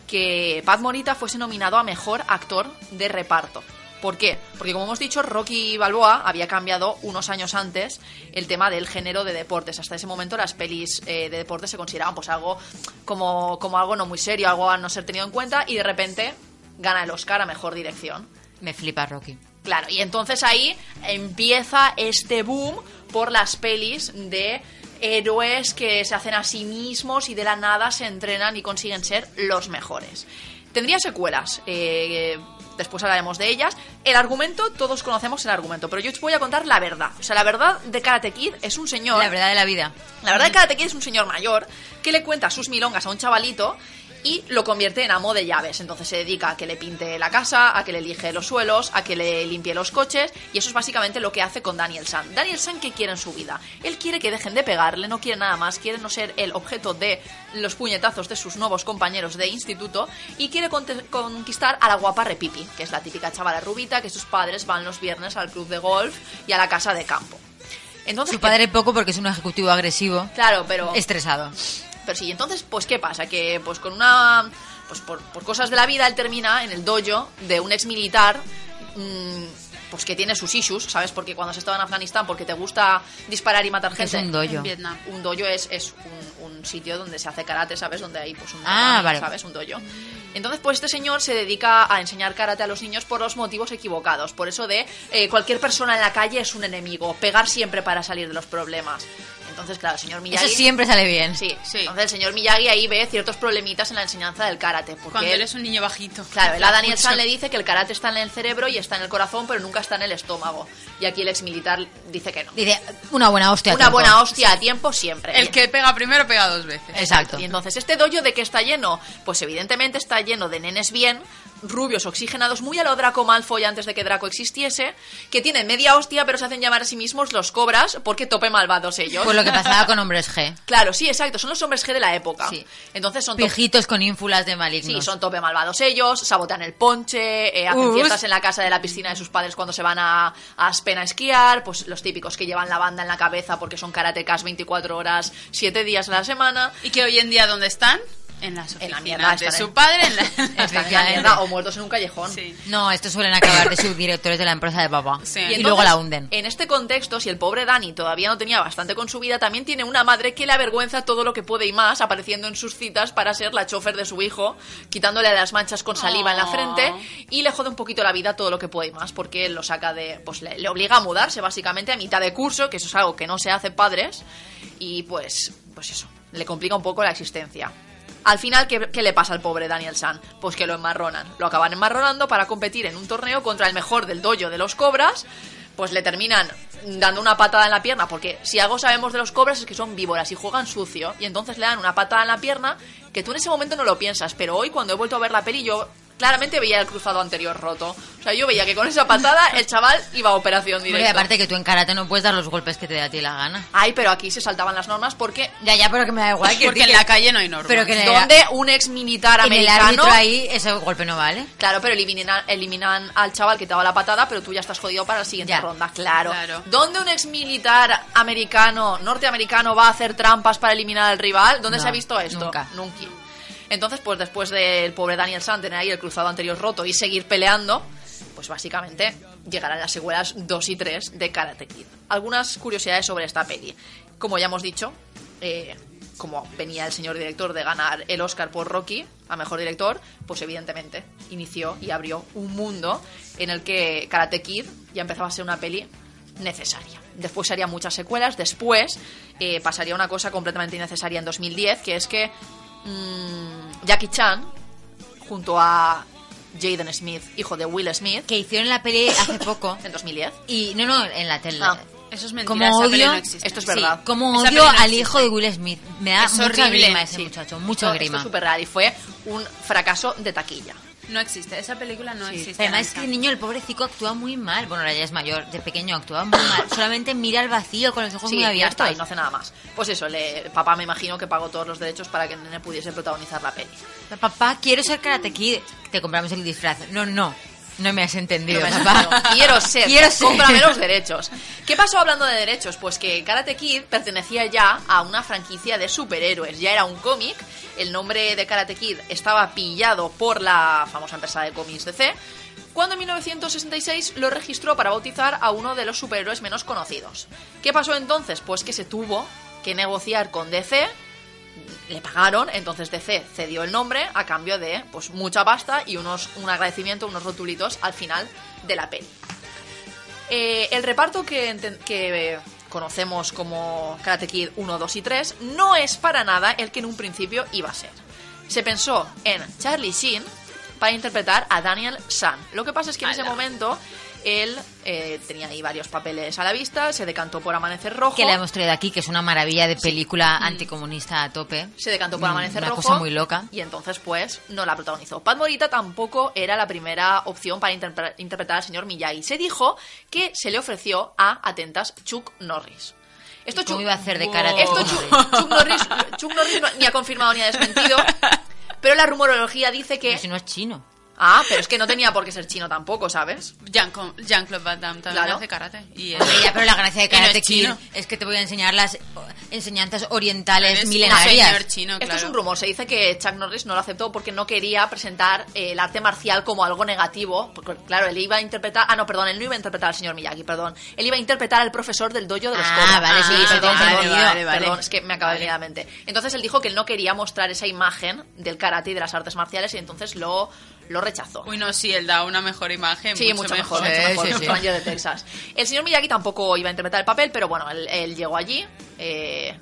Speaker 2: que Pat Morita fuese nominado a Mejor Actor de Reparto. ¿Por qué? Porque como hemos dicho, Rocky Balboa había cambiado unos años antes el tema del género de deportes. Hasta ese momento las pelis eh, de deportes se consideraban pues algo como, como algo no muy serio, algo a no ser tenido en cuenta y de repente gana el Oscar a Mejor Dirección.
Speaker 3: Me flipa Rocky.
Speaker 2: Claro, y entonces ahí empieza este boom por las pelis de héroes que se hacen a sí mismos y de la nada se entrenan y consiguen ser los mejores. Tendría secuelas, eh, después hablaremos de ellas. El argumento, todos conocemos el argumento, pero yo os voy a contar la verdad. O sea, la verdad de Karate Kid es un señor...
Speaker 3: La verdad de la vida.
Speaker 2: La verdad es que Karate Kid es un señor mayor que le cuenta sus milongas a un chavalito y lo convierte en amo de llaves. Entonces se dedica a que le pinte la casa, a que le lije los suelos, a que le limpie los coches y eso es básicamente lo que hace con Daniel San. Daniel San, ¿qué quiere en su vida? Él quiere que dejen de pegarle, no quiere nada más, quiere no ser el objeto de los puñetazos de sus nuevos compañeros de instituto y quiere conte- conquistar a la guapa Repipi, que es la típica chavala rubita que sus padres van los viernes al club de golf y a la casa de campo. Entonces,
Speaker 3: Su
Speaker 2: ¿qué-
Speaker 3: padre poco porque es un ejecutivo agresivo,
Speaker 2: Claro, pero...
Speaker 3: estresado.
Speaker 2: Pero sí, entonces, pues, ¿qué pasa? Que, pues, con una. Pues, por, por cosas de la vida, él termina en el dojo de un ex militar. pues que tiene sus issues, ¿sabes? Porque cuando has estado en Afganistán, porque te gusta disparar y matar
Speaker 3: Que es
Speaker 2: gente.
Speaker 3: un dojo.
Speaker 4: En Vietnam.
Speaker 2: Un dojo es, es un, un sitio donde se hace karate, ¿sabes? Donde hay pues un
Speaker 3: Ah,
Speaker 2: tatami,
Speaker 3: vale.
Speaker 2: ¿sabes? Un dojo. Entonces, pues este señor se dedica a enseñar karate a los niños por los motivos equivocados. Por eso de eh, cualquier persona en la calle es un enemigo. Pegar siempre para salir de los problemas. Entonces, claro, el señor Miyagi...
Speaker 3: Eso siempre sale bien.
Speaker 2: Sí,
Speaker 4: Sí.
Speaker 2: Entonces el señor Miyagi ahí ve ciertos problemitas en la enseñanza del karate. Porque
Speaker 4: Cuando
Speaker 2: él-
Speaker 4: él es un niño bajito.
Speaker 2: Claro, él a Daniel
Speaker 4: Mucho.
Speaker 2: San le dice que el karate está en el cerebro y está en el corazón, pero nunca está en el estómago. Y aquí el exmilitar dice que no.
Speaker 3: Dice, una buena hostia.
Speaker 2: Una
Speaker 3: tronco.
Speaker 2: buena hostia a tiempo siempre.
Speaker 4: El que pega primero pega dos veces.
Speaker 3: Exacto.
Speaker 2: Y entonces, ¿este dojo de qué está lleno? Pues evidentemente está lleno de nenes bien, rubios, oxigenados, muy a lo Draco Malfoy antes de que Draco existiese, que tienen media hostia, pero se hacen llamar a sí mismos los cobras porque tope malvados ellos.
Speaker 3: Pues lo que pasaba con hombres G.
Speaker 2: Claro, sí, exacto, son los hombres G de la época.
Speaker 3: Sí.
Speaker 2: Entonces son to-
Speaker 3: Pijitos con ínfulas de
Speaker 2: Sí,
Speaker 3: malignos.
Speaker 2: son tope malvados ellos, sabotean el ponche, eh, hacen
Speaker 3: Us.
Speaker 2: fiestas en la casa de la piscina de sus padres cuando se van a, a Aspen a esquiar, pues los típicos que llevan la banda en la cabeza porque son karatecas 24 horas, 7 días a la semana.
Speaker 4: Y que hoy en día, ¿dónde están? En las
Speaker 2: En la
Speaker 4: oficinas
Speaker 2: mierda,
Speaker 4: de
Speaker 2: están
Speaker 4: su
Speaker 2: en-
Speaker 4: padre. En la...
Speaker 2: Están en la mierda o muertos en un callejón.
Speaker 4: Sí.
Speaker 3: No, estos suelen acabar de subdirectores de la empresa de papá.
Speaker 4: Sí.
Speaker 3: Y,
Speaker 4: Y
Speaker 2: entonces,
Speaker 3: luego la hunden.
Speaker 2: En este contexto, si el pobre Dani todavía no tenía bastante con su vida, también tiene una madre que le avergüenza todo lo que puede y más, apareciendo en sus citas para ser la chofer de su hijo, quitándole las manchas con saliva en la
Speaker 4: Aw.
Speaker 2: frente y le jode un poquito la vida todo lo que puede y más, porque lo saca de. Pues le, le obliga a mudarse básicamente a mitad de curso, que eso es algo que no se hace padres, y pues. Pues eso, le complica un poco la existencia. Al final, ¿qué, qué le pasa al pobre Daniel San? Pues que lo enmarronan. Lo acaban enmarronando para competir en un torneo contra el mejor del dojo de los cobras. Pues le terminan dando una patada en la pierna, porque si algo sabemos de los cobras es que son víboras y juegan sucio. Y entonces le dan una patada en la pierna que tú en ese momento no lo piensas, pero hoy cuando he vuelto a ver la peli yo claramente veía el cruzado anterior roto. O sea, yo veía que con esa patada el chaval iba a operación
Speaker 3: Hombre,
Speaker 2: directa.
Speaker 3: aparte que tú en karate no puedes dar los golpes que te da a ti la gana.
Speaker 2: Ay, pero aquí se saltaban las normas porque
Speaker 3: Ya, ya, pero que me da igual. que
Speaker 4: Porque en la calle no hay normas.
Speaker 3: Pero que le-
Speaker 2: donde un ex militar
Speaker 3: en el
Speaker 2: americano
Speaker 3: árbitro ahí ese golpe no vale.
Speaker 2: Claro, pero eliminan, eliminan al chaval que te daba la patada, pero tú ya estás jodido para la siguiente
Speaker 3: Ya.
Speaker 2: ronda, claro.
Speaker 4: Claro.
Speaker 2: ¿Dónde un ex militar americano, norteamericano, va a hacer trampas para eliminar al rival? ¿Dónde
Speaker 3: No,
Speaker 2: se ha visto esto?
Speaker 3: nunca.
Speaker 2: Nunqui. Entonces, pues después del pobre Daniel San tener ahí el cruzado anterior roto y seguir peleando, pues básicamente llegarán las secuelas 2 y 3 de Karate Kid. Algunas curiosidades sobre esta peli. Como ya hemos dicho, eh, como venía el señor director de ganar el Oscar por Rocky a mejor director, pues evidentemente inició y abrió un mundo en el que Karate Kid ya empezaba a ser una peli necesaria. Después se harían muchas secuelas, después eh, pasaría una cosa completamente innecesaria en 2010, que es que mm, Jackie Chan, junto a Jaden Smith, hijo de Will Smith,
Speaker 3: Que hicieron la peli hace poco.
Speaker 2: en 2010.
Speaker 3: Y no, no, en la tele.
Speaker 2: Ah,
Speaker 4: Eso es mentira.
Speaker 3: Como
Speaker 4: esa peli
Speaker 3: odio-
Speaker 4: no existe.
Speaker 2: esto es verdad.
Speaker 3: Sí, como
Speaker 4: Esa peli
Speaker 3: odio
Speaker 4: no
Speaker 3: al
Speaker 4: existe.
Speaker 3: hijo de Will Smith. Me da
Speaker 4: Es
Speaker 3: mucha
Speaker 4: horrible,
Speaker 3: grima ese
Speaker 4: sí.
Speaker 3: muchacho,
Speaker 2: Esto-
Speaker 3: mucha
Speaker 2: esto
Speaker 3: grima. Pues
Speaker 2: es súper real y fue un fracaso de taquilla.
Speaker 4: No existe. Esa película no existe.
Speaker 3: Además es que
Speaker 4: Aranza.
Speaker 3: el niño, el pobrecito, actúa muy mal. Bueno, ahora ya es mayor, de pequeño actúa muy mal. Solamente mira al vacío con los ojos
Speaker 2: Sí,
Speaker 3: muy
Speaker 2: ya está,
Speaker 3: abiertos.
Speaker 2: y no hace nada más. Pues eso, le, papá me imagino que pagó todos los derechos para que el nene pudiese protagonizar la peli.
Speaker 3: Papá, quiero ser Karate Kid. Te compramos el disfraz. No, no. No me has entendido,
Speaker 2: Pero me
Speaker 3: papá.
Speaker 2: has dicho, Quiero ser.
Speaker 3: Quiero ser.
Speaker 2: Cómprame los derechos. ¿Qué pasó hablando de derechos? Pues que Karate Kid pertenecía ya a una franquicia de superhéroes. Ya era un cómic. El nombre de Karate Kid estaba pillado por la famosa empresa de cómics DC. Cuando en 1966 lo registró para bautizar a uno de los superhéroes menos conocidos. ¿Qué pasó entonces? Pues que se tuvo que negociar con DC le pagaron, entonces DC cedió el nombre a cambio de pues mucha pasta y unos un agradecimiento, unos rotulitos al final de la peli. Eh, el reparto que, enten- que, eh, conocemos como Karate Kid 1, 2 y 3 no es para nada el que en un principio iba a ser. Se pensó en Charlie Sheen para interpretar a Daniel San. Lo que pasa es que en ese
Speaker 4: Ala.
Speaker 2: momento él eh, tenía ahí varios papeles a la vista, se decantó por Amanecer Rojo.
Speaker 3: Que la hemos traído aquí, que es una maravilla de
Speaker 2: Mm.
Speaker 3: película anticomunista a tope.
Speaker 2: se decantó por
Speaker 3: Mm,
Speaker 2: Amanecer
Speaker 3: Una
Speaker 2: Rojo.
Speaker 3: cosa muy loca.
Speaker 2: Y entonces, pues, no la protagonizó. Pat Morita tampoco era la primera opción para interpre- interpretar al señor Miyagi. Se dijo que se le ofreció a atentas Chuck Norris. Esto
Speaker 3: ¿Cómo
Speaker 2: Chuck-
Speaker 3: iba a hacer de
Speaker 4: Wow.
Speaker 3: karate?
Speaker 2: esto
Speaker 3: Kid?
Speaker 2: Chu- Chuck, Norris, Chuck Norris no- ni ha confirmado ni ha desmentido. Pero la rumorología dice que...
Speaker 3: Pero si no es chino.
Speaker 2: Ah, pero es que no tenía por qué ser chino tampoco, ¿sabes?
Speaker 4: Jean-Clo- Jean-Claude Van Damme también
Speaker 2: Claro.
Speaker 4: hace karate. Y es-
Speaker 3: Hombre, ya, pero la gracia de
Speaker 4: Y no es
Speaker 3: Karate Kid
Speaker 4: chino.
Speaker 3: es que te voy a enseñar las eh, enseñanzas orientales
Speaker 4: Eres un señor
Speaker 3: milenarias.
Speaker 4: chino,
Speaker 2: Esto
Speaker 4: claro.
Speaker 2: es un rumor. Se dice que Chuck Norris no lo aceptó porque no quería presentar eh, el arte marcial como algo negativo. Porque, claro, él iba a interpretar. Ah, no, perdón, él no iba a interpretar al señor Miyagi, perdón. Él iba a interpretar al profesor del dojo de los
Speaker 3: Ah,
Speaker 2: Cobra.
Speaker 3: vale, sí,
Speaker 2: Ah,
Speaker 3: sí,
Speaker 2: perdón,
Speaker 3: tiene
Speaker 2: perdón,
Speaker 3: sentido.
Speaker 2: perdón,
Speaker 3: Vale,
Speaker 2: perdón, es que me acaba de venir a la mente. Entonces él dijo que él no quería mostrar esa imagen del karate y de las artes marciales y entonces lo, lo rechazó.
Speaker 4: Uy, no, sí, él da una mejor imagen.
Speaker 2: Sí, mucho, mejor,
Speaker 3: mejor.
Speaker 2: mucho
Speaker 3: Sí,
Speaker 2: mejor,
Speaker 3: sí,
Speaker 2: los
Speaker 3: sí.
Speaker 2: Rangers de Texas. El señor Miyagi tampoco iba a interpretar el papel, pero bueno, él, él llegó allí eh,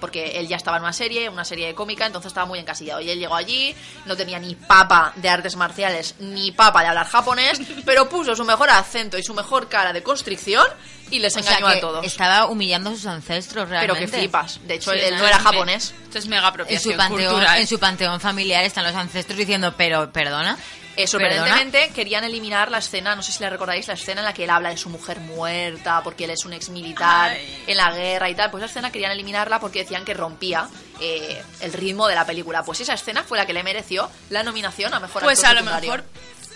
Speaker 2: porque él ya estaba en una serie, una serie cómica, entonces estaba muy encasillado. Y él llegó allí, no tenía ni papa de artes marciales, ni papa de hablar japonés, pero puso su mejor acento y su mejor cara de constricción y les
Speaker 3: O sea,
Speaker 2: engañó
Speaker 3: que
Speaker 2: a todos.
Speaker 3: estaba humillando a sus ancestros
Speaker 2: Pero
Speaker 3: realmente.
Speaker 2: que flipas. De hecho, él, él no era japonés.
Speaker 4: Esto es mega
Speaker 3: En
Speaker 4: apropiación
Speaker 3: su, panteón,
Speaker 4: cultural.
Speaker 3: en su panteón familiar están los ancestros diciendo, pero, perdona.
Speaker 2: Eh, sorprendentemente querían eliminar la escena, no sé si la recordáis, la escena en la que él habla de su mujer muerta, porque él es un ex militar
Speaker 4: Ay.
Speaker 2: en la guerra y tal. Pues esa escena querían eliminarla porque decían que rompía eh, el ritmo de la película. Pues esa escena fue la que le mereció la nominación a mejor
Speaker 4: Pues
Speaker 2: actor
Speaker 4: a lo
Speaker 2: secundario.
Speaker 4: mejor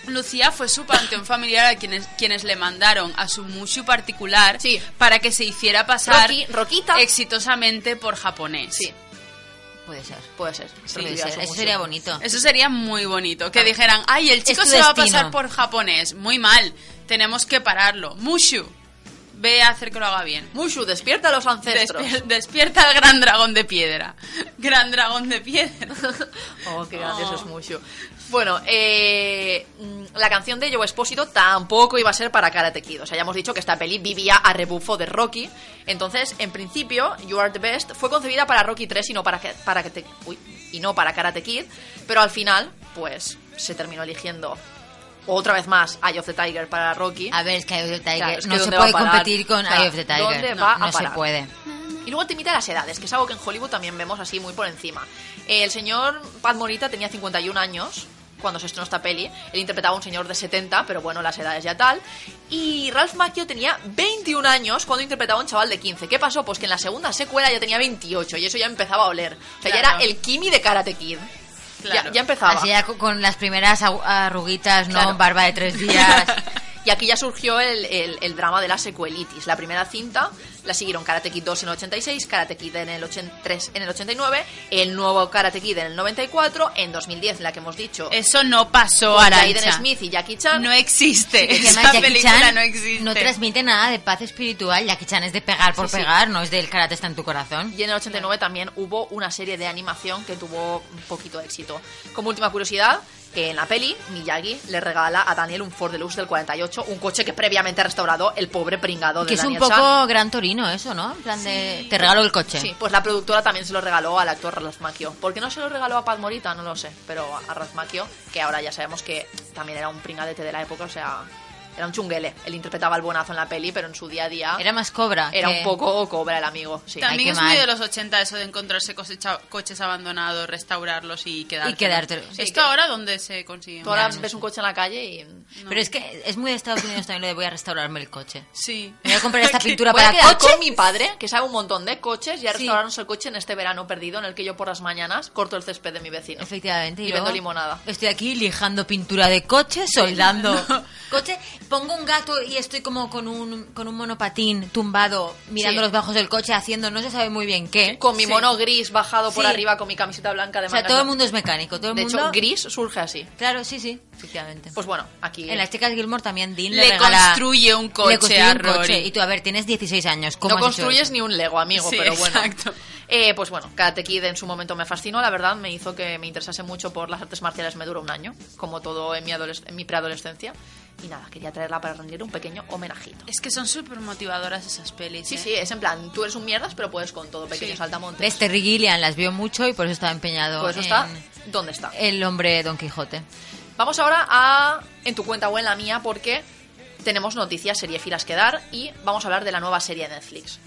Speaker 4: Lucía fue su panteón familiar a quienes, quienes le mandaron a su mushu particular
Speaker 2: Sí.
Speaker 4: para que se hiciera pasar
Speaker 2: Rocky- Roquita.
Speaker 4: exitosamente por japonés.
Speaker 2: Sí,
Speaker 3: Perdona. Puede ser.
Speaker 2: puede ser.
Speaker 3: Puede
Speaker 2: Recibía
Speaker 3: ser.
Speaker 2: su
Speaker 3: Eso
Speaker 2: museo.
Speaker 3: sería bonito.
Speaker 4: Eso sería muy bonito. Que dijeran, ay, el chico
Speaker 3: Es tu
Speaker 4: se lo va a
Speaker 3: destino".
Speaker 4: pasar por japonés. Muy mal. Tenemos que pararlo. Mushu, ve a hacer que lo haga bien.
Speaker 2: Mushu, despierta a los ancestros.
Speaker 4: Despier- despierta al gran dragón de piedra. Gran dragón de piedra.
Speaker 2: Oh, qué gracioso es Mushu. Bueno, eh, mm, la canción de Joe Espósito tampoco iba a ser para Karate Kid. O sea, ya hemos dicho que esta peli vivía a rebufo de Rocky. Entonces, en principio, You Are the Best fue concebida para Rocky 3 y no para, que- para, que te- uy, y no para Karate Kid. Pero al final, pues, se terminó eligiendo otra vez más Eye of the Tiger para Rocky.
Speaker 3: A ver, es que Eye of the Tiger
Speaker 2: Claro, es que
Speaker 3: no se
Speaker 2: ¿dónde
Speaker 3: puede
Speaker 2: va a parar?
Speaker 3: competir con
Speaker 2: O sea,
Speaker 3: Eye of the Tiger.
Speaker 2: ¿dónde
Speaker 3: no
Speaker 2: va a
Speaker 3: no se
Speaker 2: parar?
Speaker 3: puede.
Speaker 2: Y luego te imita las edades, que es algo que en Hollywood también vemos así muy por encima. El señor Pat Morita tenía 51 años cuando se estrenó esta peli. Él interpretaba a un señor de 70, pero bueno, las edades ya tal. Y Ralph Macchio tenía 21 años cuando interpretaba a un chaval de 15. ¿Qué pasó? Pues que en la segunda secuela ya tenía 28 y eso ya empezaba a oler. O sea, ya
Speaker 4: Claro.
Speaker 2: era el Kimi de Karate Kid. Ya-
Speaker 4: Claro.
Speaker 2: Ya, empezaba.
Speaker 3: Así ya con- con las primeras agu- arruguitas, no
Speaker 2: Claro.
Speaker 3: barba de tres días.
Speaker 2: Y aquí ya surgió el, el- el drama de la secuelitis. La primera cinta la siguieron Karate Kid 2 en el 86, Karate Kid en el 83 en el 89, el nuevo Karate Kid en el 94, en 2010 la que hemos dicho
Speaker 4: Eso no pasó,
Speaker 2: con
Speaker 4: Arancha.
Speaker 2: Jaden Smith y Jackie Chan.
Speaker 4: No existe.
Speaker 3: Y
Speaker 4: Esa
Speaker 3: además Jackie
Speaker 4: película
Speaker 3: Chan
Speaker 4: no existe.
Speaker 3: no transmite nada de paz espiritual. Jackie Chan es de pegar por
Speaker 2: Sí, sí.
Speaker 3: pegar, no es del karate está en tu corazón.
Speaker 2: Y en el 89 también hubo una serie de animación que tuvo un poquito de éxito. Como última curiosidad, que en la peli Miyagi le regala a Daniel un Ford Deluxe del 48, un coche que previamente ha restaurado el pobre pringado de
Speaker 3: Que es un
Speaker 2: Daniel
Speaker 3: poco
Speaker 2: San.
Speaker 3: Gran Torino eso, ¿no? En plan de... Te regalo el coche.
Speaker 2: Sí, pues la productora también se lo regaló al actor Razmakio. ¿Por qué no se lo regaló a Pat Morita? No lo sé, pero a Razmakio, que ahora ya sabemos que también era un pringadete de la época, o sea, era un chunguele. Él interpretaba al buenazo en la peli, pero en su día a día
Speaker 3: Era más cobra.
Speaker 2: era
Speaker 3: que-
Speaker 2: un poco cobra el amigo. Sí.
Speaker 4: También
Speaker 3: qué
Speaker 4: es
Speaker 3: mal.
Speaker 4: muy de los 80 eso de encontrarse cosecha- coches abandonados, restaurarlos y quedártelo.
Speaker 3: Y quedártelo.
Speaker 4: ¿Esto ahora dónde se consigue?
Speaker 2: Tú ahora
Speaker 4: Bueno,
Speaker 2: ves un coche en la calle y
Speaker 3: Pero es que es muy de Estados Unidos también lo de voy a restaurarme el coche.
Speaker 4: Sí.
Speaker 3: Voy a comprar esta pintura
Speaker 2: Voy a
Speaker 3: para
Speaker 2: quedar
Speaker 3: coche.
Speaker 2: con mi padre, que sabe un montón de coches, ya restauramos el coche en este verano perdido en el que yo por las mañanas corto el césped de mi vecino.
Speaker 3: Efectivamente.
Speaker 2: Y vendo
Speaker 3: luego
Speaker 2: limonada.
Speaker 3: Estoy aquí lijando pintura de coche, soldando coche. Pongo un gato y estoy como con un, con un monopatín tumbado, mirando
Speaker 2: Sí.
Speaker 3: los bajos del coche, haciendo no se sabe muy bien qué.
Speaker 2: Con mi mono gris bajado por
Speaker 3: Sí.
Speaker 2: arriba, con mi camiseta blanca de
Speaker 3: o sea,
Speaker 2: mangas
Speaker 3: todo el
Speaker 2: largas.
Speaker 3: mundo es mecánico. Todo el
Speaker 2: De
Speaker 3: mundo...
Speaker 2: hecho, gris surge así.
Speaker 3: Claro, sí, sí, efectivamente.
Speaker 2: Pues bueno, aquí.
Speaker 3: en las chicas Gilmore también Dean le,
Speaker 4: Le
Speaker 3: regala-
Speaker 4: construye un
Speaker 3: le
Speaker 4: coche
Speaker 3: construye
Speaker 4: a
Speaker 3: un coche.
Speaker 4: Rory.
Speaker 3: Y tú, a ver, tienes 16 años. ¿cómo
Speaker 2: no
Speaker 3: has hecho
Speaker 2: construyes
Speaker 3: eso?
Speaker 2: ni un Lego, amigo,
Speaker 4: Sí,
Speaker 2: pero bueno.
Speaker 4: exacto.
Speaker 2: Eh, pues bueno, Karate Kid en su momento me fascinó, la verdad, me hizo que me interesase mucho por las artes marciales, me duró un año, como todo en mi, adoles- en mi preadolescencia. Y nada, quería traerla para rendir un pequeño homenajito.
Speaker 4: Es que son súper motivadoras esas pelis.
Speaker 2: Sí,
Speaker 4: ¿eh?
Speaker 2: sí, es en plan, tú eres un mierdas, pero puedes con todo, pequeño
Speaker 4: Sí.
Speaker 2: saltamontes.
Speaker 3: ¿Ves? Terry Gilliam las vio mucho y por eso estaba empeñado
Speaker 2: Pues eso
Speaker 3: en Eh.
Speaker 2: está. ¿Dónde está?
Speaker 3: el hombre Don Quijote.
Speaker 2: Vamos ahora a en tu cuenta o en la mía porque tenemos noticias serie filas que dar y vamos a hablar de la nueva serie de Netflix.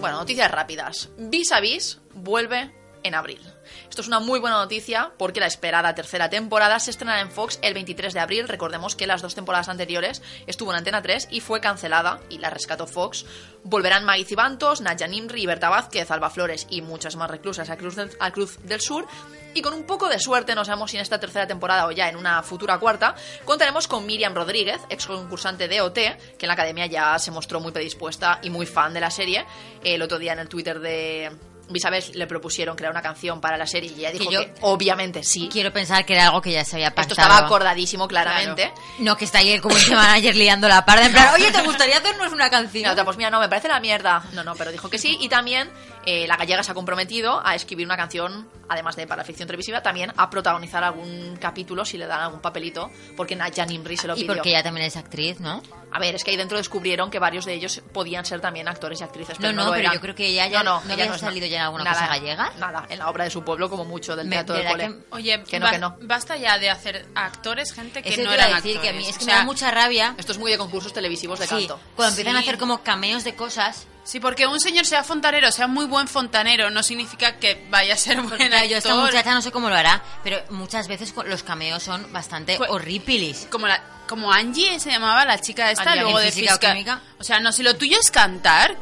Speaker 2: Bueno, noticias rápidas. Vis a Vis vuelve en abril. Esto es una muy buena noticia porque la esperada tercera temporada se estrenará en Fox el 23 de abril. Recordemos que las dos temporadas anteriores estuvo en Antena 3 y fue cancelada y la rescató Fox. Volverán Maggie Cibantos, Nadia Nimri, Berta Vázquez, Alba Flores y muchas más reclusas a Cruz del, a Cruz del Sur. Y con un poco de suerte, no sabemos si en esta tercera temporada o ya en una futura cuarta, contaremos con Miriam Rodríguez, ex concursante de OT, que en la academia ya se mostró muy predispuesta y muy fan de la serie. El otro día en el Twitter de Bisabes le propusieron crear una canción para la serie y ella dijo
Speaker 3: yo-
Speaker 2: que obviamente sí.
Speaker 3: Quiero pensar que era algo que ya se había
Speaker 2: Esto
Speaker 3: pactado.
Speaker 2: estaba acordadísimo
Speaker 4: ¿eh?
Speaker 2: claramente.
Speaker 3: No que está ahí el community manager liando la parda. En plan, oye, ¿te gustaría hacernos una
Speaker 2: Y la
Speaker 3: canción?
Speaker 2: otra, pues mira, no, me parece la mierda. No, no, pero dijo que sí. Y también eh, la gallega se ha comprometido a escribir una canción, además de para ficción televisiva, también a protagonizar algún capítulo si le dan algún papelito, porque Nadia Nimri se lo
Speaker 3: Y
Speaker 2: pidió.
Speaker 3: porque ella también es actriz, ¿no?
Speaker 2: A ver, es que ahí dentro descubrieron que varios de ellos podían ser también actores y actrices. Pero
Speaker 3: No,
Speaker 2: no,
Speaker 3: no,
Speaker 2: lo
Speaker 3: pero
Speaker 2: eran.
Speaker 3: yo creo que ella ya- ¿no había
Speaker 2: es
Speaker 3: salido
Speaker 2: na-
Speaker 3: ya en alguna cosa gallega?
Speaker 2: Nada, en la obra de su pueblo, como mucho, del
Speaker 3: Me-
Speaker 2: teatro
Speaker 3: de
Speaker 2: del
Speaker 3: la
Speaker 2: cole.
Speaker 3: que-
Speaker 4: Oye,
Speaker 2: que no,
Speaker 4: ba-
Speaker 2: que no.
Speaker 4: basta ya de hacer actores, gente que
Speaker 3: Eso
Speaker 4: no
Speaker 3: te iba
Speaker 4: eran
Speaker 3: a decir, que a
Speaker 4: actores.
Speaker 3: mí es que
Speaker 4: O
Speaker 3: me da
Speaker 4: sea,
Speaker 3: mucha rabia.
Speaker 2: Esto es muy de concursos televisivos de
Speaker 3: Sí,
Speaker 2: canto.
Speaker 3: cuando empiezan a
Speaker 4: Sí.
Speaker 3: hacer como cameos de cosas.
Speaker 4: Sí, porque un señor sea fontanero, sea muy buen fontanero, no significa que vaya a ser buen
Speaker 3: Porque claro, yo esta
Speaker 4: actor.
Speaker 3: muchacha no sé cómo lo hará, pero muchas veces co- los cameos son bastante
Speaker 4: Pues-
Speaker 3: horripilis.
Speaker 4: como la como Angie se llamaba la chica esta
Speaker 3: Angie,
Speaker 4: luego
Speaker 3: en
Speaker 4: de
Speaker 3: física o
Speaker 4: física.
Speaker 3: química.
Speaker 4: o sea no si lo tuyo es cantar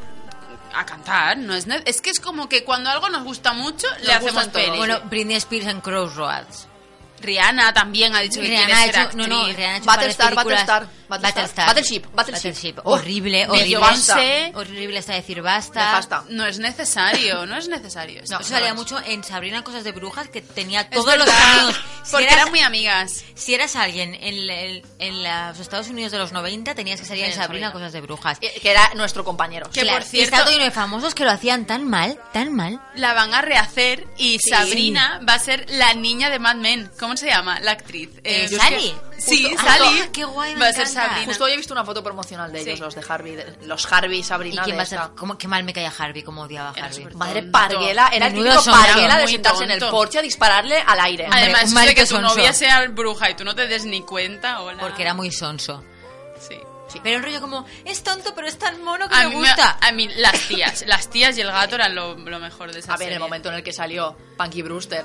Speaker 4: a cantar no es ne- es que es como que cuando algo nos gusta mucho le
Speaker 2: Nos
Speaker 4: hacemos
Speaker 2: gustan todos.
Speaker 4: Pues pelis
Speaker 3: Bueno, Britney Spears en Crossroads.
Speaker 4: Rihanna también ha dicho que
Speaker 3: Rihanna
Speaker 4: quiere
Speaker 3: ha
Speaker 4: ser
Speaker 3: hecho,
Speaker 4: actriz
Speaker 3: no, no, Rihanna ha hecho
Speaker 2: Battlestar,
Speaker 3: varias películas.
Speaker 2: Battlestar, Battlestar. Battleship, Battleship. Oh,
Speaker 3: horrible,
Speaker 2: medio
Speaker 3: horrible.
Speaker 2: basta.
Speaker 3: Horrible hasta decir basta.
Speaker 2: Nefasta.
Speaker 4: no es necesario no es necesario esto.
Speaker 3: Eso
Speaker 4: Es
Speaker 3: salía mucho en Sabrina Cosas de Brujas que tenía todos
Speaker 4: verdad,
Speaker 3: los cameos.
Speaker 4: porque
Speaker 3: eras-
Speaker 4: eran muy amigas
Speaker 3: Si eras alguien en, el- en la- los Estados Unidos de los 90, tenías que salir en
Speaker 2: Sí,
Speaker 3: Sabrina
Speaker 2: Sabrina.
Speaker 3: Cosas de Brujas.
Speaker 2: Eh, Que era nuestro compañero.
Speaker 4: Que
Speaker 3: Claro,
Speaker 4: por
Speaker 3: y está
Speaker 4: cierto-
Speaker 3: lleno de famosos que lo hacían tan mal, tan mal.
Speaker 4: la van a rehacer y Sabrina va a ser la niña de Mad Men cómo se llama la actriz
Speaker 3: Eh,
Speaker 4: yo
Speaker 3: Sally.
Speaker 4: es que- sí
Speaker 3: Justo-
Speaker 4: Sally
Speaker 3: Ah, qué guay, me
Speaker 4: va a ser
Speaker 3: encanta.
Speaker 4: Sabrina
Speaker 2: Justo hoy he visto una foto promocional de
Speaker 4: Sí.
Speaker 2: ellos, los de Harvey, de- los Harvey y
Speaker 3: ¿Y
Speaker 2: Sabrina.
Speaker 3: quién
Speaker 2: de
Speaker 3: va a ser?
Speaker 2: esta.
Speaker 3: ¿Cómo- qué mal me caía Harvey, cómo odiaba a
Speaker 4: Era
Speaker 3: Harvey.
Speaker 4: súper-
Speaker 2: Madre
Speaker 4: Tonto.
Speaker 2: parguela, era el
Speaker 3: Menudo
Speaker 2: típico
Speaker 3: sonado,
Speaker 2: parguela de
Speaker 4: muy
Speaker 2: sentarse en el
Speaker 4: tonto.
Speaker 2: porche a dispararle al aire.
Speaker 3: Hombre, un
Speaker 4: Además, eso de
Speaker 3: marido
Speaker 4: que tu
Speaker 3: sonso.
Speaker 4: novia sea bruja y tú no te des ni cuenta, hola.
Speaker 3: Porque era muy sonso.
Speaker 4: Sí.
Speaker 3: Pero el rollo como, es tonto, pero es tan mono que
Speaker 4: A
Speaker 3: me
Speaker 4: mí, me-
Speaker 3: gusta.
Speaker 4: a mí las tías, las tías y el gato eran lo, lo mejor de esa
Speaker 2: A ver,
Speaker 4: serie.
Speaker 2: el momento en el que salió Punky Brewster,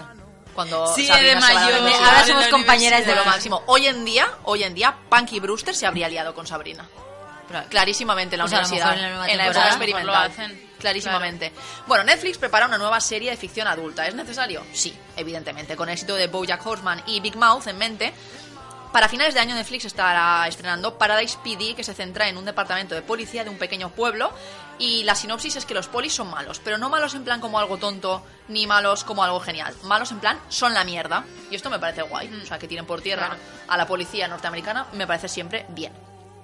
Speaker 2: cuando
Speaker 4: Sí,
Speaker 2: Sabrina se
Speaker 4: de
Speaker 2: va a la
Speaker 4: mayor.
Speaker 2: universidad.
Speaker 3: Ahora
Speaker 4: de
Speaker 3: somos
Speaker 4: la
Speaker 3: compañeras de
Speaker 2: de lo
Speaker 4: universidad.
Speaker 2: máximo. Hoy en día, hoy en día, Punky Brewster se habría liado con Sabrina. Clarísimamente en la
Speaker 3: Pues a lo
Speaker 2: universidad.
Speaker 3: mejor en la nueva
Speaker 2: época
Speaker 3: temporada,
Speaker 2: experimental.
Speaker 4: a lo mejor lo hacen.
Speaker 2: Clarísimamente. Bueno, Netflix prepara una nueva serie de ficción adulta. ¿Es necesario? Sí, evidentemente. Con el éxito de Bojack Horseman y Big Mouth en mente, Para finales de año Netflix estará estrenando Paradise PD, que se centra en un departamento de policía de un pequeño pueblo. Y la sinopsis es que los polis son malos, pero no malos en plan como algo tonto, ni malos como algo genial. Malos en plan son la mierda. Y esto me parece guay. O sea, que tiren por tierra
Speaker 4: Claro.
Speaker 2: a la policía norteamericana me parece siempre bien.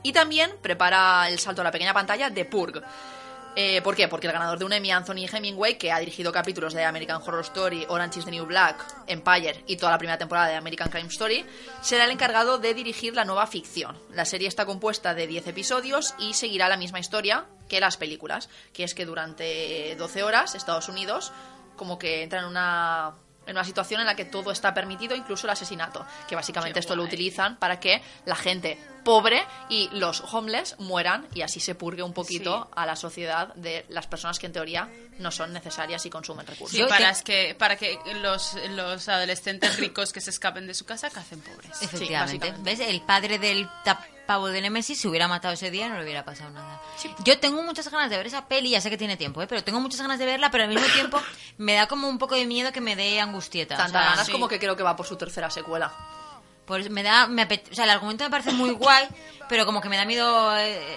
Speaker 2: Y también prepara el salto a la pequeña pantalla de Purg. Eh, ¿Por qué? Porque el ganador de un Emmy, Anthony Hemingway, que ha dirigido capítulos de American Horror Story, Orange is the New Black, Empire y toda la primera temporada de American Crime Story, será el encargado de dirigir la nueva ficción. La serie está compuesta de 10 episodios y seguirá la misma historia que las películas, que es que durante 12 horas Estados Unidos como que entra en una, en una situación en la que todo está permitido, incluso el asesinato, que básicamente
Speaker 4: Qué
Speaker 2: esto lo
Speaker 4: guay.
Speaker 2: utilizan para que la gente pobre y los homeless mueran y así se purgue un poquito
Speaker 4: Sí.
Speaker 2: a la sociedad de las personas que en teoría no son necesarias y consumen recursos.
Speaker 4: Sí,
Speaker 3: Yo
Speaker 4: para,
Speaker 3: te-
Speaker 4: es que, para que los, los adolescentes ricos que se escapen de su casa cacen pobres.
Speaker 3: Efectivamente.
Speaker 2: básicamente.
Speaker 3: ¿Ves? El padre del tap- pavo de Nemesis se hubiera matado ese día y no le hubiera pasado nada. Yo tengo muchas ganas de ver esa peli, ya sé que tiene tiempo, ¿eh? pero tengo muchas ganas de verla, pero al mismo tiempo me da como un poco de miedo que me dé angustieta. o
Speaker 2: Tantas
Speaker 3: sea,
Speaker 2: ganas
Speaker 4: sí.
Speaker 2: como que creo que va por su tercera secuela.
Speaker 3: por eso me da, me apete- o sea, el argumento me parece muy guay, pero como que me da miedo eh,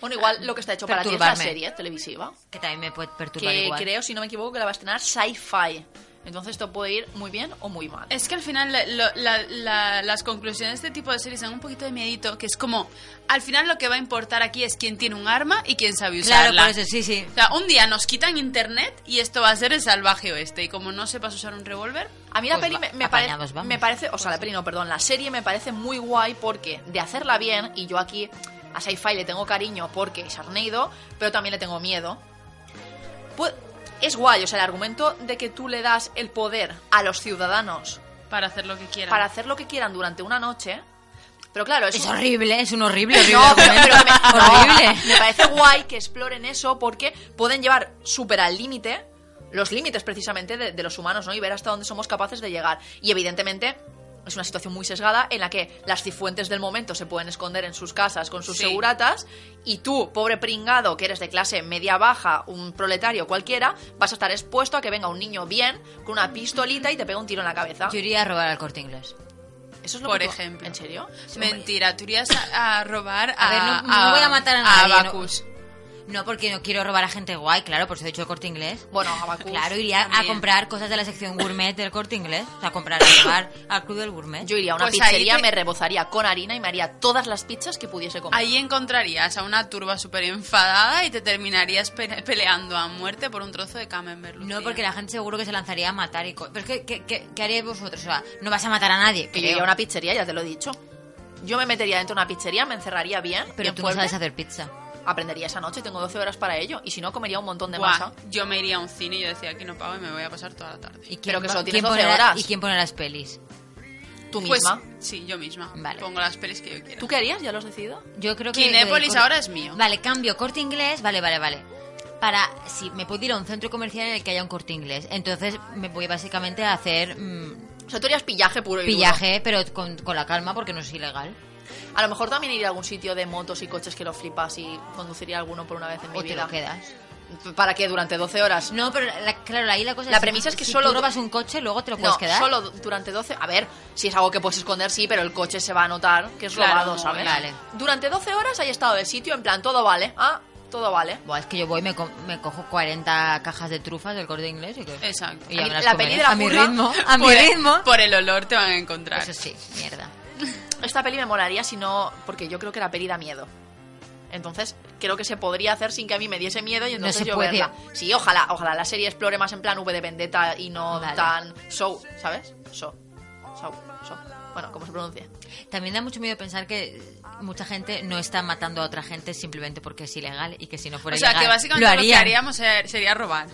Speaker 2: Bueno, igual lo que está hecho para ti es la
Speaker 3: Perturbarme.
Speaker 2: serie televisiva,
Speaker 3: que también me puede perturbar
Speaker 2: que
Speaker 3: igual.
Speaker 2: creo, si no me equivoco, que la va a estrenar Sci-Fi. Entonces esto puede ir muy bien o muy mal.
Speaker 4: Es que al final la- lo- la- la- las conclusiones de este tipo de series dan un poquito de miedito, que es como, al final lo que va a importar aquí es quién tiene un arma y quién sabe usarla.
Speaker 3: Claro, por eso, sí, sí.
Speaker 4: O sea, un día nos quitan internet y esto va a ser el salvaje oeste. Y como no sepas usar un revólver,
Speaker 2: A mí la
Speaker 3: Pues
Speaker 2: peli
Speaker 3: va-
Speaker 2: me, me
Speaker 3: apañados
Speaker 2: parece-
Speaker 3: vamos.
Speaker 2: me parece, o sea, la peli no, perdón, la serie me parece muy guay porque de hacerla bien, y yo aquí a Sci-Fi le tengo cariño porque es Arneido, pero también le tengo miedo. Pu- es guay, o sea, el argumento de que tú le das el poder a los ciudadanos
Speaker 4: para hacer lo que quieran.
Speaker 2: para hacer lo que quieran durante una noche, pero claro, es,
Speaker 3: Es
Speaker 2: un-
Speaker 3: horrible, es un horrible, horrible
Speaker 2: no, pero,
Speaker 3: argumento.
Speaker 2: pero me, no,
Speaker 3: horrible.
Speaker 2: me parece guay que exploren eso porque pueden llevar súper al límite los límites precisamente de, de los humanos, ¿no? Y ver hasta dónde somos capaces de llegar. Y evidentemente es una situación muy sesgada en la que las cifuentes del momento se pueden esconder en sus casas con sus
Speaker 4: Sí.
Speaker 2: seguratas y tú, pobre pringado, que eres de clase media-baja, un proletario cualquiera, vas a estar expuesto a que venga un niño bien con una pistolita y te pega un tiro en la cabeza.
Speaker 3: Yo iría a robar al corte inglés.
Speaker 2: Eso es lo
Speaker 4: Por
Speaker 2: que tú-
Speaker 4: ejemplo.
Speaker 2: ¿En serio?
Speaker 4: Mentira, tú irías a, a robar a...
Speaker 3: A ver, no- no voy a matar a nadie,
Speaker 4: Abacus.
Speaker 3: No porque no quiero robar a gente guay, claro, por eso he dicho el corte inglés.
Speaker 2: Bueno, Abacus.
Speaker 3: Claro, iría a
Speaker 4: También.
Speaker 3: comprar cosas de la sección gourmet del corte inglés. O sea, comprar a llevar al club del gourmet.
Speaker 2: Yo iría a una
Speaker 4: Pues ahí
Speaker 2: pizzería,
Speaker 4: te-
Speaker 2: me rebozaría con harina y me haría todas las pizzas que pudiese comer.
Speaker 4: Ahí encontrarías a una turba súper enfadada y te terminarías pe- peleando a muerte por un trozo de camembert. Lucía.
Speaker 3: No, porque la gente seguro que se lanzaría a matar y... co- Pero es que, ¿qué, qué, qué haríais vosotros? O sea, no vas a matar a nadie,
Speaker 2: que
Speaker 3: creo.
Speaker 2: yo iría a una pizzería, ya te lo he dicho. Yo me metería dentro de una pizzería, me encerraría bien,
Speaker 3: Pero
Speaker 2: bien
Speaker 3: tú no
Speaker 2: fuerte.
Speaker 3: sabes hacer pizza.
Speaker 2: Aprendería esa noche, tengo 12 horas para ello. Y si no, comería un montón de
Speaker 4: Buah,
Speaker 2: masa.
Speaker 4: yo me iría a un cine y yo decía, aquí no pago y me voy a pasar toda la tarde.
Speaker 3: ¿Y
Speaker 2: Pero que
Speaker 3: va-
Speaker 2: solo tienes 12
Speaker 3: pone la-
Speaker 2: horas.
Speaker 3: ¿Y quién pone las pelis?
Speaker 2: Tú
Speaker 4: Pues,
Speaker 2: misma.
Speaker 4: sí, yo misma.
Speaker 3: Vale.
Speaker 4: Pongo las pelis que yo quiera.
Speaker 2: ¿Tú qué harías? ¿Ya lo has decidido?
Speaker 3: Yo creo que...
Speaker 4: Kinépolis
Speaker 3: lo del cor-
Speaker 4: ahora es mío.
Speaker 3: Vale, cambio corte inglés. Vale, vale, vale. Para... Si me puedo ir a un centro comercial en el que haya un corte inglés. Entonces me voy básicamente a hacer... mm,
Speaker 2: O sea, tú harías pillaje puro y duro.
Speaker 3: pillaje, pero con, con la calma porque no es ilegal.
Speaker 2: A lo mejor también iría a algún sitio de motos y coches que lo flipas y conduciría alguno por una vez en mi
Speaker 3: O te
Speaker 2: vida.
Speaker 3: lo quedas.
Speaker 2: ¿Para qué? ¿Durante 12 horas?
Speaker 3: No, pero la- claro, ahí la cosa
Speaker 2: La premisa es que
Speaker 3: si
Speaker 2: solo
Speaker 3: tú robas un coche, luego te lo puedes
Speaker 2: No,
Speaker 3: quedar.
Speaker 2: solo durante 12... A ver, si es algo que puedes esconder, sí, pero el coche se va a notar que es
Speaker 4: Claro,
Speaker 2: robado, ¿sabes?
Speaker 3: vale.
Speaker 2: Durante 12 horas hay estado de sitio, en plan, todo vale. Ah, todo vale.
Speaker 3: Buah, es que yo voy, me, co- me cojo 40 cajas de trufas del corte inglés y que...
Speaker 4: Exacto.
Speaker 3: Y ya
Speaker 2: A mí-
Speaker 3: me las
Speaker 2: la
Speaker 3: comeré.
Speaker 2: peli de la
Speaker 3: A mi
Speaker 2: purga,
Speaker 3: ritmo, a mi
Speaker 4: por el-
Speaker 3: ritmo. Pues
Speaker 4: por el olor te van a encontrar.
Speaker 3: Eso sí, mierda.
Speaker 2: Esta peli me molaría si no... Porque yo creo que la peli da miedo. Entonces, creo que se podría hacer sin que a mí me diese miedo y
Speaker 3: No
Speaker 2: entonces
Speaker 3: se
Speaker 2: yo
Speaker 3: puede.
Speaker 2: verla. Sí, ojalá, ojalá la serie explore más en plan V de Vendetta y no
Speaker 3: Vale.
Speaker 2: tan... Show, ¿sabes? Show. Show. Show. Bueno, ¿cómo se pronuncia?
Speaker 3: También da mucho miedo pensar que mucha gente no está matando a otra gente simplemente porque es ilegal y que si no fuera
Speaker 4: O sea,
Speaker 3: ilegal
Speaker 4: que básicamente
Speaker 3: lo
Speaker 4: lo, que
Speaker 3: harían.
Speaker 4: haríamos ser- sería robar.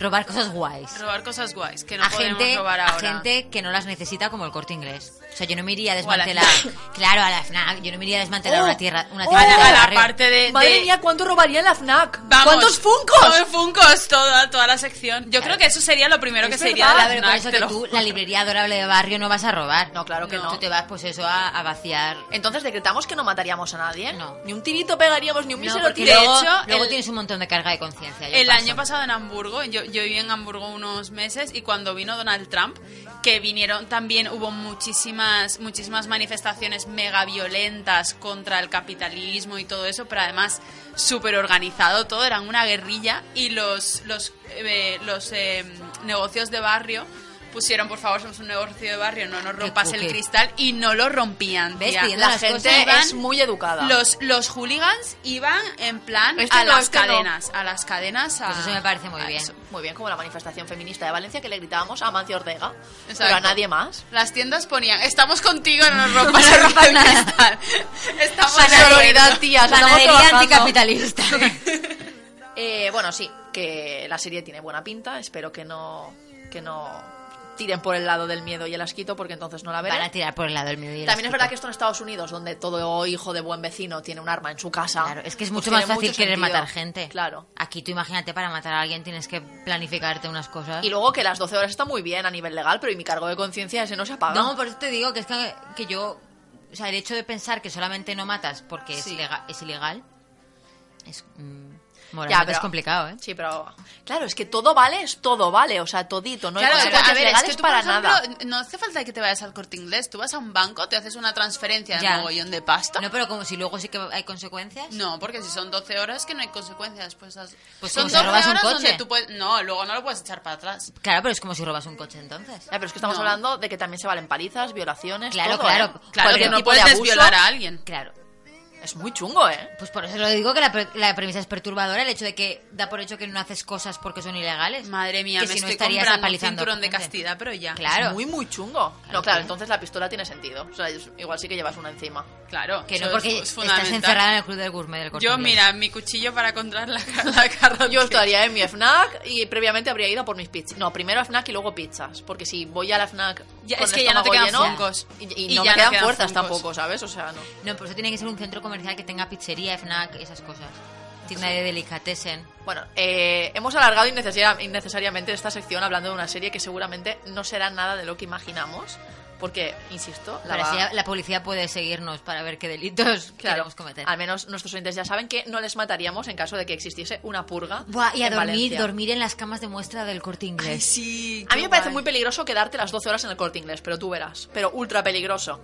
Speaker 3: Robar cosas guays.
Speaker 4: Robar cosas guays que no
Speaker 3: a
Speaker 4: podemos
Speaker 3: gente,
Speaker 4: robar
Speaker 3: a
Speaker 4: ahora.
Speaker 3: gente que no las necesita como el corte inglés. O sea, yo no me iría a
Speaker 4: O a la
Speaker 3: desmantelar. claro, a la FNAC. Yo no me iría a desmantelar
Speaker 2: Oh,
Speaker 3: una tierra, una
Speaker 2: oh,
Speaker 4: A
Speaker 3: tienda de
Speaker 4: la, a uh, la
Speaker 3: barrio.
Speaker 4: parte de...
Speaker 2: Madre
Speaker 4: de-
Speaker 2: mía, ¿cuánto robaría en la FNAC?
Speaker 4: Vamos,
Speaker 2: ¿Cuántos
Speaker 4: Todo el
Speaker 2: funcos?
Speaker 4: Funkos, toda, toda la sección. Yo creo que eso sería lo primero que
Speaker 2: Es
Speaker 4: se iría
Speaker 2: verdad,
Speaker 4: de
Speaker 3: Ah,
Speaker 4: la
Speaker 3: pero por
Speaker 4: FNAC,
Speaker 3: eso
Speaker 4: te
Speaker 3: que
Speaker 4: lo
Speaker 3: tú,
Speaker 4: juro.
Speaker 3: la librería adorable de barrio, no vas a robar.
Speaker 2: No, claro que no. Eh,
Speaker 3: Tú te vas, pues eso, a, a vaciar.
Speaker 2: Entonces decretamos que no mataríamos a nadie.
Speaker 3: No.
Speaker 2: Ni un tirito pegaríamos, ni un
Speaker 3: No,
Speaker 2: mísero
Speaker 3: porque
Speaker 2: tiro.
Speaker 4: de
Speaker 3: luego,
Speaker 4: hecho,
Speaker 3: luego
Speaker 4: el-
Speaker 3: tienes un montón de carga de conciencia. yo
Speaker 4: El
Speaker 3: paso. Pues
Speaker 4: año pasado en Hamburgo, yo, yo viví en Hamburgo unos meses y cuando vino Donald Trump, que vinieron también, hubo muchísimas, muchísimas manifestaciones mega violentas contra el capitalismo y todo eso, pero además súper organizado todo, eran una guerrilla y los, los, eh, los eh, negocios de barrio pusieron, por favor, somos un negocio de barrio, no nos rompas el
Speaker 3: cookie.
Speaker 4: cristal y no lo rompían.
Speaker 3: ¿Ves?
Speaker 4: tía.
Speaker 3: Pidiendo
Speaker 2: La
Speaker 3: las
Speaker 2: gente
Speaker 3: cosas van-
Speaker 2: es muy educada.
Speaker 4: Los, los hooligans iban en plan
Speaker 2: Este
Speaker 4: a,
Speaker 2: no,
Speaker 4: las
Speaker 2: este no.
Speaker 4: cadenas, a las cadenas, a
Speaker 3: Pues eso me parece muy
Speaker 2: Ah,
Speaker 3: bien.
Speaker 2: eso. Muy bien, como la manifestación feminista de Valencia que le gritábamos a Mancio Ortega, pero
Speaker 4: Exacto.
Speaker 2: a nadie más.
Speaker 4: Las tiendas ponían, estamos contigo, no nos rompas el
Speaker 3: rompas nada".
Speaker 4: cristal. Estamos de acuerdo.
Speaker 2: Sororidad, tías, estamos
Speaker 3: Panadería
Speaker 2: trabajando.
Speaker 3: anticapitalista.
Speaker 2: Eh, bueno, sí, que la serie tiene buena pinta. Espero que no, que no tiren por el lado del miedo y el asquito, porque entonces no la veré.
Speaker 3: Van a tirar por el lado del medio. y el
Speaker 2: También es
Speaker 3: asquito.
Speaker 2: verdad que esto en Estados Unidos, donde todo hijo de buen vecino tiene un arma en su casa.
Speaker 3: Claro, es que es
Speaker 2: pues
Speaker 3: mucho
Speaker 2: tiene
Speaker 3: más fácil
Speaker 2: mucho
Speaker 3: querer
Speaker 2: sentido.
Speaker 3: matar gente.
Speaker 2: Claro.
Speaker 3: Aquí tú imagínate, para matar a alguien tienes que planificarte unas cosas.
Speaker 2: Y luego que las 12 horas está muy bien a nivel legal, pero y mi cargo de conciencia ese no se apaga.
Speaker 3: No, por eso te digo que es que, que yo... O sea, el hecho de pensar que solamente no matas porque es, ilega- es ilegal es... mm, moralmente
Speaker 2: pero-
Speaker 3: es complicado, ¿eh?
Speaker 2: Sí, pero claro, es que todo vale, es todo vale, o sea, todito, no hay
Speaker 4: Claro,
Speaker 2: consecuencias
Speaker 4: a ver, es
Speaker 2: legales
Speaker 4: que tú,
Speaker 2: para
Speaker 4: por ejemplo,
Speaker 2: nada.
Speaker 4: no hace falta que te vayas al corte inglés. Tú vas a un banco, te haces una transferencia de
Speaker 3: Ya.
Speaker 4: mogollón de pasta.
Speaker 3: No, pero como si luego sí que hay consecuencias.
Speaker 4: No, porque si son 12 horas que no hay consecuencias. Pues, has-
Speaker 3: Pues
Speaker 4: son
Speaker 3: como si robas un
Speaker 4: horas
Speaker 3: coche.
Speaker 4: donde tú puedes... No, luego no lo puedes echar para atrás.
Speaker 3: Claro, pero es como si robas un coche entonces.
Speaker 2: Ya, pero es que estamos
Speaker 4: No.
Speaker 2: hablando de que también se valen palizas, violaciones,
Speaker 3: Claro,
Speaker 2: todo,
Speaker 3: claro.
Speaker 2: ¿eh?
Speaker 4: Claro
Speaker 2: Cualquier
Speaker 4: que no
Speaker 2: tipo de
Speaker 4: puedes
Speaker 2: abuso.
Speaker 4: violar a alguien.
Speaker 3: Claro.
Speaker 2: Es muy chungo, ¿eh?
Speaker 3: Pues por eso lo digo que la, pre- la premisa es perturbadora, el hecho de que da por hecho que no haces cosas porque son ilegales.
Speaker 4: Madre mía,
Speaker 3: que
Speaker 4: me
Speaker 3: si no
Speaker 4: estoy
Speaker 3: estarías
Speaker 4: comprando un
Speaker 3: apalizando a
Speaker 4: cinturón de
Speaker 3: gente.
Speaker 4: castidad, pero ya.
Speaker 3: Claro.
Speaker 2: Es muy, muy chungo. no, claro,
Speaker 3: que-
Speaker 2: entonces la pistola tiene sentido. O sea, es- igual sí que llevas una encima.
Speaker 4: Claro.
Speaker 3: Que no
Speaker 4: eso es-
Speaker 3: porque
Speaker 4: es
Speaker 3: estás
Speaker 4: fundamental.
Speaker 3: encerrada en el club del gourmet del corte
Speaker 4: Yo,
Speaker 3: Inglés.
Speaker 4: mira, mi cuchillo para controlar la, la carroza.
Speaker 2: Yo estaría en mi FNAC y previamente habría ido a por mis pizzas. No, primero a FNAC y luego pizzas. Porque si voy a la FNAC
Speaker 4: Ya,
Speaker 2: con
Speaker 4: es
Speaker 2: el
Speaker 4: que ya no te
Speaker 2: estómago
Speaker 4: quedan
Speaker 2: lleno,
Speaker 4: funcos.
Speaker 2: Y, y
Speaker 4: Y
Speaker 2: no me
Speaker 4: ya no
Speaker 2: quedan
Speaker 4: quedan
Speaker 2: fuerzas
Speaker 4: funcos.
Speaker 2: tampoco, ¿sabes? O sea, no.
Speaker 3: No, por eso tiene que ser un centro comercial que tenga pizzería, FNAC, esas cosas. Tienda de delicatessen.
Speaker 2: Bueno, eh, hemos alargado innecesaria- innecesariamente esta sección hablando de una serie que seguramente no será nada de lo que imaginamos. Porque, insisto, la,
Speaker 3: Pero
Speaker 2: va-
Speaker 3: así la, policía puede seguirnos para ver qué delitos
Speaker 2: Claro,
Speaker 3: queremos cometer.
Speaker 2: al menos nuestros oyentes ya saben que no les mataríamos en caso de que existiese una purga.
Speaker 3: Buah, y a
Speaker 2: en
Speaker 3: dormir,
Speaker 2: Valencia.
Speaker 3: dormir en las camas de muestra del corte inglés.
Speaker 4: Sí,
Speaker 2: A mí
Speaker 4: qué
Speaker 2: me parece
Speaker 4: guay.
Speaker 2: muy peligroso quedarte las 12 horas en el corte inglés, pero tú verás. Pero ultra peligroso.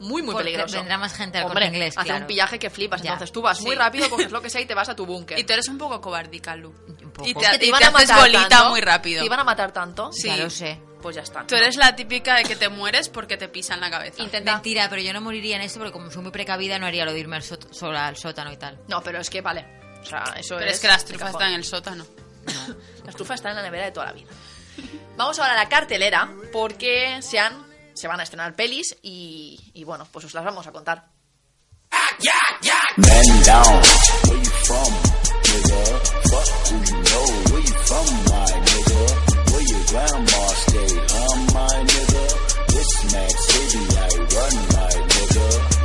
Speaker 2: Muy, muy
Speaker 3: Porque
Speaker 2: peligroso.
Speaker 3: vendrá más gente al
Speaker 2: Hombre,
Speaker 3: Corte Inglés,
Speaker 2: Hace
Speaker 3: claro.
Speaker 2: un pillaje que flipas.
Speaker 3: Ya.
Speaker 2: Entonces tú vas muy
Speaker 4: Sí.
Speaker 2: rápido, coges lo que sea y te vas a tu búnker.
Speaker 4: Y tú eres un poco cobardica, Lu.
Speaker 3: Un poco.
Speaker 4: Y te,
Speaker 3: Es
Speaker 2: que
Speaker 4: y te haces bolita
Speaker 2: tanto,
Speaker 4: muy rápido.
Speaker 2: Te iban a matar tanto.
Speaker 4: Sí.
Speaker 3: Ya lo sé.
Speaker 2: Pues ya está.
Speaker 4: Tú eres la típica de que te mueres porque te pisan la cabeza.
Speaker 3: Mentira, pero yo no moriría en eso porque como soy muy precavida no haría lo de irme al sót- sola al sótano y tal.
Speaker 2: No, pero es que vale. O sea, eso
Speaker 4: Pero
Speaker 2: es.
Speaker 4: es que las
Speaker 2: de
Speaker 4: trufas
Speaker 2: cajón.
Speaker 4: están en el sótano.
Speaker 2: La estufa está en la nevera de toda la vida. Vamos ahora a la cartelera porque se han, se van a estrenar pelis y, y bueno, pues os las vamos a contar.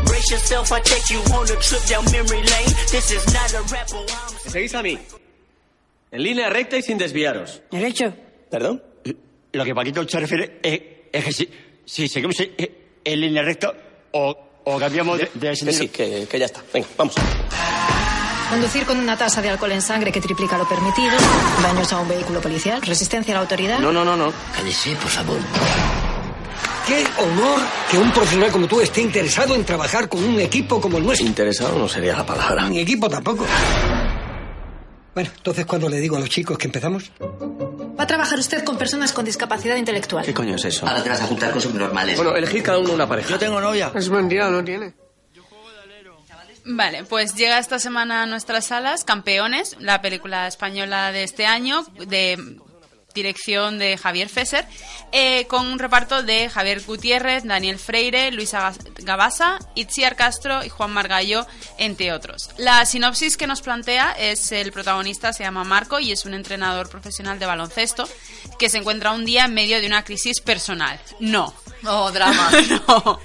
Speaker 5: Brace yourself, I take you on a trip down memory lane. This is not a rapper, I'm
Speaker 9: Me seguís a mí. En línea recta y sin desviaros.
Speaker 10: Derecho.
Speaker 9: ¿Perdón? Lo que Paquito se refiere es, es que si, si seguimos en, en línea recta o, o cambiamos de, de sentido.
Speaker 10: sí,
Speaker 9: que, ya está. Venga, vamos.
Speaker 10: Conducir con una tasa de alcohol en sangre que triplica lo permitido, daños a un vehículo policial, resistencia a la autoridad.
Speaker 9: No, no, no, no.
Speaker 11: Cállese, por favor. Qué honor que un profesional como tú esté interesado en trabajar con un equipo como el nuestro.
Speaker 9: Interesado no sería la palabra.
Speaker 11: Mi equipo tampoco. Bueno, entonces, ¿cuándo le digo a los chicos que empezamos?
Speaker 10: Va a trabajar usted con personas con discapacidad intelectual.
Speaker 9: coño es eso?
Speaker 11: Ahora te vas a juntar con subnormales.
Speaker 9: Bueno, elegid cada uno una pareja. Yo tengo novia.
Speaker 11: es mentira, no tiene.
Speaker 4: Vale, pues llega esta semana a nuestras salas Campeones, la película española de este año, de dirección de Javier Fesser, eh, con un reparto de Javier Gutiérrez, Daniel Freire, Luisa Gas- Gabasa, Itziar Castro y Juan Margallo, entre otros. La sinopsis que nos plantea es el protagonista se llama Marco y es un entrenador profesional de baloncesto que se encuentra un día en medio de una crisis personal. No,
Speaker 2: Oh, drama.
Speaker 4: no.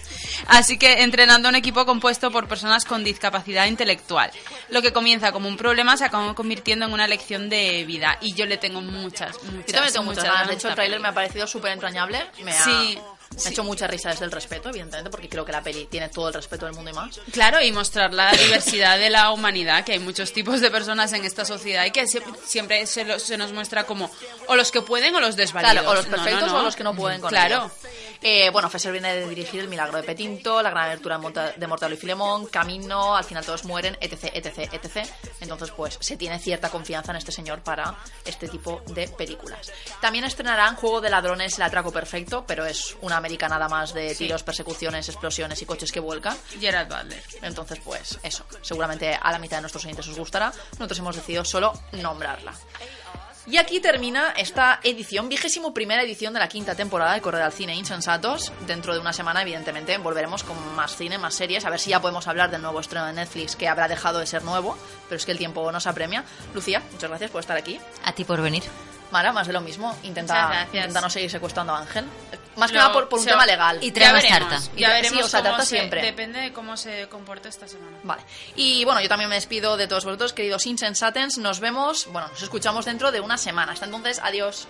Speaker 4: Así que entrenando a un equipo compuesto por personas con discapacidad intelectual. Lo que comienza como un problema se acaba convirtiendo en una lección de vida. Y yo le tengo muchas, muchas,
Speaker 2: Yo también tengo muchas
Speaker 4: muchas
Speaker 2: ganas. De
Speaker 4: ganas
Speaker 2: hecho, el
Speaker 4: a esta
Speaker 2: tráiler me ha parecido súper entrañable. Me ha,
Speaker 4: Sí.
Speaker 2: Me ha hecho mucha risa desde el respeto, evidentemente, porque creo que la peli tiene todo el respeto del mundo y más.
Speaker 4: Claro, y mostrar la diversidad de la humanidad, que hay muchos tipos de personas en esta sociedad y que sie- siempre se, lo- se nos muestra como o los que pueden o los desvalidos.
Speaker 2: Claro, o los
Speaker 4: No, no,
Speaker 2: perfectos
Speaker 4: no.
Speaker 2: o los que no pueden con
Speaker 4: Claro.
Speaker 2: ello. Eh, bueno, Fesser viene de dirigir El Milagro de Petinto, La Gran Aventura de Monta- de Mortadelo y Filemón, Camino, Al final todos mueren, etc, etc, etc. Entonces, pues, se tiene cierta confianza en este señor para este tipo de películas. También estrenarán Juego de Ladrones, El Atraco Perfecto, pero es una americanada más de
Speaker 4: Sí.
Speaker 2: tiros, persecuciones, explosiones y coches que vuelcan.
Speaker 4: Gerard Butler.
Speaker 2: Entonces, pues eso. Seguramente a la mitad de nuestros oyentes os gustará. Nosotros hemos decidido solo nombrarla. Y aquí termina esta edición, vigésimo primera edición de la quinta temporada de Correr al Cine Insensatos. Dentro de una semana, evidentemente, volveremos con más cine, más series, a ver si ya podemos hablar del nuevo estreno de Netflix que habrá dejado de ser nuevo, pero es que el tiempo nos apremia. Lucía, muchas gracias por estar aquí.
Speaker 3: A ti por venir.
Speaker 2: Mara, más de lo mismo, intenta,
Speaker 3: Muchas gracias.
Speaker 2: intenta no seguir secuestrando a Ángel. Más que
Speaker 4: Lo-
Speaker 2: nada por, por un
Speaker 4: se-
Speaker 2: tema legal.
Speaker 3: Y trae
Speaker 4: ya
Speaker 3: más
Speaker 4: veremos,
Speaker 3: tarta.
Speaker 2: Y
Speaker 4: Ya
Speaker 2: tra-
Speaker 4: veremos
Speaker 2: sí, o sea,
Speaker 4: cómo
Speaker 2: tarta
Speaker 4: se-
Speaker 2: siempre.
Speaker 4: Depende de cómo se comporte esta semana.
Speaker 2: Vale. Y bueno, yo también me despido de todos vosotros, queridos insensatens. Nos vemos, bueno, nos escuchamos dentro de una semana. Hasta entonces, adiós.